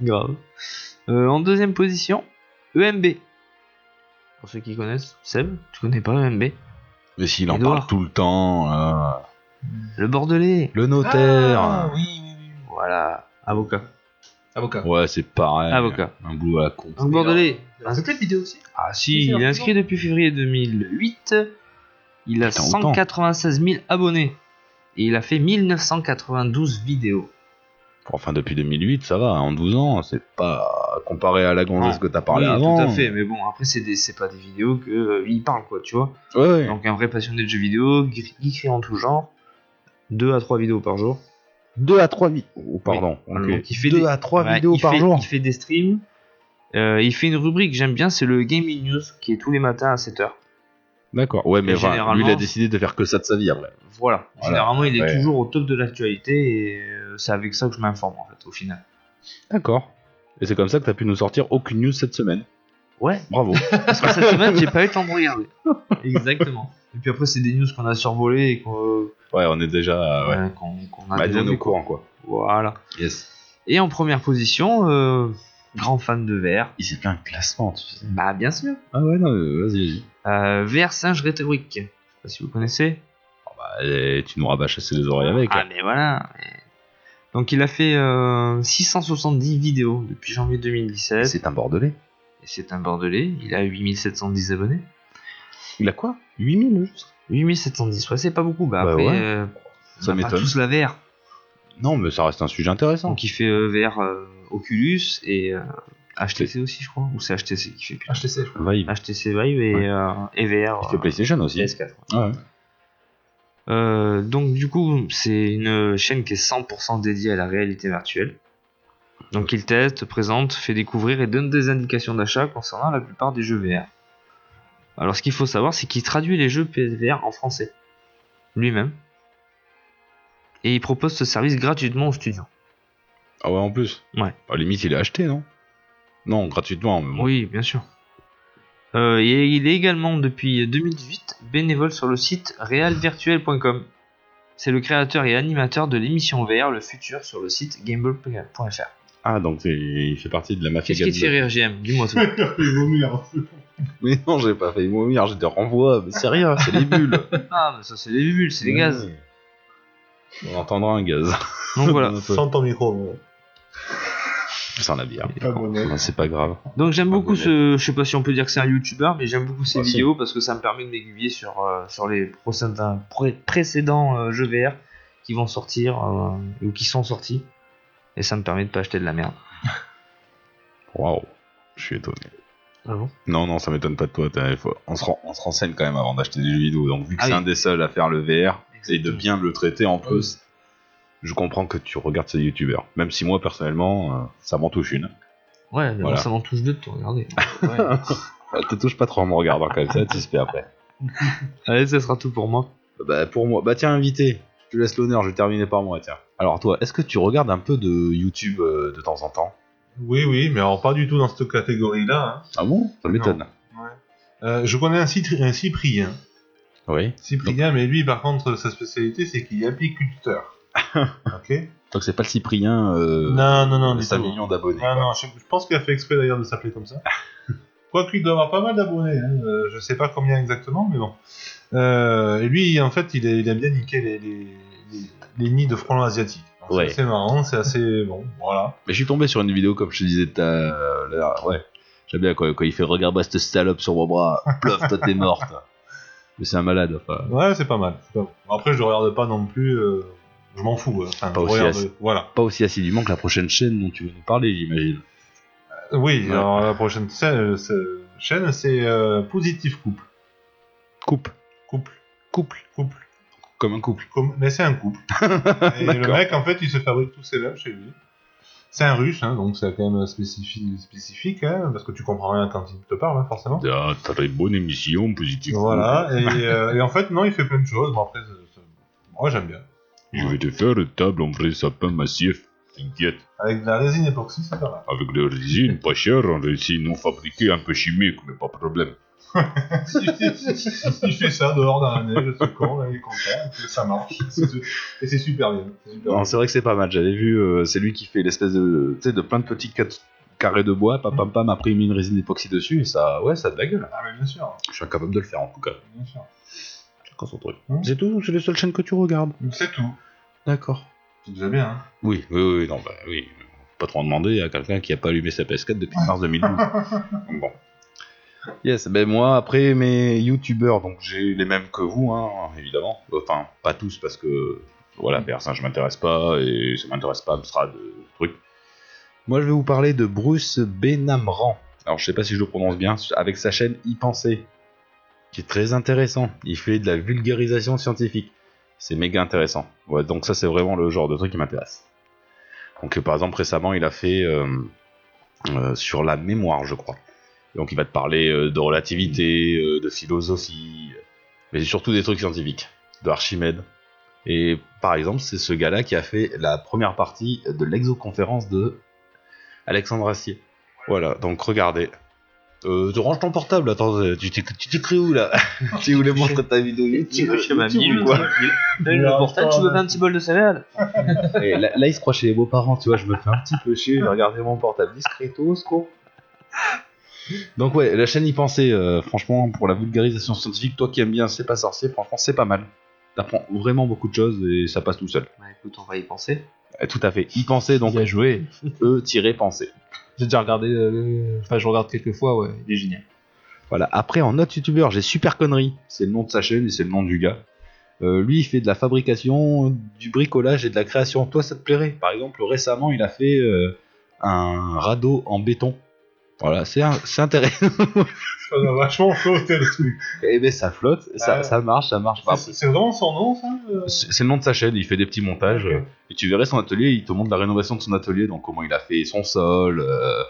Speaker 2: Grave. Euh, en deuxième position, EMB. Pour ceux qui connaissent, Seb, tu connais pas E EMB
Speaker 4: mais s'il en
Speaker 2: Édouard.
Speaker 4: parle tout le temps, euh, là.
Speaker 2: Le Bordelais.
Speaker 4: Le notaire.
Speaker 5: Ah, oui, oui, oui.
Speaker 2: Voilà. Avocat.
Speaker 5: Avocat.
Speaker 4: Ouais, c'est pareil.
Speaker 2: Avocat.
Speaker 4: Un boulot à la con.
Speaker 2: Donc Bordelais.
Speaker 5: Ah, C'est plus de vidéo aussi.
Speaker 2: Ah
Speaker 5: Oui,
Speaker 2: si,
Speaker 5: c'est
Speaker 2: il est
Speaker 5: leur
Speaker 2: inscrit depuis février 2008. Il a
Speaker 4: Putain, autant.
Speaker 2: 196 000 abonnés. Et il a fait 1992 vidéos.
Speaker 4: Enfin, depuis 2008, ça va, en 12 ans, c'est pas comparé à la gonzesse
Speaker 2: Non.
Speaker 4: que t'as parlé
Speaker 2: Ah. oui,
Speaker 4: avant.
Speaker 2: tout à fait. Mais bon, après, c'est des- c'est pas des vidéos que euh, il parle, quoi, tu vois.
Speaker 4: Ouais, ouais.
Speaker 2: Donc un vrai passionné de jeux vidéo, gri- geek en tout genre. 2 à 3 vidéos par jour.
Speaker 4: 2 à 3 vidéos. pardon.
Speaker 2: Voilà,
Speaker 4: ok.
Speaker 2: Ah, donc il fait
Speaker 4: Deux
Speaker 2: des-
Speaker 4: à 3
Speaker 2: Ouais,
Speaker 4: vidéos
Speaker 2: il
Speaker 4: par
Speaker 2: fait-
Speaker 4: jour.
Speaker 2: Il fait des streams. Euh, il fait une rubrique que j'aime bien, c'est le Gaming News, qui est tous les matins à 7h.
Speaker 4: D'accord. Ouais, mais
Speaker 2: Et
Speaker 4: voilà, lui, il a
Speaker 2: généralement-
Speaker 4: décidé de faire que ça de sa vie après.
Speaker 2: Voilà.
Speaker 4: Voilà.
Speaker 2: Généralement, il est
Speaker 4: Ouais.
Speaker 2: toujours au top de l'actualité et euh, c'est avec ça que je m'informe, en fait, au final.
Speaker 4: D'accord. Et c'est comme ça que t'as pu nous sortir aucune news cette semaine.
Speaker 2: Ouais.
Speaker 4: Bravo.
Speaker 2: Parce que cette semaine, j'ai pas eu le temps de regarder. Exactement. Et puis après, c'est des news qu'on a survolées et qu'on
Speaker 4: Ouais, on est déjà. euh, ouais.
Speaker 2: euh, qu'on- qu'on a
Speaker 4: Bah, bien
Speaker 2: développées,
Speaker 4: au courant, quoi.
Speaker 2: quoi. Voilà.
Speaker 4: Yes.
Speaker 2: Et en première position, euh, grand fan de VR.
Speaker 4: Il s'est fait un classement, tu sais.
Speaker 2: Bah, bien sûr.
Speaker 4: Ah ouais, non, mais vas-y. vas-y.
Speaker 2: Euh, VR singe rhétorique. Je sais pas si vous connaissez.
Speaker 4: Bah, et tu nous rabâches assez les oreilles avec.
Speaker 2: Ah,
Speaker 4: là.
Speaker 2: mais voilà. mais- Donc, il a fait euh, 670 vidéos depuis janvier 2017.
Speaker 4: C'est un bordelais.
Speaker 2: Et C'est un Bordelais. Il a 8710 abonnés.
Speaker 4: Il a quoi 8000 juste
Speaker 2: 8710, ouais, c'est pas beaucoup. Bah,
Speaker 4: Bah
Speaker 2: après,
Speaker 4: ouais.
Speaker 2: euh, on
Speaker 4: Ça
Speaker 2: a pas
Speaker 4: m'étonne.
Speaker 2: tous la VR.
Speaker 4: Non, mais ça reste un sujet intéressant.
Speaker 2: Donc il fait euh, VR euh, Oculus et euh, HTC aussi, je crois. Ou c'est HTC qui fait plus.
Speaker 5: HTC, je crois.
Speaker 4: Vive.
Speaker 2: HTC Vive et,
Speaker 4: Ouais.
Speaker 2: euh, et VR.
Speaker 4: Il fait
Speaker 2: euh,
Speaker 4: PlayStation aussi.
Speaker 2: PS4.
Speaker 4: Ouais.
Speaker 2: Euh, donc du coup, c'est une chaîne qui est 100% dédiée à la réalité virtuelle. Donc il teste, présente, fait découvrir et donne des indications d'achat concernant la plupart des jeux VR. Alors ce qu'il faut savoir, c'est qu'il traduit les jeux PSVR en français. Lui-même. Et il propose ce service gratuitement aux studios.
Speaker 4: Ah ouais, en plus.
Speaker 2: Ouais.
Speaker 4: À la limite, il est acheté, non Non, gratuitement. Mais bon.
Speaker 2: Oui, bien sûr. Euh, et il est également depuis 2018 bénévole sur le site realvirtuel.com. C'est le créateur et animateur de l'émission VR Le Futur sur le site gameball.fr.
Speaker 4: Ah, donc c'est- il fait partie de la mafia.
Speaker 2: Qu'est-ce qui te fait
Speaker 4: Gamble.
Speaker 2: rire, JM Dis-moi tout.
Speaker 6: Il vaut mieux. hein.
Speaker 4: Mais non, j'ai pas fait vomir, j'ai des renvois. Mais c'est rien, c'est les bulles.
Speaker 2: ah, mais ça c'est des bulles, c'est des gaz.
Speaker 4: On entendra un gaz.
Speaker 2: Donc voilà.
Speaker 6: Sans ton micro. mais
Speaker 4: Sans la bière.
Speaker 6: Pas bon, hein.
Speaker 4: Non, C'est pas grave.
Speaker 2: Donc j'aime
Speaker 4: Ah,
Speaker 2: beaucoup
Speaker 4: bon,
Speaker 2: ce. Je sais pas si on peut dire que c'est un youtubeur, mais j'aime beaucoup ses
Speaker 4: Ah, si.
Speaker 2: vidéos parce que ça me permet de m'aiguiller sur, euh, sur les procédins- pré- précédents euh, jeux VR qui vont sortir euh, ou qui sont sortis. Et ça me permet de pas acheter de la merde.
Speaker 4: Waouh. Je suis étonné.
Speaker 2: Ah bon
Speaker 4: Non, non, ça m'étonne pas de toi. t'as- faut- On se, ren- on se renseigne quand même avant d'acheter des jeux vidéo. Donc, vu que
Speaker 2: Ah
Speaker 4: c'est
Speaker 2: oui.
Speaker 4: un des seuls à faire le VR et de
Speaker 2: Exactement.
Speaker 4: bien le traiter en plus, je comprends que tu regardes ces youtubeurs. Même si moi, personnellement, euh, ça m'en touche une.
Speaker 2: Ouais, mais
Speaker 4: Voilà.
Speaker 2: bon, ça m'en touche deux de te regarder.
Speaker 4: Euh, Te touche pas trop en me regardant comme ça, tu se fais après.
Speaker 2: Allez, ça sera tout pour moi.
Speaker 4: Bah, pour moi, bah tiens, invité, je te laisse l'honneur, je vais terminer par moi, tiens. Alors, toi, est-ce que tu regardes un peu de YouTube euh, de temps en temps
Speaker 6: Oui, oui, mais alors pas du tout dans cette catégorie-là. hein.
Speaker 4: Ah bon Ça m'étonne.
Speaker 6: Euh, je connais un, Citri- un Cyprien.
Speaker 4: Oui.
Speaker 6: Cyprien, mais lui, par contre, sa spécialité, c'est qu'il est apiculteur. ok
Speaker 4: Donc, c'est pas le Cyprien. Euh,
Speaker 6: Non, non, non,
Speaker 4: de
Speaker 6: du
Speaker 4: 5
Speaker 6: tout.
Speaker 4: millions d'abonnés.
Speaker 6: Ah non, je, je pense qu'il a fait exprès d'ailleurs de s'appeler comme ça. Quoique il doit avoir pas mal d'abonnés, hein, euh, je sais pas combien exactement, mais bon. Euh, et lui, en fait, il a, il a bien niqué les, les- les- les nids de frelons asiatiques. Donc,
Speaker 4: Ouais.
Speaker 6: ça, C'est marrant, c'est assez bon, voilà.
Speaker 4: Mais Bah, je suis tombé sur une vidéo, comme je te disais, t'as, euh, là, ouais. J'aime bien quoi, quand il fait regarde-moi cette salope sur mon bras, plof, toi t'es morte. Mais c'est un malade, enfin.
Speaker 6: Ouais, c'est pas mal. c'est pas mal. Après, je le regarde pas non plus, euh, je m'en fous. euh, Enfin,
Speaker 4: Pas
Speaker 6: je
Speaker 4: aussi
Speaker 6: regarde,
Speaker 4: assez.
Speaker 6: voilà.
Speaker 4: Pas aussi assidûment que la prochaine chaîne dont tu veux nous parler, j'imagine.
Speaker 6: Euh, Oui,
Speaker 4: Ouais.
Speaker 6: alors la prochaine scène, euh, ce- chaîne, c'est euh, Positive Couple.
Speaker 4: Coupe.
Speaker 6: Couple. Couple. Couple.
Speaker 4: Comme un couple.
Speaker 6: Comme- Mais c'est un couple. et le
Speaker 4: D'accord.
Speaker 6: mec, en fait, il se fabrique tous ses lèvres chez lui. C'est un russe, hein, donc c'est quand même spécifique, spécifique hein, parce que tu comprends rien quand il te parle, hein, forcément.
Speaker 4: Ah, très bonne émission, positive.
Speaker 6: Voilà, et, euh, et en fait, non, il fait plein de choses. Bon, après, c'est- c'est- moi j'aime bien.
Speaker 4: Je vais te faire une table en vrai sapin massif. T'inquiète,
Speaker 6: Avec de la résine époxy, c'est pas mal.
Speaker 4: avec de la résine pas chère, en résine non fabriquée, un peu chimique, mais pas de problème.
Speaker 6: il fait ça dehors dans la neige, ce con, là, il est content, et puis ça marche. C'est su- Et c'est super bien. c'est super
Speaker 4: Non,
Speaker 6: bien.
Speaker 4: c'est vrai que c'est pas mal. J'avais vu, euh, c'est lui qui fait l'espèce de, tu sais, de plein de petits cat- carrés de bois, pam pam pam, après il met une résine époxy dessus et ça, ouais, ça a de la gueule.
Speaker 6: Ah, mais bien sûr,
Speaker 4: Je suis incapable de le faire en tout cas.
Speaker 6: bien sûr.
Speaker 4: Chacun son truc.
Speaker 6: Hum.
Speaker 4: C'est tout, c'est les seules chaînes que tu regardes.
Speaker 6: C'est tout.
Speaker 4: D'accord.
Speaker 6: C'est déjà bien. hein.
Speaker 4: Oui, oui, oui, non, bah oui. Pas trop en demander à quelqu'un qui a pas allumé sa PS4 depuis mars 2012. Donc, bon. Yes, ben moi, après mes youtubeurs, donc j'ai les mêmes que vous, hein, évidemment. Enfin, pas tous parce que, voilà, personne, je m'intéresse pas et ça m'intéresse pas, me sera de trucs. Moi, je vais vous parler de Bruce Benamran. Alors, je sais pas si je le prononce bien, avec sa chaîne Y Penser, qui est très intéressant. Il fait de la vulgarisation scientifique. C'est méga intéressant. Ouais, donc ça, c'est vraiment le genre de truc qui m'intéresse. Donc, euh, par exemple, récemment, il a fait euh, euh, sur la mémoire, je crois. Donc, il va te parler euh, de relativité, euh, de philosophie, mais surtout des trucs scientifiques, de Archimède. Et par exemple, c'est ce gars-là qui a fait la première partie de l'exoconférence de Alexandre Assier. Voilà, donc regardez. Euh, range ton portable, attends, euh, tu t'éc- tu t'écris où là Tu voulais montrer ta vidéo YouTube, YouTube, quoi.
Speaker 2: Le portable, tu veux pas un petit bol de salade
Speaker 4: Et là, là, il se croit chez les beaux-parents, tu vois, je me fais un petit peu chier, je vais regarder mon portable discretos, quoi. Donc ouais, la chaîne y penser, euh, franchement, pour la vulgarisation scientifique, toi qui aimes bien C'est pas sorcier, franchement, c'est pas mal. T'apprends vraiment beaucoup de choses et ça passe tout seul.
Speaker 2: Bah écoute, on va y penser.
Speaker 4: Eh, Tout à fait. Y penser, donc,
Speaker 5: Bien joué.
Speaker 4: E-penser.
Speaker 5: J'ai déjà regardé. euh, Enfin, je regarde quelques fois, ouais. Il est génial.
Speaker 4: Voilà. Après, en autre youtubeur, j'ai Super Connery. C'est le nom de sa chaîne et c'est le nom du gars. Euh, lui, il fait de la fabrication, du bricolage et de la création. Toi, ça te plairait Par exemple, récemment, il a fait euh, un radeau en béton. Voilà, c'est un- c'est intéressant.
Speaker 6: Ça doit vachement flotter le truc.
Speaker 4: Eh ben, ça flotte, ça,
Speaker 6: Ah.
Speaker 4: ça marche, ça marche pas.
Speaker 6: C'est c'est vraiment son nom, ça euh
Speaker 4: Bah, C'est c'est le nom de sa chaîne, il fait des petits montages. euh, Et tu verrais son atelier, il te montre la rénovation de son atelier, donc comment il a fait son sol, euh,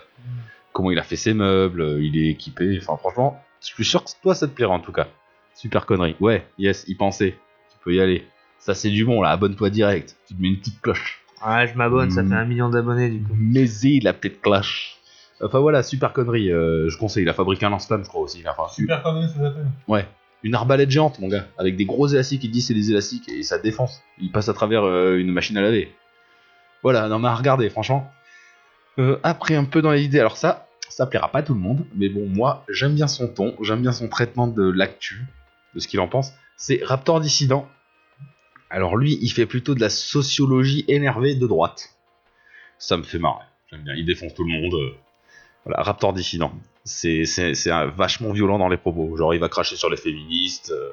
Speaker 4: comment il a fait ses meubles, euh, il est équipé. Enfin, franchement, je suis sûr que toi, ça te plaira en tout cas. Super connerie. Ouais, yes, y penser. Tu peux y aller. Ça, c'est du bon, là, abonne-toi direct. Tu te mets une petite cloche.
Speaker 2: Ah, je m'abonne, ça
Speaker 4: Mm.
Speaker 2: fait un million d'abonnés du coup.
Speaker 4: Mets-y la petite cloche. Enfin voilà, super connerie. euh, je conseille, il a fabriqué un lance-flamme, je crois aussi. Enfin,
Speaker 6: Super Connery, ça s'appelle.
Speaker 4: une arbalète géante, mon gars, avec des gros élastiques. Il dit c'est des élastiques et ça défonce. Il passe à travers euh, une machine à laver. Voilà, non mais à regarder, franchement. Euh, après, un peu dans les idées, alors ça, ça plaira pas à tout le monde, mais bon, moi, j'aime bien son ton, j'aime bien son traitement de l'actu, de ce qu'il en pense. C'est Raptor Dissident. Alors lui, il fait plutôt de la sociologie énervée de droite. Ça me fait marrer. J'aime bien, il défonce tout le monde. euh. Voilà, Raptor Dissident c'est c'est- c'est un- vachement violent dans les propos. Genre, il va cracher sur les féministes. euh,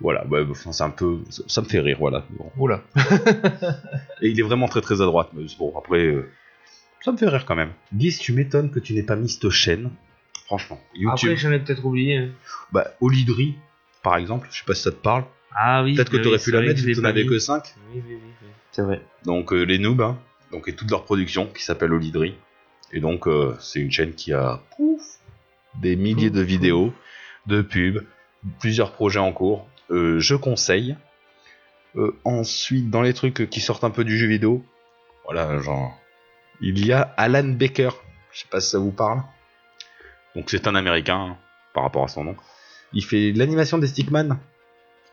Speaker 4: voilà, bah, enfin, c'est un peu. Ça, ça me fait rire, voilà. Bon.
Speaker 5: Oula.
Speaker 4: Et il est vraiment très très à droite, mais bon, après. euh, ça me fait rire quand même. Guise, tu m'étonnes que tu n'aies pas mis cette chaîne. Franchement,
Speaker 2: Ah
Speaker 4: YouTube.
Speaker 2: Après, j'en ai peut-être oublié. hein.
Speaker 4: Bah, Olidri, par exemple, je sais pas si ça te parle.
Speaker 2: Ah oui.
Speaker 4: Peut-être que
Speaker 2: oui,
Speaker 4: tu aurais
Speaker 2: c'est
Speaker 4: pu la
Speaker 2: vrai
Speaker 4: mettre,
Speaker 2: je l'ai
Speaker 4: tu
Speaker 2: pas
Speaker 4: n'avais
Speaker 2: mis.
Speaker 4: que 5.
Speaker 2: Oui, oui, oui. oui. C'est vrai.
Speaker 4: donc euh, les noobs, hein, donc et toute leur production qui s'appelle Olidri. Et donc euh, c'est une chaîne qui a pouf, des milliers de vidéos, de pubs, plusieurs projets en cours. Euh, je conseille. Euh, ensuite, dans les trucs qui sortent un peu du jeu vidéo, voilà, genre il y a Alan Baker. Je sais pas si ça vous parle. Donc c'est un Américain hein, par rapport à son nom. Il fait de l'animation des Stickman.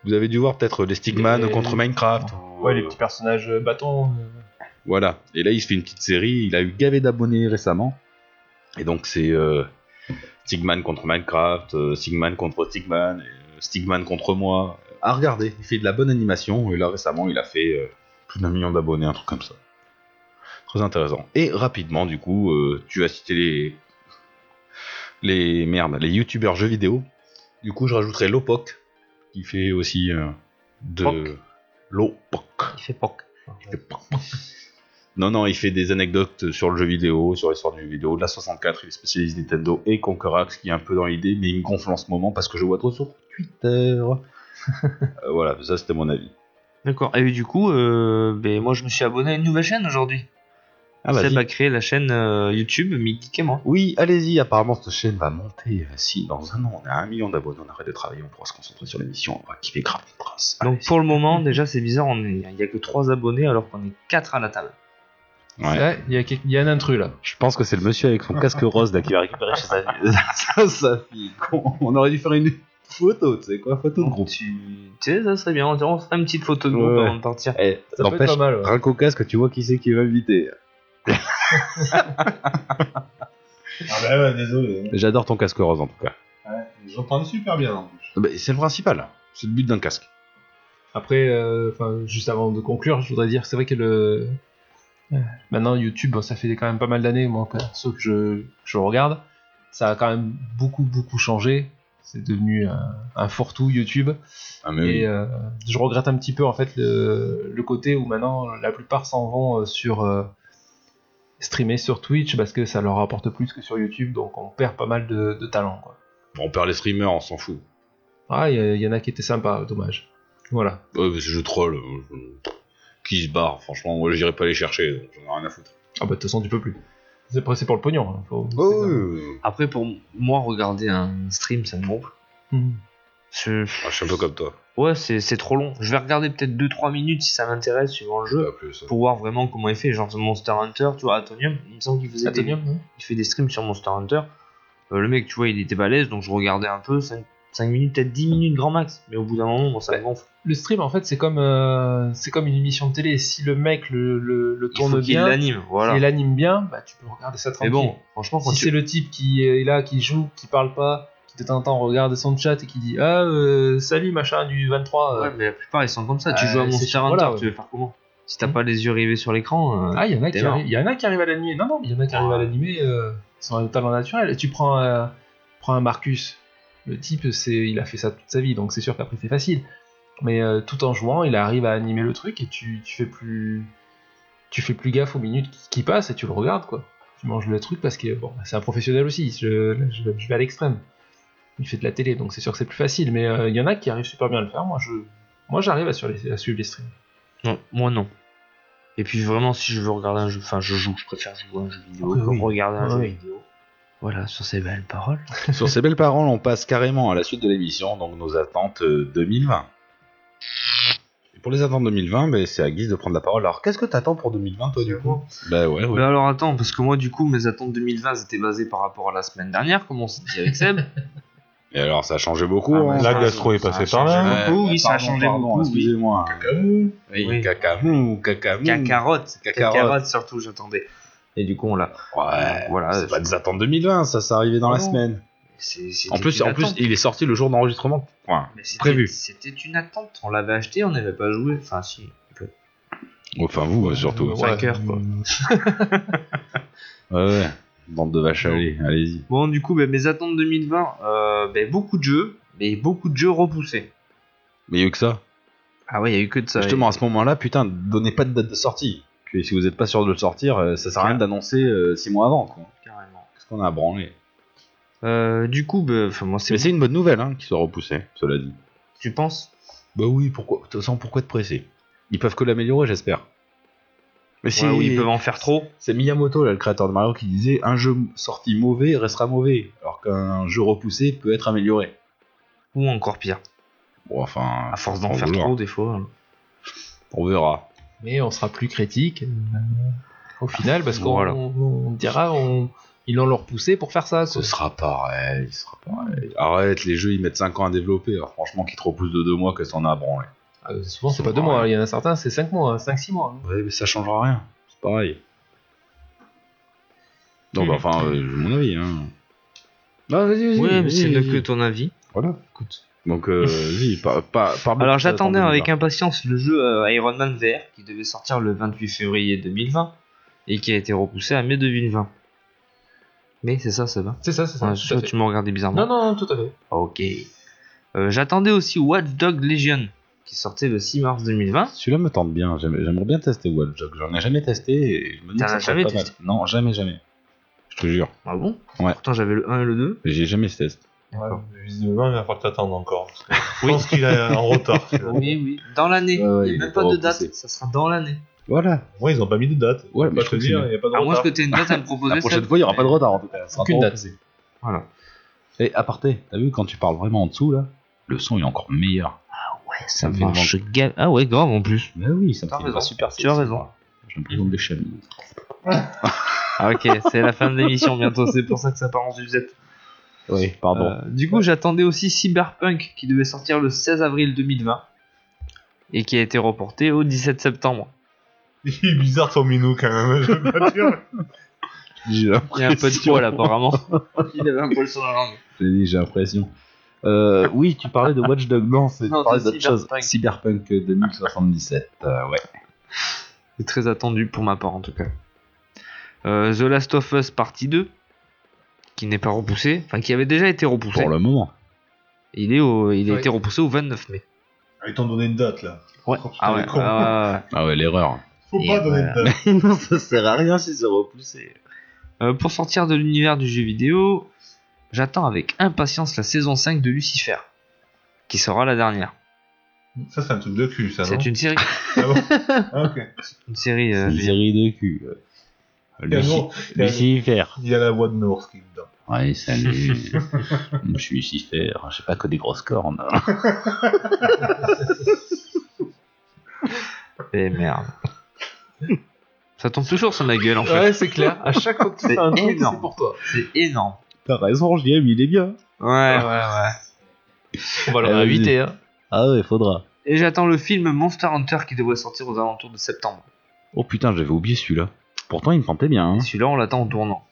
Speaker 4: Vous avez dû voir peut-être les Stickman
Speaker 5: Les-
Speaker 4: contre Minecraft. ou,
Speaker 5: Ouais, les
Speaker 4: euh,
Speaker 5: petits personnages euh, bâtons. euh,
Speaker 4: voilà. Et là, il se fait une petite série. Il a eu gavé d'abonnés récemment. Et donc, c'est euh, Stigman contre Minecraft, euh, Stigman contre Stigman, et, euh, Stigman contre moi. À regarder. Il fait de la bonne animation. Et là, récemment, il a fait euh, plus d'un million d'abonnés, un truc comme ça. Très intéressant. Et rapidement, du coup, euh, tu as cité les. Les merdes, les youtubeurs jeux vidéo. Du coup, je rajouterai Lopoc, qui fait aussi euh, de. Lopoc.
Speaker 2: Il fait poc.
Speaker 4: Non, non, il fait des anecdotes sur le jeu vidéo, sur l'histoire du jeu vidéo, de la 64, il est spécialiste Nintendo et Conquerax, qui est un peu dans l'idée, mais il me gonfle en ce moment parce que je vois trop sur Twitter. Euh, voilà, ça c'était mon avis.
Speaker 2: D'accord. Et du coup, euh, ben, moi je me suis abonné à une nouvelle chaîne aujourd'hui.
Speaker 4: Ah,
Speaker 2: Seb
Speaker 4: vas-y.
Speaker 2: a créé la chaîne euh, YouTube Mickey et moi.
Speaker 4: Oui, allez-y, apparemment cette chaîne va monter. euh, Si dans un an on a un million d'abonnés, on arrête de travailler, on pourra se concentrer sur l'émission, on va kiffer grave des traces.
Speaker 2: Donc
Speaker 4: Allez-y.
Speaker 2: pour le moment, déjà c'est bizarre, on est- il n'y a que 3 abonnés alors qu'on est 4 à la table.
Speaker 4: Ouais.
Speaker 5: là, Il y, a quelque- il y a un intrus là.
Speaker 4: Je pense que c'est le monsieur avec son casque rose là, qui va récupérer chez sa, sa- sa fille. On- On aurait dû faire une photo, tu sais quoi, photo de groupe.
Speaker 2: Tu tu sais, ça serait bien, on on ferait une petite photo de groupe
Speaker 4: Ouais.
Speaker 2: avant de partir.
Speaker 4: Eh,
Speaker 5: Ça peut être pas mal. ouais.
Speaker 4: Rien qu'au casque, tu vois qui c'est qui est invité.
Speaker 6: Ah bah ouais, désolé.
Speaker 4: J'adore ton casque rose en tout cas.
Speaker 6: Ouais, J'entends super bien en plus.
Speaker 4: Ah bah, c'est le principal. C'est le but d'un casque.
Speaker 5: Après, euh, enfin, juste avant de conclure, je voudrais dire, c'est vrai que le euh, maintenant YouTube, bon, ça fait quand même pas mal d'années, moi, perso, que je, que je regarde. Ça a quand même beaucoup, beaucoup changé. C'est devenu un, un fourre-tout YouTube.
Speaker 4: Ah, mais
Speaker 5: Et euh, je regrette un petit peu en fait le, le côté où maintenant la plupart s'en vont euh, sur euh, streamer sur Twitch parce que ça leur apporte plus que sur YouTube, donc on perd pas mal de, de talent. Quoi.
Speaker 4: On perd les streamers, on s'en fout.
Speaker 5: Ah, il y, a- il y en a qui étaient sympas, dommage. Voilà.
Speaker 4: Ouais, parce que je troll. euh, je- Qui se barre, franchement, moi j'irai pas les chercher, donc j'en ai rien à foutre.
Speaker 5: Ah bah de toute façon tu peux plus. C'est après, c'est pour le pognon. hein, faut-
Speaker 2: Après pour m- moi, regarder un stream, ça me gonfle.
Speaker 5: Mhm.
Speaker 2: Je-
Speaker 4: Ah, je suis un peu comme toi.
Speaker 2: Ouais, c'est c'est trop long. Je vais regarder peut-être 2-3 minutes si ça m'intéresse suivant le jeu
Speaker 4: Pas plus. hein.
Speaker 2: pour voir vraiment comment il fait. Genre Monster Hunter, tu vois, Atonium, il me semble qu'il faisait des,
Speaker 5: Athénium, hein
Speaker 2: il fait des streams sur Monster Hunter. Euh, le mec, tu vois, il était balèze, donc je regardais un peu, 5, minutes, peut-être 10 minutes grand max. Mais au bout d'un moment, bon, ça me gonfle.
Speaker 5: Le stream en fait c'est comme euh, c'est comme une émission de télé. Si le mec le, le, le
Speaker 2: Il faut
Speaker 5: tourne
Speaker 2: qu'il
Speaker 5: bien,
Speaker 2: l'anime,
Speaker 5: et
Speaker 2: voilà.
Speaker 5: l'anime bien, bah tu peux regarder ça
Speaker 2: Mais
Speaker 5: tranquille.
Speaker 2: bon, franchement, quand
Speaker 5: Si
Speaker 2: tu-
Speaker 5: c'est le type qui est là, qui joue, qui parle pas, qui de temps en temps regarde son chat et qui dit Ah, euh, salut machin du 23. euh.
Speaker 2: Ouais, mais la plupart ils sont comme ça. tu
Speaker 5: Euh,
Speaker 2: joues à
Speaker 5: c'est
Speaker 2: Monster
Speaker 5: sûr,
Speaker 2: Hunter,
Speaker 5: voilà, ouais. Hmm.
Speaker 2: tu veux faire comment Si t'as pas les yeux rivés sur l'écran, euh,
Speaker 5: Ah, il y, en a
Speaker 2: t'es
Speaker 5: qui
Speaker 2: mort.
Speaker 5: arrivent- il y en a qui arrivent à l'animer. Non, non, mais il y en a qui arrivent à l'animer, euh, ils sont un talent naturel. Et tu prends, euh, Prends un Marcus. Le type, c'est, il a fait ça toute sa vie, donc c'est sûr qu'après c'est facile. Mais euh, tout en jouant, il arrive à animer le truc et tu, tu fais plus, tu fais plus gaffe aux minutes qui, qui passent et tu le regardes quoi. Tu manges le truc parce que bon, c'est un professionnel aussi. Je, là, je- je vais à l'extrême. Il fait de la télé, donc c'est sûr que c'est plus facile. Mais euh, il y en a qui arrivent super bien à le faire. Moi, je, moi, j'arrive à, sur les- à suivre les streams.
Speaker 2: Non, moi non. Et puis vraiment, si je veux regarder un jeu, enfin, je joue, je préfère jouer à un jeu vidéo
Speaker 5: Ah oui,
Speaker 2: que
Speaker 5: oui.
Speaker 2: regarder un
Speaker 5: Ah
Speaker 2: jeu
Speaker 5: oui.
Speaker 2: vidéo. Voilà, sur ces belles paroles.
Speaker 4: Sur ces belles paroles, on passe carrément à la suite de l'émission, donc nos attentes euh, 2020. Et pour les attentes 2020, ben, c'est à guise de prendre la parole. Alors, qu'est-ce que t'attends pour 2020, toi, du coup Bah ouais, ouais.
Speaker 2: Bah alors attends, parce que moi du coup mes attentes 2020 étaient basées par rapport à la semaine dernière, comme on s'est dit avec Seb.
Speaker 4: Et alors, ça a changé beaucoup.
Speaker 2: Ah,
Speaker 4: hein.
Speaker 2: ouais.
Speaker 6: La gastro est
Speaker 2: Ça a
Speaker 6: passée par
Speaker 2: changé.
Speaker 6: là.
Speaker 2: beaucoup, oui, ça a
Speaker 4: pardon,
Speaker 2: changé
Speaker 4: pardon,
Speaker 2: beaucoup, oui.
Speaker 4: Excusez-moi. Oui,
Speaker 2: Oui.
Speaker 4: cacamou, cacamou.
Speaker 2: Cacarotte,
Speaker 4: Cacarotte.
Speaker 2: cacarotte surtout, j'attendais. Et du coup on l'a.
Speaker 4: Ouais,
Speaker 2: Voilà,
Speaker 4: Ah, c'est pas
Speaker 2: je-
Speaker 4: des attentes 2020, ça, ça arrivait dans la
Speaker 2: Ah Non.
Speaker 4: semaine.
Speaker 2: c'est- c'était
Speaker 4: En plus,
Speaker 2: une
Speaker 4: en plus,
Speaker 2: attente.
Speaker 4: il est sorti le jour d'enregistrement. Point.
Speaker 2: Mais c'était-
Speaker 4: prévu.
Speaker 2: C'était une attente, on l'avait acheté, on n'avait pas joué. Enfin si, il pleut.
Speaker 4: Enfin, vous, euh, surtout.
Speaker 5: Ouais.
Speaker 2: Cinq heures, quoi.
Speaker 4: Ouais, ouais. Bande de vaches à lait, allez-y.
Speaker 2: Bon, du coup, ben, mes attentes 2020, euh, ben, beaucoup de jeux, mais beaucoup de jeux repoussés.
Speaker 4: Mais il y a eu que ça.
Speaker 2: Ah ouais, il y a eu que de ça.
Speaker 4: Justement, à ce moment-là, putain, donnez pas de date de sortie. Que si vous n'êtes pas sûr de le sortir, euh, ça sert à rien d'annoncer 6 mois avant. quoi.
Speaker 2: Carrément.
Speaker 4: Qu'est-ce qu'on a à branler
Speaker 2: Euh, du coup, ben, enfin, moi, c'est.
Speaker 4: Mais c'est une bonne nouvelle hein, qu'ils soient repoussés, cela dit.
Speaker 2: Tu penses
Speaker 4: Bah oui, pourquoi De toute façon, pourquoi te presser Ils peuvent que l'améliorer, j'espère. Mais si
Speaker 2: Ouais, oui, ils peuvent en faire trop.
Speaker 4: c'est Miyamoto, là, le créateur de Mario, qui disait un jeu sorti mauvais restera mauvais, alors qu'un jeu repoussé peut être amélioré.
Speaker 2: Ou encore pire.
Speaker 4: Bon, enfin,
Speaker 2: À force
Speaker 4: on
Speaker 2: d'en faire
Speaker 4: verra.
Speaker 2: trop, des fois. hein.
Speaker 4: On verra.
Speaker 5: mais on sera plus critique euh, au final parce qu'on
Speaker 2: Voilà.
Speaker 5: on- on dira on, ils l'ont leur poussé pour faire ça.
Speaker 4: Ce
Speaker 5: quoi.
Speaker 4: sera pareil, ce sera pareil. Mmh. Arrête, les jeux ils mettent 5 ans à développer. Alors, franchement, qu'ils te repoussent de 2 mois, que ça en a à branler.
Speaker 5: Euh, souvent c'est
Speaker 4: ce
Speaker 5: pas deux
Speaker 4: sera-
Speaker 5: mois, il y en a certains c'est cinq mois, cinq six mois.
Speaker 4: Ouais, mais ça changera rien. C'est pareil. Non, bah, enfin, euh, c'est mon avis. Hein. Non, Bah, vas-y, vas-y.
Speaker 2: Ouais, mais
Speaker 4: vas-y,
Speaker 2: c'est
Speaker 4: vas-y.
Speaker 2: que ton avis.
Speaker 4: Voilà, écoute. Donc, euh, vas-y, par, par, par-
Speaker 2: Alors, j'attendais
Speaker 4: par-
Speaker 2: avec impatience le jeu euh, Iron Man VR qui devait sortir le 28 février 2020 et qui a été repoussé à mai 2020. Mais c'est ça, ça va.
Speaker 5: C'est ça, c'est ça.
Speaker 2: Ouais,
Speaker 5: tout à fait.
Speaker 2: tu me regardais bizarrement.
Speaker 5: Non, non, non, tout à fait.
Speaker 2: Ok. Euh, J'attendais aussi Watch Dog Legion, qui sortait le 6 mars 2020.
Speaker 4: Celui-là me tente bien. J'aime- J'aimerais bien tester Watch Dogs. J'en ai jamais testé et je me dis
Speaker 2: T'en
Speaker 4: que ça
Speaker 2: as
Speaker 4: serait
Speaker 2: jamais
Speaker 4: pas mal.
Speaker 2: testé
Speaker 4: Non, jamais, jamais. Je te jure.
Speaker 2: Ah bon
Speaker 4: Ouais.
Speaker 2: Pourtant j'avais le 1 et le 2.
Speaker 4: J'ai jamais ce test.
Speaker 6: Ouais, visiblement, il va falloir t'attendre encore. parce que Je pense qu'il est en retard.
Speaker 2: Oui, oui. Dans l'année.
Speaker 4: Ouais, ouais,
Speaker 2: il
Speaker 4: il
Speaker 2: n'y a
Speaker 4: est
Speaker 2: même pas de date.
Speaker 4: repoussé.
Speaker 2: Ça sera dans l'année.
Speaker 4: Voilà.
Speaker 6: Moi, ils ont pas mis de date.
Speaker 4: Ouais,
Speaker 6: Faut
Speaker 4: mais
Speaker 6: pas
Speaker 4: je
Speaker 6: te
Speaker 4: trouve que
Speaker 6: dire,
Speaker 4: c'est-
Speaker 6: il n'y a pas de
Speaker 2: À moins
Speaker 6: retard.
Speaker 2: que tu aies une date à me proposer.
Speaker 4: La prochaine
Speaker 2: Seb.
Speaker 4: fois, il n'y aura pas de retard en tout cas. Ça sera
Speaker 5: Aucune
Speaker 4: pas
Speaker 5: date.
Speaker 4: repoussé.
Speaker 2: Voilà.
Speaker 4: Et à aparté, t'as vu, quand tu parles vraiment en dessous là, le son est encore meilleur.
Speaker 2: Ouais,
Speaker 4: ça
Speaker 2: ça
Speaker 4: me
Speaker 2: marche. ga- Ah ouais, grave en plus.
Speaker 4: Mais Bah oui, ça
Speaker 2: T'as
Speaker 4: me fait
Speaker 2: raison.
Speaker 4: pas super
Speaker 2: Tu as
Speaker 4: sexy,
Speaker 2: raison.
Speaker 4: moi. J'ai l'impression des chamis.
Speaker 2: Ah, ok, c'est la fin de l'émission bientôt. C'est pour ça que ça part en suzette.
Speaker 4: Oui, pardon.
Speaker 2: Euh, du coup, j'attendais aussi Cyberpunk, qui devait sortir le 16 avril 2020 et qui a été reporté au 17 septembre.
Speaker 6: Il est bizarre ton minou quand même. Je veux pas dire.
Speaker 4: J'ai
Speaker 2: Il y a un peu de
Speaker 4: l'impression.
Speaker 2: poil apparemment. Il avait un poil sur la langue.
Speaker 4: J'ai dit, j'ai l'impression. Euh, oui, tu parlais de Watch Dogs. Non, c'est- tu
Speaker 2: Non,
Speaker 4: parlais
Speaker 2: de
Speaker 4: d'autre chose.
Speaker 2: Cyberpunk.
Speaker 4: Cyberpunk 2077. euh, ouais.
Speaker 2: C'est très attendu pour ma part en tout cas. Euh, The Last of Us partie 2, qui n'est pas repoussé, enfin qui avait déjà été repoussé.
Speaker 4: Pour le moment.
Speaker 2: Il, est au- il a
Speaker 5: Oui.
Speaker 2: été repoussé au 29 mai.
Speaker 6: Ah, Ils t'ont donné une date là.
Speaker 2: Ouais.
Speaker 6: Oh, putain,
Speaker 2: Ah ouais,
Speaker 6: les cons.
Speaker 2: ah ouais, ouais.
Speaker 4: Ah ouais, l'erreur.
Speaker 6: Faut
Speaker 2: Et
Speaker 6: pas donner de date.
Speaker 4: non, ça sert à rien si c'est repoussé.
Speaker 2: Euh, pour sortir de l'univers du jeu vidéo, j'attends avec impatience la saison 5 de Lucifer, qui sera la dernière.
Speaker 6: Ça, c'est un truc de cul, ça. non
Speaker 2: C'est une série,
Speaker 6: Ah bon Ah, ok.
Speaker 2: une série. euh,
Speaker 4: Une série de cul.
Speaker 6: Il y, a
Speaker 4: Luci-
Speaker 6: Nour- il y a-
Speaker 4: Lucifer.
Speaker 6: il y a la voix de Nours qui est dedans.
Speaker 4: Ouais, salut. je suis Lucifer. J'ai pas que des grosses cornes.
Speaker 2: Eh merde. Ça tombe toujours sur ma gueule en fait.
Speaker 5: Ouais, c'est clair. À chaque fois que tu
Speaker 2: C'est
Speaker 5: fais un truc,
Speaker 2: énorme.
Speaker 5: c'est pour toi.
Speaker 2: C'est énorme.
Speaker 4: T'as raison, je dis, il est bien.
Speaker 2: Ouais, ouais, ouais.
Speaker 5: On va le
Speaker 4: Eh, vas-y.
Speaker 5: réinviter. Hein.
Speaker 4: Ah ouais, faudra.
Speaker 2: Et j'attends le film Monster Hunter qui devrait sortir aux alentours de septembre.
Speaker 4: Oh putain, j'avais oublié celui-là. Pourtant, il me tentait bien. hein.
Speaker 2: Celui-là, on l'attend en tournant.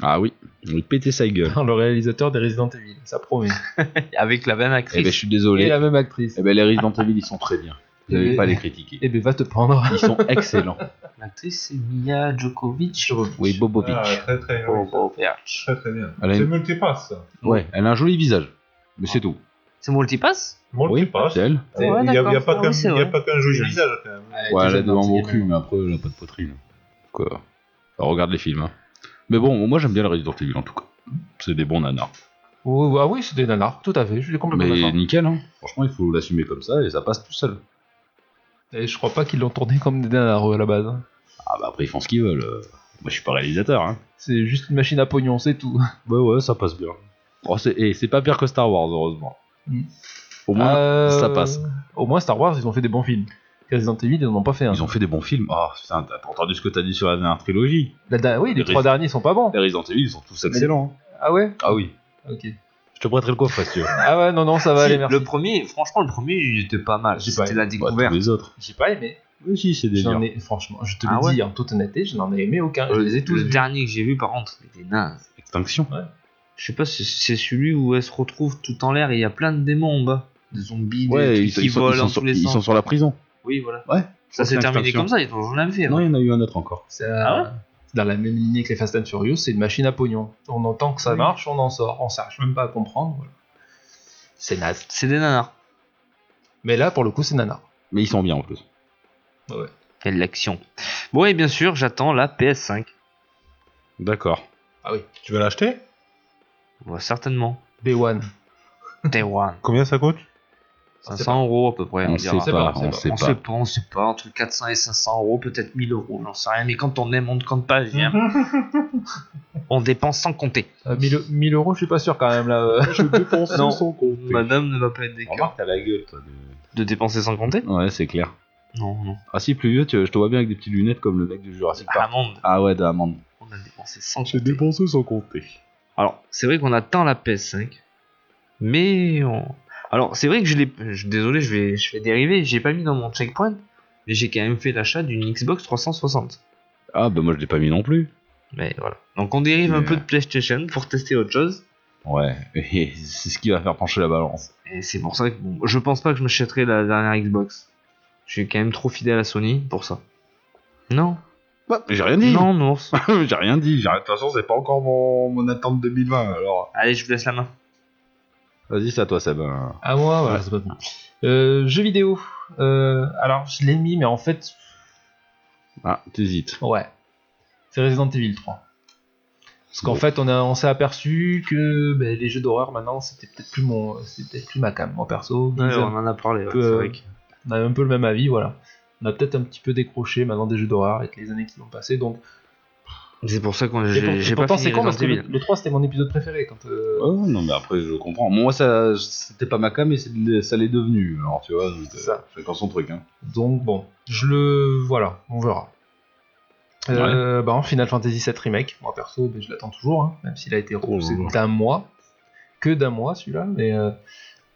Speaker 4: Ah oui, je vais te péter sa gueule.
Speaker 5: Dans Le réalisateur des Resident Evil, ça promet.
Speaker 2: avec la même
Speaker 4: Eh ben,
Speaker 2: actrice.
Speaker 4: je suis
Speaker 5: Et
Speaker 4: désolé.
Speaker 5: la même actrice.
Speaker 4: Eh ben, les Resident Evil, ils sont très bien. Vous n'allez pas à les critiquer.
Speaker 5: Eh ben, va te prendre.
Speaker 4: Ils sont excellents.
Speaker 2: L'actrice c'est Mia Djokovic.
Speaker 4: Oui, Bobovic.
Speaker 6: Ah, très très,
Speaker 2: Oh,
Speaker 6: oui,
Speaker 2: oh, perche.
Speaker 6: très très bien.
Speaker 4: Elle a
Speaker 6: C'est
Speaker 4: une-
Speaker 6: multipass. ça.
Speaker 4: Ouais, elle a un joli visage. Mais c'est tout.
Speaker 2: C'est Multipass
Speaker 4: Oui,
Speaker 6: Multipass.
Speaker 4: c'est elle.
Speaker 6: Il n'y
Speaker 2: Ouais,
Speaker 6: a, il y a
Speaker 2: d'accord,
Speaker 6: pas
Speaker 2: c'est-
Speaker 6: qu'un
Speaker 2: oui, c'est
Speaker 6: il y a
Speaker 2: vrai.
Speaker 6: pas qu'un joli
Speaker 2: Oui.
Speaker 6: visage quand même.
Speaker 4: Ouais, elle a devant mon
Speaker 5: cul
Speaker 4: cul, mais après, elle a pas de poitrine. Donc, euh, alors, regarde les films. hein. Mais bon, moi j'aime bien le Resident Evil en tout cas. C'est des bons nanars.
Speaker 5: Oui, oui, ah oui, c'est des nanars, tout à fait, je suis complètement
Speaker 4: Mais
Speaker 5: d'accord.
Speaker 4: nickel, hein. Franchement, il faut l'assumer comme ça et ça passe tout seul.
Speaker 5: Et je crois pas qu'ils l'ont tourné comme des nanars eux, à la base. hein.
Speaker 4: Ah bah après, ils font ce qu'ils veulent. euh. Moi, je suis pas réalisateur, hein.
Speaker 5: C'est juste une machine à pognon, c'est tout.
Speaker 4: Ouais, Bah, ouais, ça passe bien. Oh, c'est... Et c'est pas pire que Star Wars, heureusement.
Speaker 5: Mm.
Speaker 4: Au moins,
Speaker 5: Euh,
Speaker 4: ça passe.
Speaker 5: Au moins, Star Wars, ils ont fait des bons films. Resident Evil, ils en ont pas fait un.
Speaker 4: ils ont fait des bons films. Ah, putain, t'as t'as entendu ce que t'as dit sur la dernière trilogie
Speaker 5: La- la- oui, les
Speaker 4: Les
Speaker 5: trois
Speaker 4: Resident-
Speaker 5: derniers sont pas bons.
Speaker 4: Les Resident Evil, ils sont tous excellents. hein.
Speaker 5: Ah ouais
Speaker 4: Ah oui.
Speaker 5: Ok.
Speaker 4: Je te prêterai le coffre, si tu veux.
Speaker 5: Ah ouais, non, non, ça va aller, merci.
Speaker 2: Le premier, franchement, le premier, il était pas mal.
Speaker 5: J'ai pas
Speaker 2: C'était la
Speaker 4: Bah,
Speaker 2: découverte.
Speaker 4: tous les autres.
Speaker 5: J'ai pas aimé.
Speaker 4: Oui, si, c'est des
Speaker 5: J'en ai, franchement, je te le
Speaker 2: Ah ouais
Speaker 5: dis en toute honnêteté, je n'en ai aimé aucun. je
Speaker 2: Euh,
Speaker 5: les ai tous
Speaker 2: le
Speaker 5: vus.
Speaker 2: dernier que j'ai vu, par contre, il était naze.
Speaker 4: Extinction.
Speaker 2: Je sais pas si c'est celui où elle se retrouve tout en l'air et il y a plein de démons en bas. Des zombies,
Speaker 4: Ouais,
Speaker 2: des
Speaker 4: ils,
Speaker 2: trucs qui
Speaker 4: ils sont,
Speaker 2: volent
Speaker 4: ils sont
Speaker 2: en
Speaker 4: sur,
Speaker 2: tous les
Speaker 4: ils
Speaker 2: sens.
Speaker 4: sont sur la prison.
Speaker 2: Oui, voilà.
Speaker 4: Ouais.
Speaker 2: Ça s'est
Speaker 4: Aucune
Speaker 2: terminé
Speaker 4: extinction.
Speaker 2: comme ça, ils ont jamais fait.
Speaker 4: Non, il y en a eu un autre encore.
Speaker 5: C'est euh, c'est dans la même lignée que les Fast and Furious, c'est une machine à pognon. On entend que ça marche, on en sort. On s'arrache même pas à comprendre. voilà. C'est naze.
Speaker 2: C'est des nanars.
Speaker 5: Mais là, pour le coup, c'est nana.
Speaker 4: Mais ils sont bien en plus.
Speaker 2: Quelle l'action. Bon, et bien sûr, j'attends la PS5.
Speaker 4: D'accord.
Speaker 6: Tu vas l'acheter
Speaker 2: Ouais, certainement.
Speaker 5: B1.
Speaker 2: Day One.
Speaker 6: Combien ça coûte
Speaker 2: 500 euros à peu près.
Speaker 4: On
Speaker 2: dira.
Speaker 4: sait
Speaker 5: sait
Speaker 4: pas,
Speaker 5: pas, on
Speaker 4: on
Speaker 5: sait
Speaker 4: sait
Speaker 2: On sait
Speaker 4: pas.
Speaker 2: pas, on sait pas, entre 400 et 500 euros, peut-être 1000 euros, j'en sais rien, mais quand on aime, on ne compte pas, je viens. on dépense sans compter.
Speaker 5: Euh, 1000, 1000 euros, je suis pas sûr quand même là. euh.
Speaker 12: Je dépense
Speaker 2: Non.
Speaker 12: sans compte.
Speaker 2: Madame ne va pas être d'accord.
Speaker 4: t'as la gueule, toi.
Speaker 2: De dépenser sans compter
Speaker 4: Ouais, c'est clair.
Speaker 2: Non, non.
Speaker 4: Ah si, plus vieux, tu- je te vois bien avec des petites lunettes comme le mec du Jurassic
Speaker 2: À
Speaker 4: Park.
Speaker 2: Amande,
Speaker 4: Ah ouais, d'amande.
Speaker 2: on a dépensé sans
Speaker 12: J'ai
Speaker 2: compter.
Speaker 12: dépensé sans compter.
Speaker 2: Alors, c'est vrai qu'on attend la PS5, mais on... Alors, c'est vrai que je l'ai... je- Désolé, je vais, je vais dériver, j'ai pas mis dans mon checkpoint, mais j'ai quand même fait l'achat d'une Xbox 360.
Speaker 4: Ah bah moi je l'ai pas mis non plus.
Speaker 2: Mais voilà. Donc on dérive un
Speaker 4: Mais-
Speaker 2: peu de PlayStation pour tester autre chose.
Speaker 4: Ouais, et c'est ce qui va faire pencher la balance.
Speaker 2: Et c'est pour ça que bon, je pense pas que je m'achèterai la dernière Xbox. Je suis quand même trop fidèle à Sony pour ça. Non,
Speaker 4: Bah, j'ai rien dit
Speaker 2: non, non.
Speaker 4: J'ai rien dit, j'ai- de toute façon c'est pas encore mon, mon attente 2020, alors...
Speaker 2: Allez, je vous laisse la main.
Speaker 4: Vas-y, c'est à toi Seb. hein.
Speaker 5: À moi, voilà, c'est pas bon. Euh, jeux vidéo. Euh, alors, je l'ai mis, mais en fait,
Speaker 4: Ah, t'hésites.
Speaker 5: ouais. C'est Resident Evil 3. Parce qu'en fait, on, a- on s'est aperçu que ben, les jeux d'horreur maintenant, c'était peut-être plus mon, c'était peut-être plus ma cam, moi perso.
Speaker 2: Ouais,
Speaker 5: Disons,
Speaker 2: on en a parlé. ouais,
Speaker 5: peu,
Speaker 2: c'est
Speaker 5: euh,
Speaker 2: vrai que-
Speaker 5: on a un peu le même avis, voilà. On a peut-être un petit peu décroché maintenant des jeux d'horreur avec les années qui ont passé, donc.
Speaker 2: C'est pour ça que
Speaker 5: Et pour-
Speaker 2: j'ai
Speaker 5: et
Speaker 2: j'ai pas
Speaker 5: pourtant,
Speaker 2: fini
Speaker 5: c'est con parce que
Speaker 2: Resident
Speaker 5: le,
Speaker 2: Evil.
Speaker 5: le 3 c'était mon épisode préféré quand. euh,
Speaker 4: Ouais, non mais après je comprends. Moi ça c'était pas ma cam mais c'est- ça l'est devenu, alors tu vois, donc, euh,
Speaker 5: Ça.
Speaker 4: chacun son truc. Hein.
Speaker 5: Donc bon, je le. Voilà, on verra. Euh, bah, en Final Fantasy VII Remake, moi perso, ben, je l'attends toujours, hein, même s'il a été repoussé
Speaker 2: Oh là là.
Speaker 5: d'un mois. Que d'un mois celui-là, mais euh,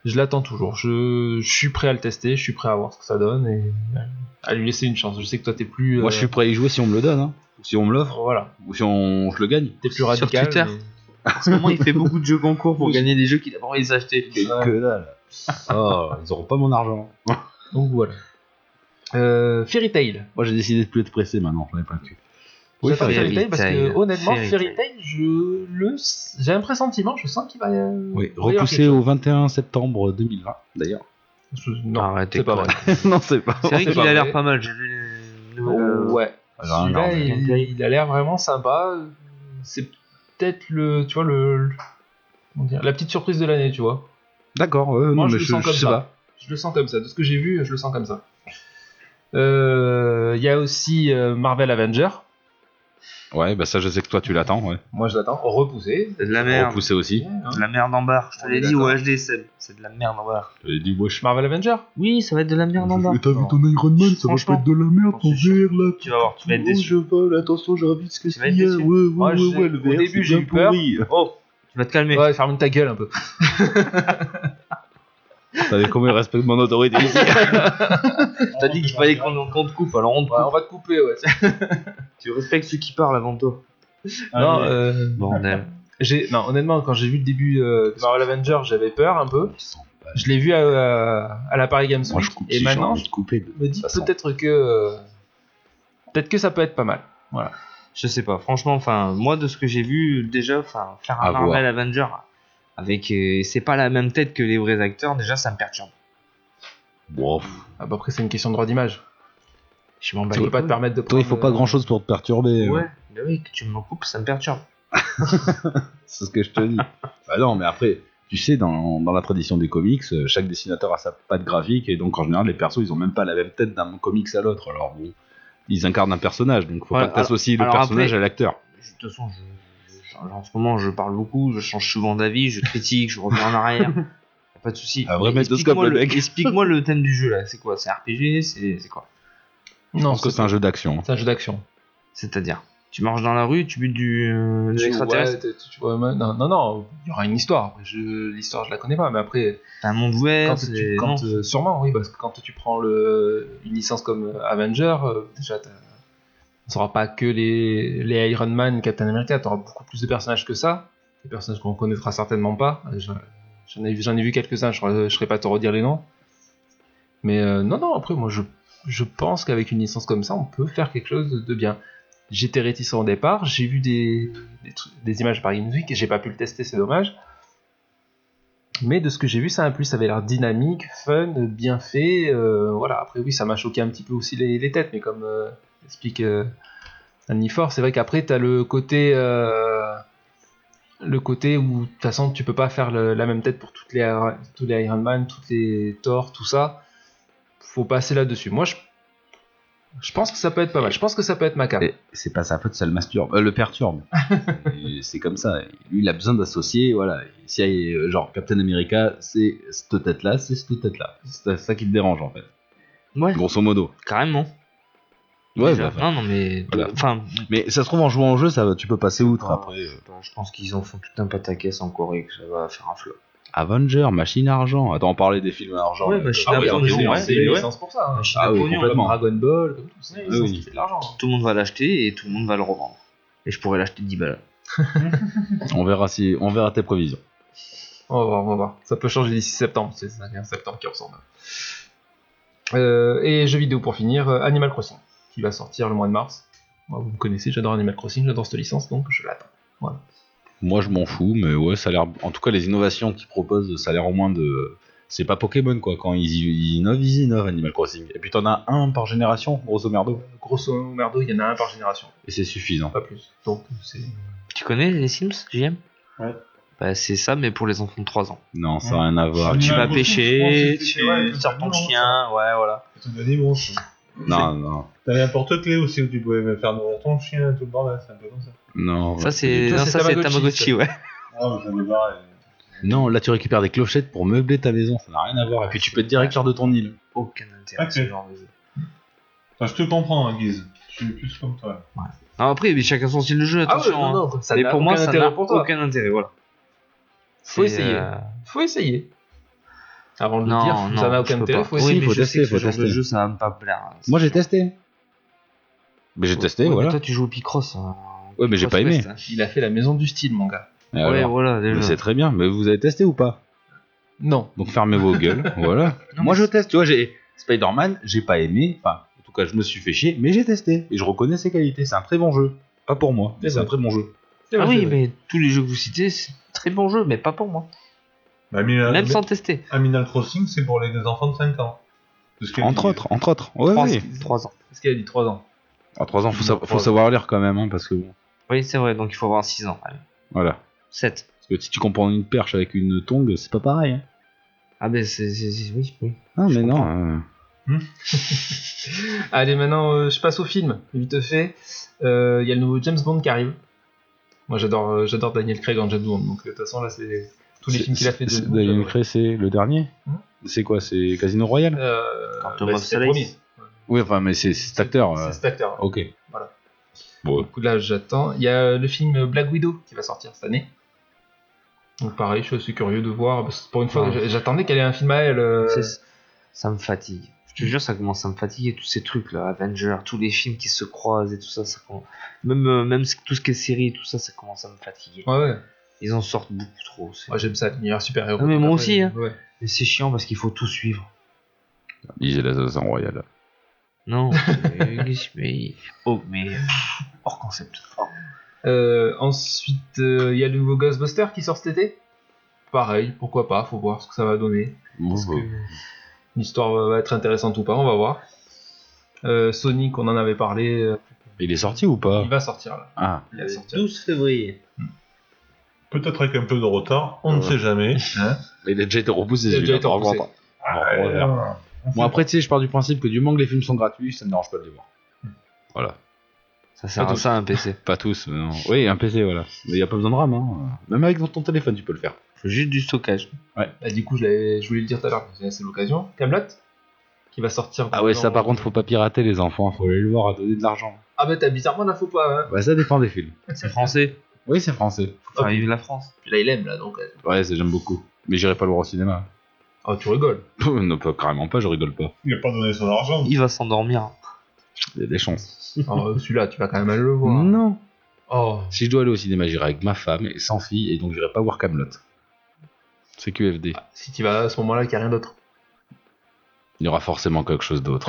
Speaker 5: je l'attends toujours. Je, je suis prêt à le tester, je suis prêt à voir ce que ça donne et euh, à lui laisser une chance. Je sais que toi t'es plus.
Speaker 4: Moi
Speaker 5: euh,
Speaker 4: je suis prêt à y jouer si on me le donne, hein. Ou si on me l'offre,
Speaker 5: Voilà,
Speaker 4: ou si on je le gagne.
Speaker 5: t'es plus
Speaker 2: Sur
Speaker 5: radical.
Speaker 2: Twitter.
Speaker 5: mais-
Speaker 2: En ce moment, il fait beaucoup de jeux concours pour gagner des jeux qu'il a pas envie d'acheter.
Speaker 4: Que dalle. Oh, ils auront pas mon argent.
Speaker 5: Donc voilà. Euh, Fairy Tail.
Speaker 4: Moi j'ai décidé de plus être pressé maintenant, j'en ai plein le cul.
Speaker 5: Oui,
Speaker 2: Fairy
Speaker 5: Fairy Tail
Speaker 2: Tail,
Speaker 5: parce que honnêtement,
Speaker 2: Fairy
Speaker 5: Fairy Tail, je le, j'ai un pressentiment, je sens qu'il va. euh,
Speaker 4: Oui,
Speaker 5: va y avoir quelque
Speaker 4: repoussé au 21 septembre 2020 d'ailleurs.
Speaker 5: chose. Non,
Speaker 2: Arrêtez,
Speaker 5: c'est pas
Speaker 2: quoi.
Speaker 5: vrai.
Speaker 4: non, c'est pas.
Speaker 2: C'est vrai
Speaker 5: C'est
Speaker 2: qu'il
Speaker 5: pas
Speaker 2: a l'air
Speaker 5: vrai.
Speaker 2: pas mal. J'ai vu les- les-
Speaker 5: Oh, ouais.
Speaker 4: Alors,
Speaker 5: Celui-là,
Speaker 4: non, mais-
Speaker 5: il, il a l'air vraiment sympa. C'est peut-être le, tu vois le, le- comment dire, la petite surprise de l'année, tu vois.
Speaker 4: D'accord, euh,
Speaker 5: Moi,
Speaker 4: non,
Speaker 5: je
Speaker 4: mais
Speaker 5: le
Speaker 4: je,
Speaker 5: sens
Speaker 4: je
Speaker 5: comme
Speaker 4: sais
Speaker 5: ça.
Speaker 4: pas.
Speaker 5: Je le sens comme ça. De ce que j'ai vu, je le sens comme ça. Euh, Il y a aussi euh, Marvel Avenger.
Speaker 4: Ouais, bah ça, je sais que toi, tu l'attends, ouais.
Speaker 5: Moi, je l'attends repoussé.
Speaker 2: C'est de la merde.
Speaker 4: Repoussé aussi.
Speaker 5: Hein.
Speaker 2: De la merde en barre. Je te
Speaker 5: On
Speaker 2: l'ai
Speaker 5: est
Speaker 2: dit au
Speaker 5: Oh, d'accord.
Speaker 2: HD, Seb. C'est de la merde en barre.
Speaker 4: J'avais dit, wesh.
Speaker 5: Marvel Avenger.
Speaker 2: Oui, ça va être de la merde en barre.
Speaker 12: Et t'as vu
Speaker 5: Non.
Speaker 12: ton Iron Man, ça va
Speaker 2: Franchement,
Speaker 12: pas être de la merde ton
Speaker 2: je suis
Speaker 12: VR là.
Speaker 2: Tu vas voir, tu vas être
Speaker 12: Oh,
Speaker 2: déçu.
Speaker 12: je vole, attention, j'ai envie de ce que
Speaker 2: Tu vas
Speaker 12: c'est.
Speaker 2: être
Speaker 12: Ouais,
Speaker 2: déçu.
Speaker 12: ouais,
Speaker 5: Moi,
Speaker 12: ouais,
Speaker 5: je-
Speaker 12: ouais, le
Speaker 5: au
Speaker 12: VR,
Speaker 5: début,
Speaker 12: c'est
Speaker 5: j'ai
Speaker 12: bien
Speaker 5: eu peur.
Speaker 12: pourri.
Speaker 2: Oh, tu vas te calmer.
Speaker 5: Ouais, ferme ta gueule un peu.
Speaker 4: T'avais comment il respecte mon autorité ici
Speaker 2: T'as dit qu'il fallait qu'on qu'on te coupe, alors on te
Speaker 5: Ouais,
Speaker 2: coupe.
Speaker 5: on va te couper. Ouais.
Speaker 2: Tu respectes ceux qui parlent avant toi.
Speaker 5: non,
Speaker 6: Allez.
Speaker 5: euh,
Speaker 2: Bordel.
Speaker 5: j'ai- non, honnêtement, quand j'ai vu le début euh, de Marvel Avenger, j'avais peur un peu. Je l'ai vu à, à- à la Paris Games
Speaker 4: Moi,
Speaker 5: Week,
Speaker 4: je coupe
Speaker 5: et
Speaker 4: si j'ai
Speaker 5: maintenant,
Speaker 4: envie de couper. de
Speaker 5: je me dis
Speaker 4: toute façon.
Speaker 5: peut-être que, euh, peut-être que ça peut être pas mal.
Speaker 2: Je sais pas, franchement, enfin, moi de ce que j'ai vu déjà, enfin, faire
Speaker 4: À
Speaker 2: un
Speaker 4: Ah, voir.
Speaker 2: Marvel Avenger avec, euh, c'est pas la même tête que les vrais acteurs, déjà ça me perturbe.
Speaker 4: Bon, pff,
Speaker 5: Ah bah après, c'est une question de droit d'image.
Speaker 2: Je
Speaker 4: Bah,
Speaker 2: m'en bats
Speaker 5: Tu
Speaker 2: les
Speaker 5: peux pas te
Speaker 2: couilles.
Speaker 5: permettre de
Speaker 13: Toi,
Speaker 5: prendre.
Speaker 13: il faut pas
Speaker 5: euh,
Speaker 13: grand chose pour te perturber.
Speaker 4: euh,
Speaker 2: Ouais, mais oui, que tu me coupes, ça me perturbe.
Speaker 4: c'est ce que je te dis. bah non, mais après, tu sais, dans, dans la tradition des comics, euh, chaque dessinateur a sa patte graphique, et donc en général, les persos, ils ont même pas la même tête d'un comics à l'autre. Alors bon, ils incarnent un personnage, donc faut
Speaker 2: Ouais,
Speaker 4: pas que t'associes le
Speaker 2: alors après-
Speaker 4: personnage à l'acteur.
Speaker 2: De toute façon, je- je- en ce moment, je parle beaucoup, je change souvent d'avis, je critique, je reviens en arrière. Y a Pas de soucis.
Speaker 4: Un vrai
Speaker 2: Mais
Speaker 4: maître de
Speaker 2: explique-moi
Speaker 4: scope, le
Speaker 2: le-
Speaker 4: mec.
Speaker 2: Explique-moi le thème du jeu là, c'est quoi C'est RPG C'est c'est quoi
Speaker 4: Je
Speaker 5: Non,
Speaker 4: pense que
Speaker 5: c'est
Speaker 4: c'est un jeu d'action.
Speaker 5: c'est un jeu d'action.
Speaker 2: C'est-à-dire, tu marches dans la rue, tu butes du, euh, des
Speaker 5: Tu-
Speaker 2: extraterrestres,
Speaker 5: ouais, t'es- tu- tu vois, mais- non, non, non, il y aura une histoire. Après, je- L'histoire, je la connais pas, mais après,
Speaker 2: t'as un monde
Speaker 5: quand
Speaker 2: ouvert,
Speaker 5: tu-
Speaker 2: c'est-
Speaker 5: quand,
Speaker 2: non.
Speaker 5: euh, sûrement, oui, parce que quand tu prends le, une licence comme euh, Avenger, euh, déjà, t'as- on saura pas que les, les Iron Man, Captain America, t'auras beaucoup plus de personnages que ça, des personnages qu'on connaîtra certainement pas. Euh, j'en- J'en ai, vu- j'en ai vu quelques-uns, je ne serais pas à te redire les noms. Mais euh, non, non, après, moi, je, je pense qu'avec une licence comme ça, on peut faire quelque chose de- de bien. J'étais réticent au départ, j'ai vu des, des, trucs- des images par Games Week et j'ai pas pu le tester, c'est dommage. Mais de ce que j'ai vu, ça a plus, ça avait l'air dynamique, fun, bien fait. euh, voilà, après oui, ça m'a choqué un petit peu aussi les, les têtes, mais comme euh, explique euh, Anifor, c'est vrai qu'après t'as le côté, euh, le côté où de toute façon tu peux pas faire le- la même tête pour toutes les Iron- tous les Iron Man, toutes les Thor, tout ça. Faut passer là-dessus. Moi, je, je pense que ça peut être pas mal. Je pense que ça peut être ma carte.
Speaker 4: Et C'est pas sa faute, ça le masturbe, euh, le perturbe. Et c'est comme ça. Lui, il a besoin d'associer, voilà. Si euh, genre Captain America, c'est cette tête-là, c'est cette tête-là. C'est ça qui te dérange en fait.
Speaker 2: Ouais,
Speaker 4: Grosso modo.
Speaker 2: carrément.
Speaker 4: Ouais,
Speaker 2: Déjà.
Speaker 4: bah,
Speaker 2: non, non, mais.
Speaker 4: Voilà.
Speaker 2: Enfin,
Speaker 4: mais ça se trouve en jouant au jeu, ça, va- tu peux passer outre
Speaker 2: Ah,
Speaker 4: après.
Speaker 2: je sais pas, je pense qu'ils en font tout un pataquès en Corée que ça va faire un flop.
Speaker 4: Avenger, Machine à Argent. Attends, on parlait des films à argent.
Speaker 2: Ouais,
Speaker 4: euh,
Speaker 2: Machine
Speaker 4: ah
Speaker 2: à
Speaker 4: oui,
Speaker 2: Argent,
Speaker 4: ok,
Speaker 2: ils ont
Speaker 4: ouais,
Speaker 2: lancé
Speaker 4: ouais.
Speaker 5: licence pour ça. hein.
Speaker 4: Ah oui,
Speaker 2: Pognon,
Speaker 4: complètement.
Speaker 5: Dragon Ball, comme tout ça,
Speaker 4: Oui,
Speaker 5: ça
Speaker 4: oui.
Speaker 5: fait de l'argent. hein.
Speaker 2: Tout le monde va l'acheter et tout le monde va le revendre. Et je pourrais l'acheter 10 balles.
Speaker 4: On verra si, on verra tes prévisions.
Speaker 5: On va voir, on va voir. Ça peut changer d'ici septembre, c'est ça, il y a un septembre qui ressemble. Euh, et jeux vidéo pour finir, euh, Animal Crossing, qui va sortir le mois de mars. Moi, vous me connaissez, j'adore Animal Crossing, j'adore cette licence, donc je l'attends.
Speaker 4: Moi, je m'en fous, mais ouais, ça a l'air. En tout cas, les innovations qu'ils proposent, ça a l'air au moins de. C'est pas Pokémon, quoi. Quand ils, ils innovent, ils innovent Animal Crossing. Et puis, t'en as un par génération, grosso merdo.
Speaker 5: Grosso merdo, il y en a un par génération,
Speaker 4: Et c'est suffisant.
Speaker 5: pas plus. Donc c'est
Speaker 2: Tu connais les Sims, JM
Speaker 6: Ouais.
Speaker 2: Bah, c'est ça, mais pour les enfants de 3 ans.
Speaker 4: Non, ça n'a rien à voir.
Speaker 6: Ouais.
Speaker 2: Tu
Speaker 6: Ouais,
Speaker 2: vas
Speaker 6: moi aussi, je
Speaker 2: pêcher,
Speaker 6: pense que c'était- ouais,
Speaker 2: tu sors ton
Speaker 6: non, ça.
Speaker 2: chien, ouais, voilà.
Speaker 6: C'est un animal, ça.
Speaker 4: Non, non.
Speaker 6: T'avais un porte-clés aussi où tu pouvais me faire nourrir ton chien, tout le bordel, c'est un peu comme ça.
Speaker 4: Non,
Speaker 2: Ça, c'est
Speaker 5: Ça,
Speaker 2: non,
Speaker 5: c'est
Speaker 2: ça, c'est
Speaker 5: Tamagotchi,
Speaker 2: Tamagotchi, ouais.
Speaker 6: Ah, mais ça me barre.
Speaker 4: non, là, tu récupères des clochettes pour meubler ta maison. Ça n'a rien à voir. Et puis, tu peux être directeur de ton île.
Speaker 2: Aucun intérêt,
Speaker 6: Ok.
Speaker 2: ce genre de jeu.
Speaker 6: Enfin, je te comprends, hein, Guise. Je suis plus comme toi.
Speaker 2: Non, après, mais chacun son style de
Speaker 5: Ah
Speaker 2: jeu, attention. hein.
Speaker 5: ça
Speaker 2: mais
Speaker 5: n'a
Speaker 2: pour moi,
Speaker 5: aucun
Speaker 2: ça
Speaker 5: intérêt
Speaker 2: n'a
Speaker 5: pour toi.
Speaker 2: aucun intérêt, voilà.
Speaker 5: Faut
Speaker 2: C'est,
Speaker 5: essayer.
Speaker 2: euh,
Speaker 5: Faut essayer. Avant de
Speaker 2: Non,
Speaker 5: le dire,
Speaker 2: non,
Speaker 5: ça n'a
Speaker 2: je
Speaker 5: aucun
Speaker 2: peux
Speaker 5: intérêt,
Speaker 2: pas.
Speaker 5: faut
Speaker 2: Oui,
Speaker 5: essayer.
Speaker 2: mais
Speaker 4: Faut
Speaker 2: je sais que
Speaker 4: tester,
Speaker 2: ce
Speaker 4: faut
Speaker 2: genre de
Speaker 4: tester.
Speaker 2: jeu, ça va me pas me plaire. hein.
Speaker 4: Moi, j'ai
Speaker 2: C'est sûr.
Speaker 4: testé. Mais j'ai testé,
Speaker 2: Ouais, mais
Speaker 4: voilà.
Speaker 2: Toi, tu joues au Picross. hein.
Speaker 4: Ouais, mais j'ai
Speaker 2: Picross
Speaker 4: pas aimé.
Speaker 2: West, hein.
Speaker 5: Il a fait la maison du style, mon gars.
Speaker 4: Et
Speaker 2: Ouais,
Speaker 4: alors
Speaker 2: voilà, déjà.
Speaker 4: Mais c'est très bien. Mais vous avez testé ou pas
Speaker 5: Non,
Speaker 4: Donc fermez vos gueules, voilà. Moi je teste, tu vois, j'ai Spider-Man, j'ai pas aimé, enfin, en tout cas je me suis fait chier, mais j'ai testé et je reconnais ses qualités. C'est un très bon jeu, pas pour moi, mais
Speaker 5: C'est
Speaker 4: c'est un
Speaker 5: vrai.
Speaker 4: très bon jeu.
Speaker 2: Ah oui, mais tous les jeux que vous citez, c'est très bon jeu, mais pas pour moi.
Speaker 6: Bah, Mina-
Speaker 2: Même sans tester.
Speaker 6: Aminal Crossing, c'est pour les enfants de 5 ans. Parce que-
Speaker 5: Euh,
Speaker 4: Entre autres, entre autres. Ouais,
Speaker 2: 3,
Speaker 4: Ah oui.
Speaker 2: ans.
Speaker 5: parce qu'il a dit 3 ans.
Speaker 4: À 3 ans, faut, sa- faut savoir lire quand même, hein, parce que bon,
Speaker 2: Oui, c'est vrai, donc il faut avoir 6 ans.
Speaker 4: voilà.
Speaker 2: 7.
Speaker 4: Parce que si tu comprends une perche avec une tongue, c'est pas pareil. Hein.
Speaker 2: Ah ben, c'est... c'est- c'est- oui, oui.
Speaker 4: Ah, mais non. euh,
Speaker 5: Allez, maintenant, euh, je passe au film, vite fait. Euh, Il y a le nouveau James Bond qui arrive. Moi, j'adore euh, j'adore Daniel Craig en James Bond, donc euh, de toute façon, là, c'est tous les
Speaker 4: c'est-
Speaker 5: films qu'il a fait de
Speaker 4: c'est-
Speaker 5: Bond,
Speaker 4: Daniel
Speaker 5: j'adore.
Speaker 4: Craig, c'est le dernier
Speaker 5: Hein
Speaker 4: C'est quoi C'est Casino Royale
Speaker 5: Euh,
Speaker 2: Quantum
Speaker 5: bah,
Speaker 2: of
Speaker 5: c'était le
Speaker 2: Solace.
Speaker 5: premier.
Speaker 4: Oui, enfin, mais c'est c'est cet acteur. euh,
Speaker 5: C'est cet acteur.
Speaker 4: Ok.
Speaker 5: Voilà.
Speaker 4: Bon,
Speaker 5: Du coup, là, j'attends. Il y a le film Black Widow qui va sortir cette année. Donc, pareil, je suis curieux de voir. parce que Pour une fois,
Speaker 2: Ouais.
Speaker 5: j'attendais qu'elle ait un film à elle. euh,
Speaker 2: C'est- Ça me fatigue. Je te jure, ça commence à me fatiguer, tous ces trucs-là. Avengers, tous les films qui se croisent et tout ça. ça commence- même, euh, même ce- tout ce qui est série et tout ça, ça commence à me fatiguer.
Speaker 5: Ouais, ouais.
Speaker 2: Ils en sortent beaucoup trop. c'est-
Speaker 5: Moi, j'aime ça, l'univers super-héros.
Speaker 2: Ah, mais moi aussi, hein.
Speaker 5: Ouais.
Speaker 2: Mais c'est chiant parce qu'il faut tout suivre.
Speaker 4: Lige et l'Assassin Royal.
Speaker 2: Non. mais qu'est-ce que- mais- Oh, mais. pff, Hors concept.
Speaker 5: Euh, ensuite, euh, il y a le nouveau Ghostbuster qui sort cet été. Pareil, pourquoi pas, faut voir ce que ça va donner. Est-ce que L'histoire va- va être intéressante ou pas, on va voir. Euh, Sonic, on en avait parlé, euh,
Speaker 4: Il est sorti ou pas
Speaker 5: il va sortir là.
Speaker 4: Ah,
Speaker 5: Il va sortir.
Speaker 2: 12 février.
Speaker 6: Peut-être avec un peu de retard, on ne
Speaker 4: Ouais.
Speaker 6: sait jamais.
Speaker 4: il a déjà été repoussé.
Speaker 5: Il a déjà
Speaker 4: celui-là,
Speaker 5: été
Speaker 4: par
Speaker 5: repoussé.
Speaker 4: contre.
Speaker 6: Ah,
Speaker 4: Bon, on va faire.
Speaker 6: Euh,
Speaker 4: Bon, après, tu sais, je pars du principe que du moment que les films sont gratuits, ça ne me dérange pas de les voir. Voilà.
Speaker 2: Ça sert
Speaker 4: Pas
Speaker 2: à
Speaker 4: tous.
Speaker 2: ça un PC.
Speaker 4: Pas tous, mais non. Oui, un PC, voilà. Mais il n'y a pas besoin de RAM, hein. Même avec ton téléphone, tu peux le faire.
Speaker 2: Faut juste du stockage.
Speaker 5: Bah, du coup, je, l'avais- je voulais le dire tout à l'heure, parce que c'est l'occasion. Camelot, qui va sortir.
Speaker 4: Ah ouais,
Speaker 5: dans-
Speaker 4: ça par contre, faut pas pirater les enfants, faut aller le voir à donner de l'argent.
Speaker 5: Ah bah, t'as bizarrement la faut pas. Hein.
Speaker 4: Bah, ça dépend des films.
Speaker 2: C'est français.
Speaker 4: Oui, c'est français.
Speaker 2: Faut faire vivre la France.
Speaker 5: Puis Là, il aime là, donc. euh,
Speaker 4: Ouais, c'est- j'aime beaucoup. Mais j'irai pas le voir au cinéma. Euh,
Speaker 5: Oh, tu rigoles.
Speaker 4: non, pas, carrément pas, je rigole pas.
Speaker 6: Il n'a pas donné son argent.
Speaker 2: Il va s'endormir.
Speaker 4: Il y a des chances.
Speaker 5: Oh, Celui-là, tu vas quand même aller le voir.
Speaker 4: Non.
Speaker 5: Oh,
Speaker 4: Si je dois aller au cinéma, j'irai avec ma femme et sans fille, et donc j'irai pas voir Camelot. C'est QFD.
Speaker 5: si tu vas à ce moment-là, qu'il n'y a rien d'autre.
Speaker 4: Il y aura forcément quelque chose d'autre.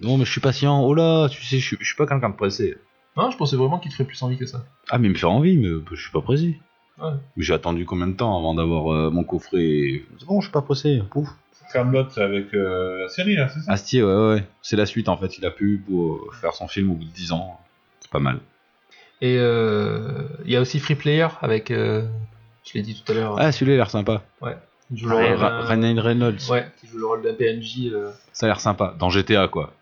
Speaker 4: non, mais je suis patient. Oh là, tu sais, je suis, je suis pas quelqu'un de pressé.
Speaker 5: Non, je pensais vraiment qu'il te ferait plus envie que ça.
Speaker 4: Ah, mais il me fait envie, mais euh, je suis pas pressé.
Speaker 5: Ouais.
Speaker 4: Mais j'ai attendu combien de temps avant d'avoir euh, mon coffret et- C'est bon, je suis pas pressé. Pouf.
Speaker 6: Camelot avec euh, la série, là, c'est ça
Speaker 4: Astier, ouais, ouais. C'est la suite en fait. Il a pu pour euh, faire son film au bout de 10 ans. C'est pas mal.
Speaker 5: Et euh, il y a aussi Free Player avec. euh, je l'ai dit tout à l'heure.
Speaker 4: Ah, celui-là, il a l'air sympa.
Speaker 5: qui joue le
Speaker 4: Ra-
Speaker 5: rôle
Speaker 4: Ra-
Speaker 5: d'un-
Speaker 4: Ryan Reynolds.
Speaker 5: euh, ouais, qui joue le rôle d'un PNJ. euh,
Speaker 4: Ça a l'air sympa. Dans GTA, quoi.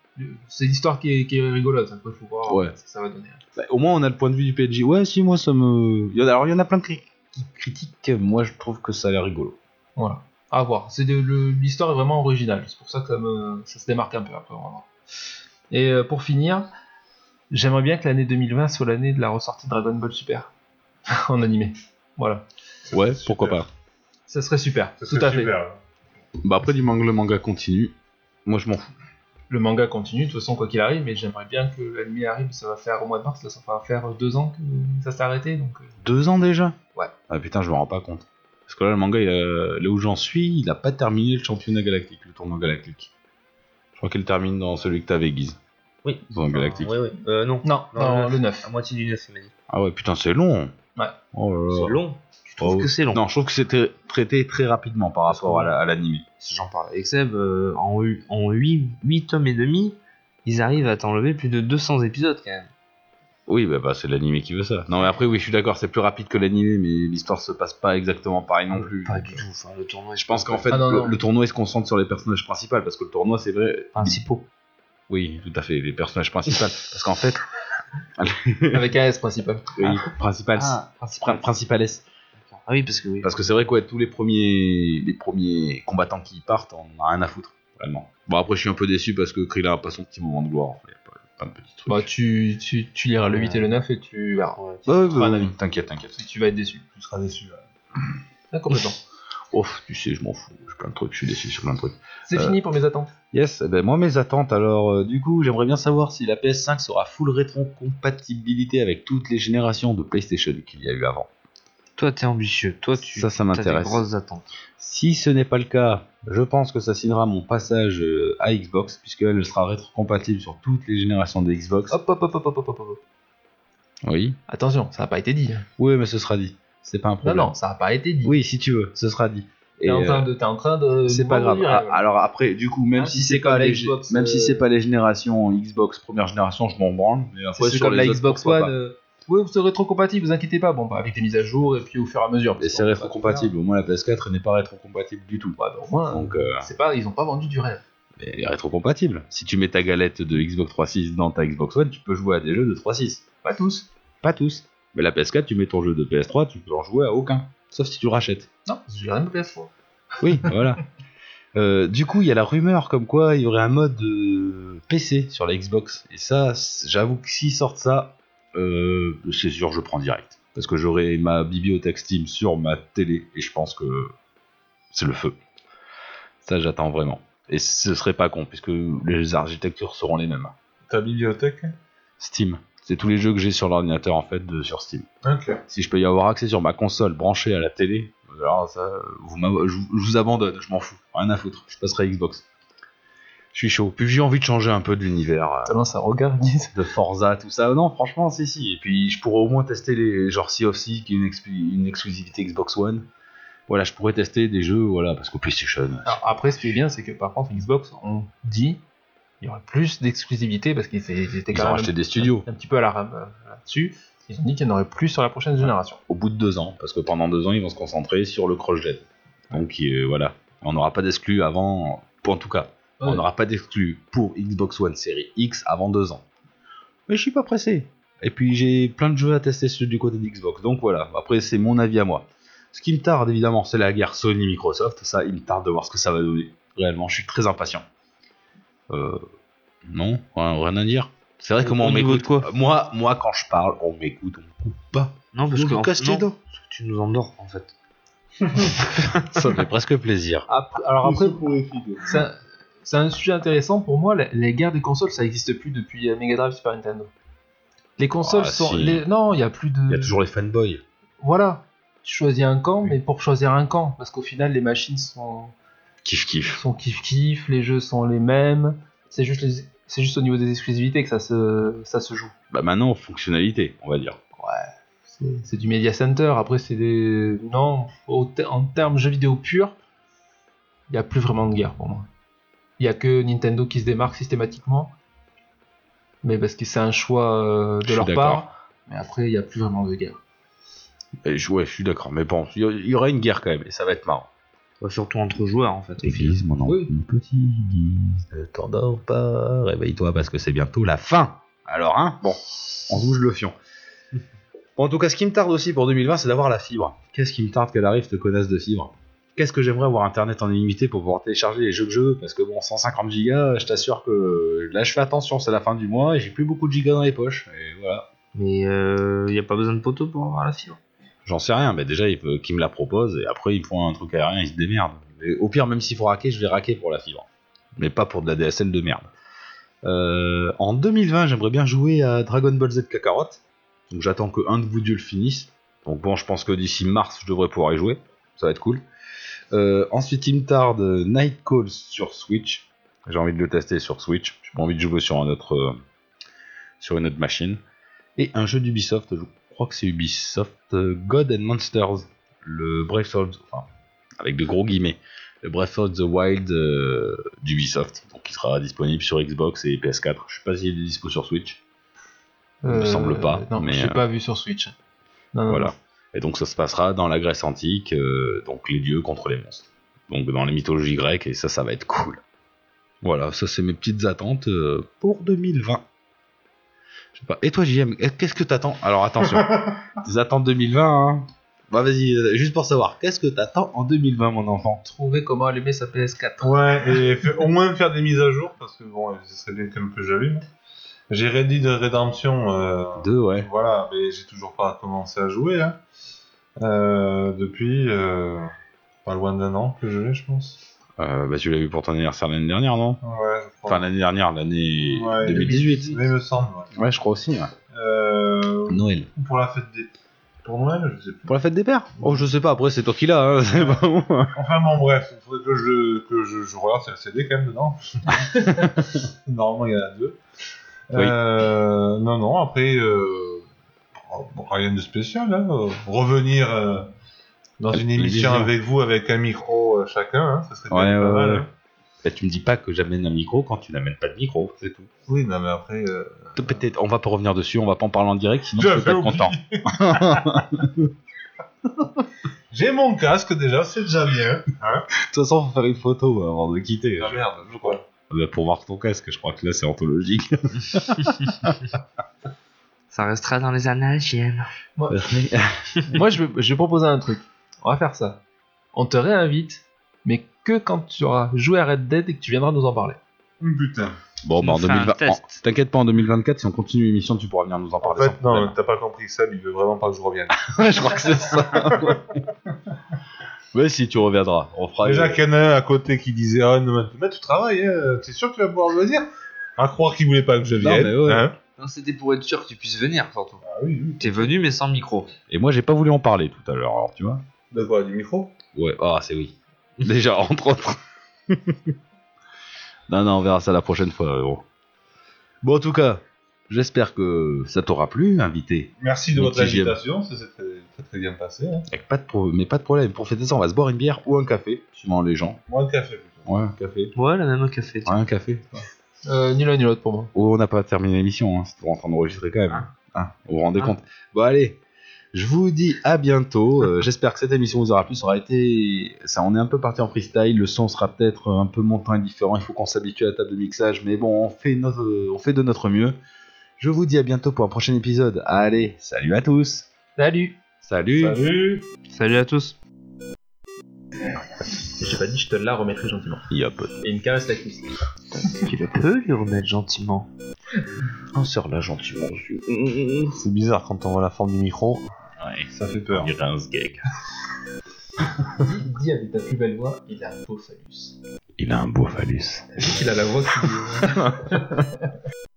Speaker 5: C'est l'histoire qui est, qui est rigolote. Après, faut voir
Speaker 4: Ouais.
Speaker 5: ce que ça va donner.
Speaker 4: Bah, au moins, on a le point de vue du PNJ. Ouais, si, moi, ça me. il y en a- Alors, il y en a plein de cri- qui critiquent. Moi, je trouve que ça a l'air rigolo.
Speaker 5: Voilà. À voir. C'est de- le- l'histoire est vraiment originale. C'est pour ça que ça, me- ça se démarque un peu après. on va voir. Et euh, pour finir, j'aimerais bien que l'année 2020 soit l'année de la ressortie de Dragon Ball Super en animé. Voilà.
Speaker 4: Ouais,
Speaker 6: Super.
Speaker 4: pourquoi pas.
Speaker 5: Ça serait super.
Speaker 6: Ça
Speaker 5: tout
Speaker 6: serait
Speaker 5: à fait.
Speaker 6: super.
Speaker 4: Bah, après, du manga, le manga continue. Moi, je m'en fous.
Speaker 5: Le manga continue, de toute façon, quoi qu'il arrive, mais j'aimerais bien que l'anime arrive. Ça va faire au mois de mars, là, ça va faire euh, deux ans que ça s'est arrêté. Donc, euh,
Speaker 4: Deux ans déjà
Speaker 5: Ouais.
Speaker 4: Ah putain, je me rends pas compte. Parce que là, le manga, il a- là où j'en suis, il a pas terminé le championnat galactique, le tournoi galactique. Je crois qu'il termine dans celui que t'avais, Guise.
Speaker 2: Oui.
Speaker 4: Dans Galactique.
Speaker 2: Oui, oui. Euh, non.
Speaker 5: Non,
Speaker 2: Non,
Speaker 5: non,
Speaker 2: le neuf.
Speaker 5: le
Speaker 2: À
Speaker 5: 9.
Speaker 2: moitié du 9, il m'a dit.
Speaker 4: Ah ouais, putain, c'est long.
Speaker 5: Ouais.
Speaker 4: Oh là là.
Speaker 2: C'est long. Tu
Speaker 4: Ah
Speaker 2: trouves
Speaker 4: ouais.
Speaker 2: que c'est long
Speaker 4: Non, je trouve que c'était traité très rapidement par rapport à la- à l'anime.
Speaker 2: J'en parle avec Seb. euh, en 8, tomes et demi, ils arrivent à t'enlever plus de 200 épisodes quand même.
Speaker 4: Oui, bah, bah, c'est l'anime qui veut ça. Non, mais après, oui, je suis d'accord, c'est plus rapide que l'anime, mais l'histoire se passe pas exactement pareil non plus.
Speaker 2: Pas du tout. Enfin, le tournoi,
Speaker 4: Je pense qu'en fait,
Speaker 5: Ah, non,
Speaker 4: le,
Speaker 5: non.
Speaker 4: le tournoi il se concentre sur les personnages principaux, parce que le tournoi, c'est vrai.
Speaker 2: principaux.
Speaker 4: Oui, tout à fait, les personnages principaux. parce qu'en fait,
Speaker 5: Avec AS principal.
Speaker 4: Oui, principal.
Speaker 2: principal.
Speaker 4: Prin- Principales.
Speaker 2: Ah oui, parce que oui.
Speaker 4: Parce que c'est vrai que ouais, tous les premiers, les premiers combattants qui partent, on en a rien à foutre, vraiment. Bon, après, je suis un peu déçu parce que Krillin a pas son petit moment de gloire. Il y a pas- pas de petit truc.
Speaker 5: Bah, tu, tu, tu liras le 8 et le 9 et tu verras.
Speaker 2: Ouais.
Speaker 4: Ouais, ouais, ouais, t'inquiète, t'inquiète.
Speaker 5: Tu vas être déçu.
Speaker 6: Tu seras déçu. là.
Speaker 5: Ah, complètement.
Speaker 4: Ouf, tu sais, je m'en fous. J'ai plein de trucs, je suis déçu sur plein de trucs.
Speaker 5: C'est
Speaker 4: Euh,
Speaker 5: fini pour mes attentes.
Speaker 4: Yes, eh ben moi, mes attentes, alors, euh, du coup, j'aimerais bien savoir si la PS5 sera full rétro-compatibilité avec toutes les générations de PlayStation qu'il y a eu avant.
Speaker 2: Toi, t'es ambitieux. Toi, tu.
Speaker 4: Ça, ça
Speaker 2: t'as des
Speaker 4: m'intéresse.
Speaker 2: grosses attentes.
Speaker 4: Si ce n'est pas le cas, je pense que ça signera mon passage euh, à Xbox, puisqu'elle sera rétrocompatible sur toutes les générations de Xbox.
Speaker 5: Hop, hop, hop, hop, hop, hop, hop, hop.
Speaker 4: Oui.
Speaker 5: Attention, ça n'a pas été dit.
Speaker 4: Oui, mais ce sera dit. C'est pas un
Speaker 5: Non,
Speaker 4: hein. problème.
Speaker 5: non, ça n'a pas été dit.
Speaker 4: Oui, si tu veux, ce sera dit.
Speaker 5: T'es
Speaker 4: Et,
Speaker 5: en train
Speaker 4: euh,
Speaker 5: de. t'es en train de
Speaker 4: c'est pas grave. Ah,
Speaker 5: euh,
Speaker 4: Alors après, du coup, même
Speaker 5: Hein,
Speaker 4: si c'est pas,
Speaker 5: la
Speaker 4: les,
Speaker 5: Xbox,
Speaker 4: même si c'est
Speaker 5: euh,
Speaker 4: pas les générations Xbox première génération, je m'en branle. Mais après,
Speaker 5: c'est
Speaker 4: sur
Speaker 5: comme
Speaker 4: les
Speaker 5: la
Speaker 4: autres,
Speaker 5: Xbox
Speaker 4: pourquoi
Speaker 5: One.
Speaker 4: pas.
Speaker 5: euh, Ouais, vous serez trop compatible, vous inquiétez pas. Bon, bah, avec des mises à jour et puis au fur et à mesure.
Speaker 4: Et c'est rétrocompatible. Au moins, la PS4 elle n'est pas rétrocompatible du tout.
Speaker 5: Ouais, bah, au moins,
Speaker 4: Donc, euh,
Speaker 5: c'est pas, ils ont pas vendu du rêve.
Speaker 4: mais elle est rétrocompatible. Si tu mets ta galette de Xbox 3.6 dans ta Xbox One, tu peux jouer à des jeux de 3.6.
Speaker 5: Pas tous.
Speaker 4: Pas tous. Mais la PS4, tu mets ton jeu de PS3, tu peux en jouer à aucun. Sauf si tu le rachètes.
Speaker 5: Non, j'ai rien de PS4.
Speaker 4: Oui, voilà. Euh, du coup, il y a la rumeur comme quoi il y aurait un mode euh, PC sur la Xbox. Et ça, c- j'avoue que s'ils sortent ça, euh, c'est sûr, je prends direct. Parce que j'aurai ma bibliothèque Steam sur ma télé et je pense que c'est le feu. Ça, j'attends vraiment. Et ce serait pas con, puisque les architectures seront les mêmes.
Speaker 6: Ta bibliothèque
Speaker 4: Steam, c'est tous les jeux que j'ai sur l'ordinateur en fait de, sur Steam.
Speaker 6: Ok.
Speaker 4: Si je peux y avoir accès sur ma console branchée à la télé, Alors ça, vous m'av- je, vous- je vous abandonne, je m'en fous. Rien à foutre, je passerai à Xbox. Je suis chaud. Puis j'ai envie de changer un peu de l'univers. euh,
Speaker 5: Tellement ça regarde. Guise.
Speaker 4: de Forza, tout ça. Non, franchement, si, si. Et puis, je pourrais au moins tester les genre Sea of Sea, qui est une, ex- une exclusivité Xbox One. Voilà, je pourrais tester des jeux, voilà, parce qu'au PlayStation.
Speaker 5: Alors, après, ce qui est bien, c'est que par contre, Xbox, on dit il y aurait plus d'exclusivité parce qu'ils étaient- ils étaient
Speaker 4: Ils
Speaker 5: quand
Speaker 4: ont
Speaker 5: même
Speaker 4: racheté des studios
Speaker 5: un petit peu à la rame euh, là-dessus. Ils ont dit qu'il n'y en aurait plus sur la prochaine génération.
Speaker 4: au bout de deux ans, parce que pendant deux ans, ils vont se concentrer sur le cross-gen. Donc euh, voilà, on n'aura pas d'exclus avant, pour en tout cas, on
Speaker 5: Ouais.
Speaker 4: n'aura pas d'exclus pour Xbox One série X avant deux ans. Mais je suis pas pressé. Et puis j'ai plein de jeux à tester sur- du côté d'Xbox. Donc voilà, après c'est mon avis à moi. Ce qui me tarde évidemment, c'est la guerre Sony-Microsoft. Ça, il me tarde de voir ce que ça va donner. Réellement, je suis très impatient. Euh, non, rien rien à dire. C'est vrai que moi,
Speaker 2: Au
Speaker 4: on
Speaker 2: niveau
Speaker 4: m'écoute.
Speaker 2: de quoi
Speaker 4: Moi, moi, quand je parle, on m'écoute, on me coupe pas.
Speaker 2: Non, parce
Speaker 4: On
Speaker 2: que
Speaker 4: me
Speaker 2: en-
Speaker 4: casse les
Speaker 2: non,
Speaker 4: dents.
Speaker 2: parce que tu nous endors en fait.
Speaker 4: Ça me fait presque plaisir.
Speaker 5: Après- alors après, c'est un, c'est un sujet intéressant pour moi. Les, les guerres des consoles, ça n'existe plus depuis euh, Mega Drive Super Nintendo. Les consoles
Speaker 4: Ah,
Speaker 5: sont.
Speaker 4: si.
Speaker 5: les- non, il n'y a plus de.
Speaker 4: Il y a toujours les fanboys.
Speaker 5: Voilà. Tu choisis un camp, mais pour choisir un camp, parce qu'au final, les machines sont,
Speaker 4: Kiff kiff.
Speaker 5: sont kiff-kiff, les jeux sont les mêmes. C'est juste, les- c'est juste au niveau des exclusivités que ça se, ça se joue.
Speaker 4: Bah maintenant, fonctionnalité, on va dire.
Speaker 5: C'est c'est du Media Center. Après, c'est des. Non, au te- en termes jeux vidéo purs, il n'y a plus vraiment de guerre pour moi. Il n'y a que Nintendo qui se démarque systématiquement. Mais parce que c'est un choix
Speaker 4: Je
Speaker 5: euh, de
Speaker 4: suis
Speaker 5: leur
Speaker 4: d'accord.
Speaker 5: part. Mais après, il n'y a plus vraiment de guerre.
Speaker 4: Et je- ouais, je suis d'accord, mais bon, il y a- il y, aura une guerre quand même, et ça va être marrant.
Speaker 2: Ouais, surtout entre joueurs en fait.
Speaker 4: mon
Speaker 5: Oui.
Speaker 4: petit Guise, ne t'endors pas, réveille-toi parce que c'est bientôt la fin. Alors, hein, bon, on se bouge le fion. Bon, en tout cas, ce qui me tarde aussi pour 2020, c'est d'avoir la fibre. Qu'est-ce qui me tarde qu'elle arrive, te connasse de fibre Qu'est-ce que j'aimerais avoir internet en illimité pour pouvoir télécharger les jeux que je veux Parce que bon, 150 gigas, je t'assure que là, je fais attention, c'est la fin du mois et j'ai plus beaucoup de gigas dans les poches. Et voilà.
Speaker 2: Mais il n'y a pas besoin de poteau pour avoir la fibre.
Speaker 4: J'en sais rien, mais déjà, il peut- qu'ils me la proposent et après, ils me font un truc aérien, ils se démerdent. Et au pire, même s'il faut raquer, je vais raquer pour la fibre. Mais pas pour de la DSL de merde. Euh, en 2020, j'aimerais bien jouer à Dragon Ball Z Kakarot. Donc j'attends que un de vous deux le finisse. Donc bon, je pense que d'ici mars, je devrais pouvoir y jouer. Ça va être cool. Euh, ensuite, il me tarde euh, Night Calls sur Switch. J'ai envie de le tester sur Switch. J'ai pas envie de jouer sur un autre, euh, sur une autre machine. Et un jeu d'Ubisoft, je crois que c'est Ubisoft, euh, God and Monsters, le Breath of, enfin, avec de gros guillemets, le Breath of the Wild euh, d'Ubisoft, donc qui sera disponible sur Xbox et PS4. Je sais pas s'il est dispo sur Switch. me semble pas,
Speaker 5: Non,
Speaker 4: mais,
Speaker 5: je l'ai
Speaker 4: euh,
Speaker 5: pas vu sur Switch. Non, non,
Speaker 4: Voilà. Et donc ça se passera dans la Grèce antique, euh, donc les dieux contre les monstres. Donc dans les mythologies grecques, et ça, ça va être cool. Voilà, ça c'est mes petites attentes euh, pour 2020. Je sais pas. Et toi, JM, qu'est-ce que t'attends Alors attention, tes attentes 2020, hein Bah vas-y, euh, juste pour savoir, qu'est-ce que t'attends en 2020, mon enfant
Speaker 5: trouver comment allumer sa PS4.
Speaker 6: Ouais, et fa- au moins faire des mises à jour, parce que bon, ce serait bien quand même que j'allume. J'ai Red Dead Redemption, euh,
Speaker 4: Deux, ouais.
Speaker 6: voilà, mais j'ai toujours pas commencé à jouer, hein. Euh, depuis euh, pas loin d'un an que je l'ai, je pense.
Speaker 4: Euh, bah tu l'as vu pour ton anniversaire l'année dernière, non
Speaker 6: Ouais, je crois.
Speaker 4: Enfin l'année dernière, l'année
Speaker 6: Ouais,
Speaker 4: 2018.
Speaker 6: Mais il me semble, ouais.
Speaker 4: Ouais, je crois aussi. ouais.
Speaker 6: Euh,
Speaker 4: Noël.
Speaker 6: pour la fête des. Pour Noël, je sais plus.
Speaker 4: Pour la fête des pères Oh, je sais pas, après c'est toi qui l'as, hein, c'est pas moi.
Speaker 6: Enfin bon, bref, il faudrait que je, que je, je regarde, c'est un CD quand même dedans. Normalement, il y en a deux.
Speaker 4: Oui.
Speaker 6: Euh, non, non, après, euh, bon, rien de spécial. hein, euh, Revenir euh, dans
Speaker 4: Avec
Speaker 6: une émission
Speaker 4: plaisir.
Speaker 6: avec vous, avec un micro euh, chacun, hein, ça serait quand
Speaker 4: Ouais,
Speaker 6: même
Speaker 4: ouais,
Speaker 6: pas mal.
Speaker 4: ouais.
Speaker 6: hein.
Speaker 4: Bah, tu me dis pas que j'amène un micro quand tu n'amènes pas de micro, c'est tout.
Speaker 6: Oui, non, mais après. euh,
Speaker 4: Tout Peut-être, on va pas revenir dessus, on va pas en parler en direct, sinon je
Speaker 6: J'avais
Speaker 4: peux pas être content.
Speaker 6: J'ai mon casque déjà, c'est déjà bien. hein.
Speaker 4: De toute façon, faut faire une photo euh, avant de quitter.
Speaker 6: Ah merde, je crois.
Speaker 4: Bah, pour voir ton casque, je crois que là c'est anthologique.
Speaker 2: Ça restera dans les annales, JM.
Speaker 5: Moi, je vais, je vais proposer un truc. On va faire ça. On te réinvite, mais que quand tu auras joué à Red Dead et que tu viendras nous en parler.
Speaker 6: Oh, Putain.
Speaker 4: bon,
Speaker 2: Tu
Speaker 4: bah en
Speaker 2: nous feras un
Speaker 4: 2020.
Speaker 2: test.
Speaker 4: en- T'inquiète pas, en 2024, si on continue l'émission, tu pourras venir nous en
Speaker 6: En
Speaker 4: parler.
Speaker 6: fait,
Speaker 4: sans
Speaker 6: non,
Speaker 4: problème.
Speaker 6: t'as pas compris, Sam, il veut vraiment pas que je revienne.
Speaker 4: Ouais, je crois que c'est ça. Mais si tu reviendras, on fera.
Speaker 6: Déjà qu'il y en a un à côté qui disait Ah non, mais tu travailles, hein, t'es sûr que tu vas pouvoir choisir À croire qu'il voulait pas que je
Speaker 4: Non,
Speaker 6: vienne.
Speaker 4: mais ouais.
Speaker 6: hein.
Speaker 2: Non, c'était pour être sûr que tu puisses venir surtout.
Speaker 6: Ah oui, oui.
Speaker 2: T'es venu mais sans micro.
Speaker 4: Et moi, j'ai pas voulu en parler tout à l'heure, alors tu vois.
Speaker 6: De quoi Du micro
Speaker 4: Ouais, ah, c'est oui. Déjà, entre autres. non, non, on verra ça la prochaine fois. euh, Bon, bon en tout cas, j'espère que ça t'aura plu, invité.
Speaker 6: Merci de
Speaker 4: Mais
Speaker 6: votre
Speaker 4: qui j'aime.
Speaker 6: invitation, ça s'est très, très, très bien passé. hein.
Speaker 4: Avec pas de pro- Mais pas de problème, pour fêter ça, on va se boire une bière ou un café, suivant les gens.
Speaker 6: Moi, le café plutôt.
Speaker 4: Ouais, un café.
Speaker 2: Ouais, la même au café.
Speaker 4: Ouais, un café.
Speaker 5: Euh, ni l'un ni l'autre pour moi.
Speaker 4: Oh, on n'a pas terminé l'émission, hein. c'était en train d'enregistrer quand même. hein. Hein, vous vous rendez
Speaker 2: Hein.
Speaker 4: compte Bon, allez, je vous dis à bientôt. Euh, J'espère que cette émission vous aura plu. Ça aura été. Ça, on est un peu parti en freestyle. Le son sera peut-être un peu montant et différent. Il faut qu'on s'habitue à la table de mixage. Mais bon, on fait, notre... on fait de notre mieux. Je vous dis à bientôt pour un prochain épisode. Allez, salut à tous
Speaker 2: Salut
Speaker 4: Salut,
Speaker 6: Salut
Speaker 2: Salut à tous
Speaker 13: Je t'ai pas dit, je te la remettrai gentiment.
Speaker 4: Yop.
Speaker 13: Et il me caresse la cuisse.
Speaker 2: Tu peux lui remettre gentiment.
Speaker 4: On sort là gentiment.
Speaker 10: C'est bizarre quand on voit la forme du micro.
Speaker 4: Ouais,
Speaker 6: Ça fait peur.
Speaker 4: il y a un sgeg.
Speaker 13: Dis, dis avec ta plus belle voix, il a un beau phallus.
Speaker 4: Il a un beau phallus.
Speaker 13: Il a la voix qui.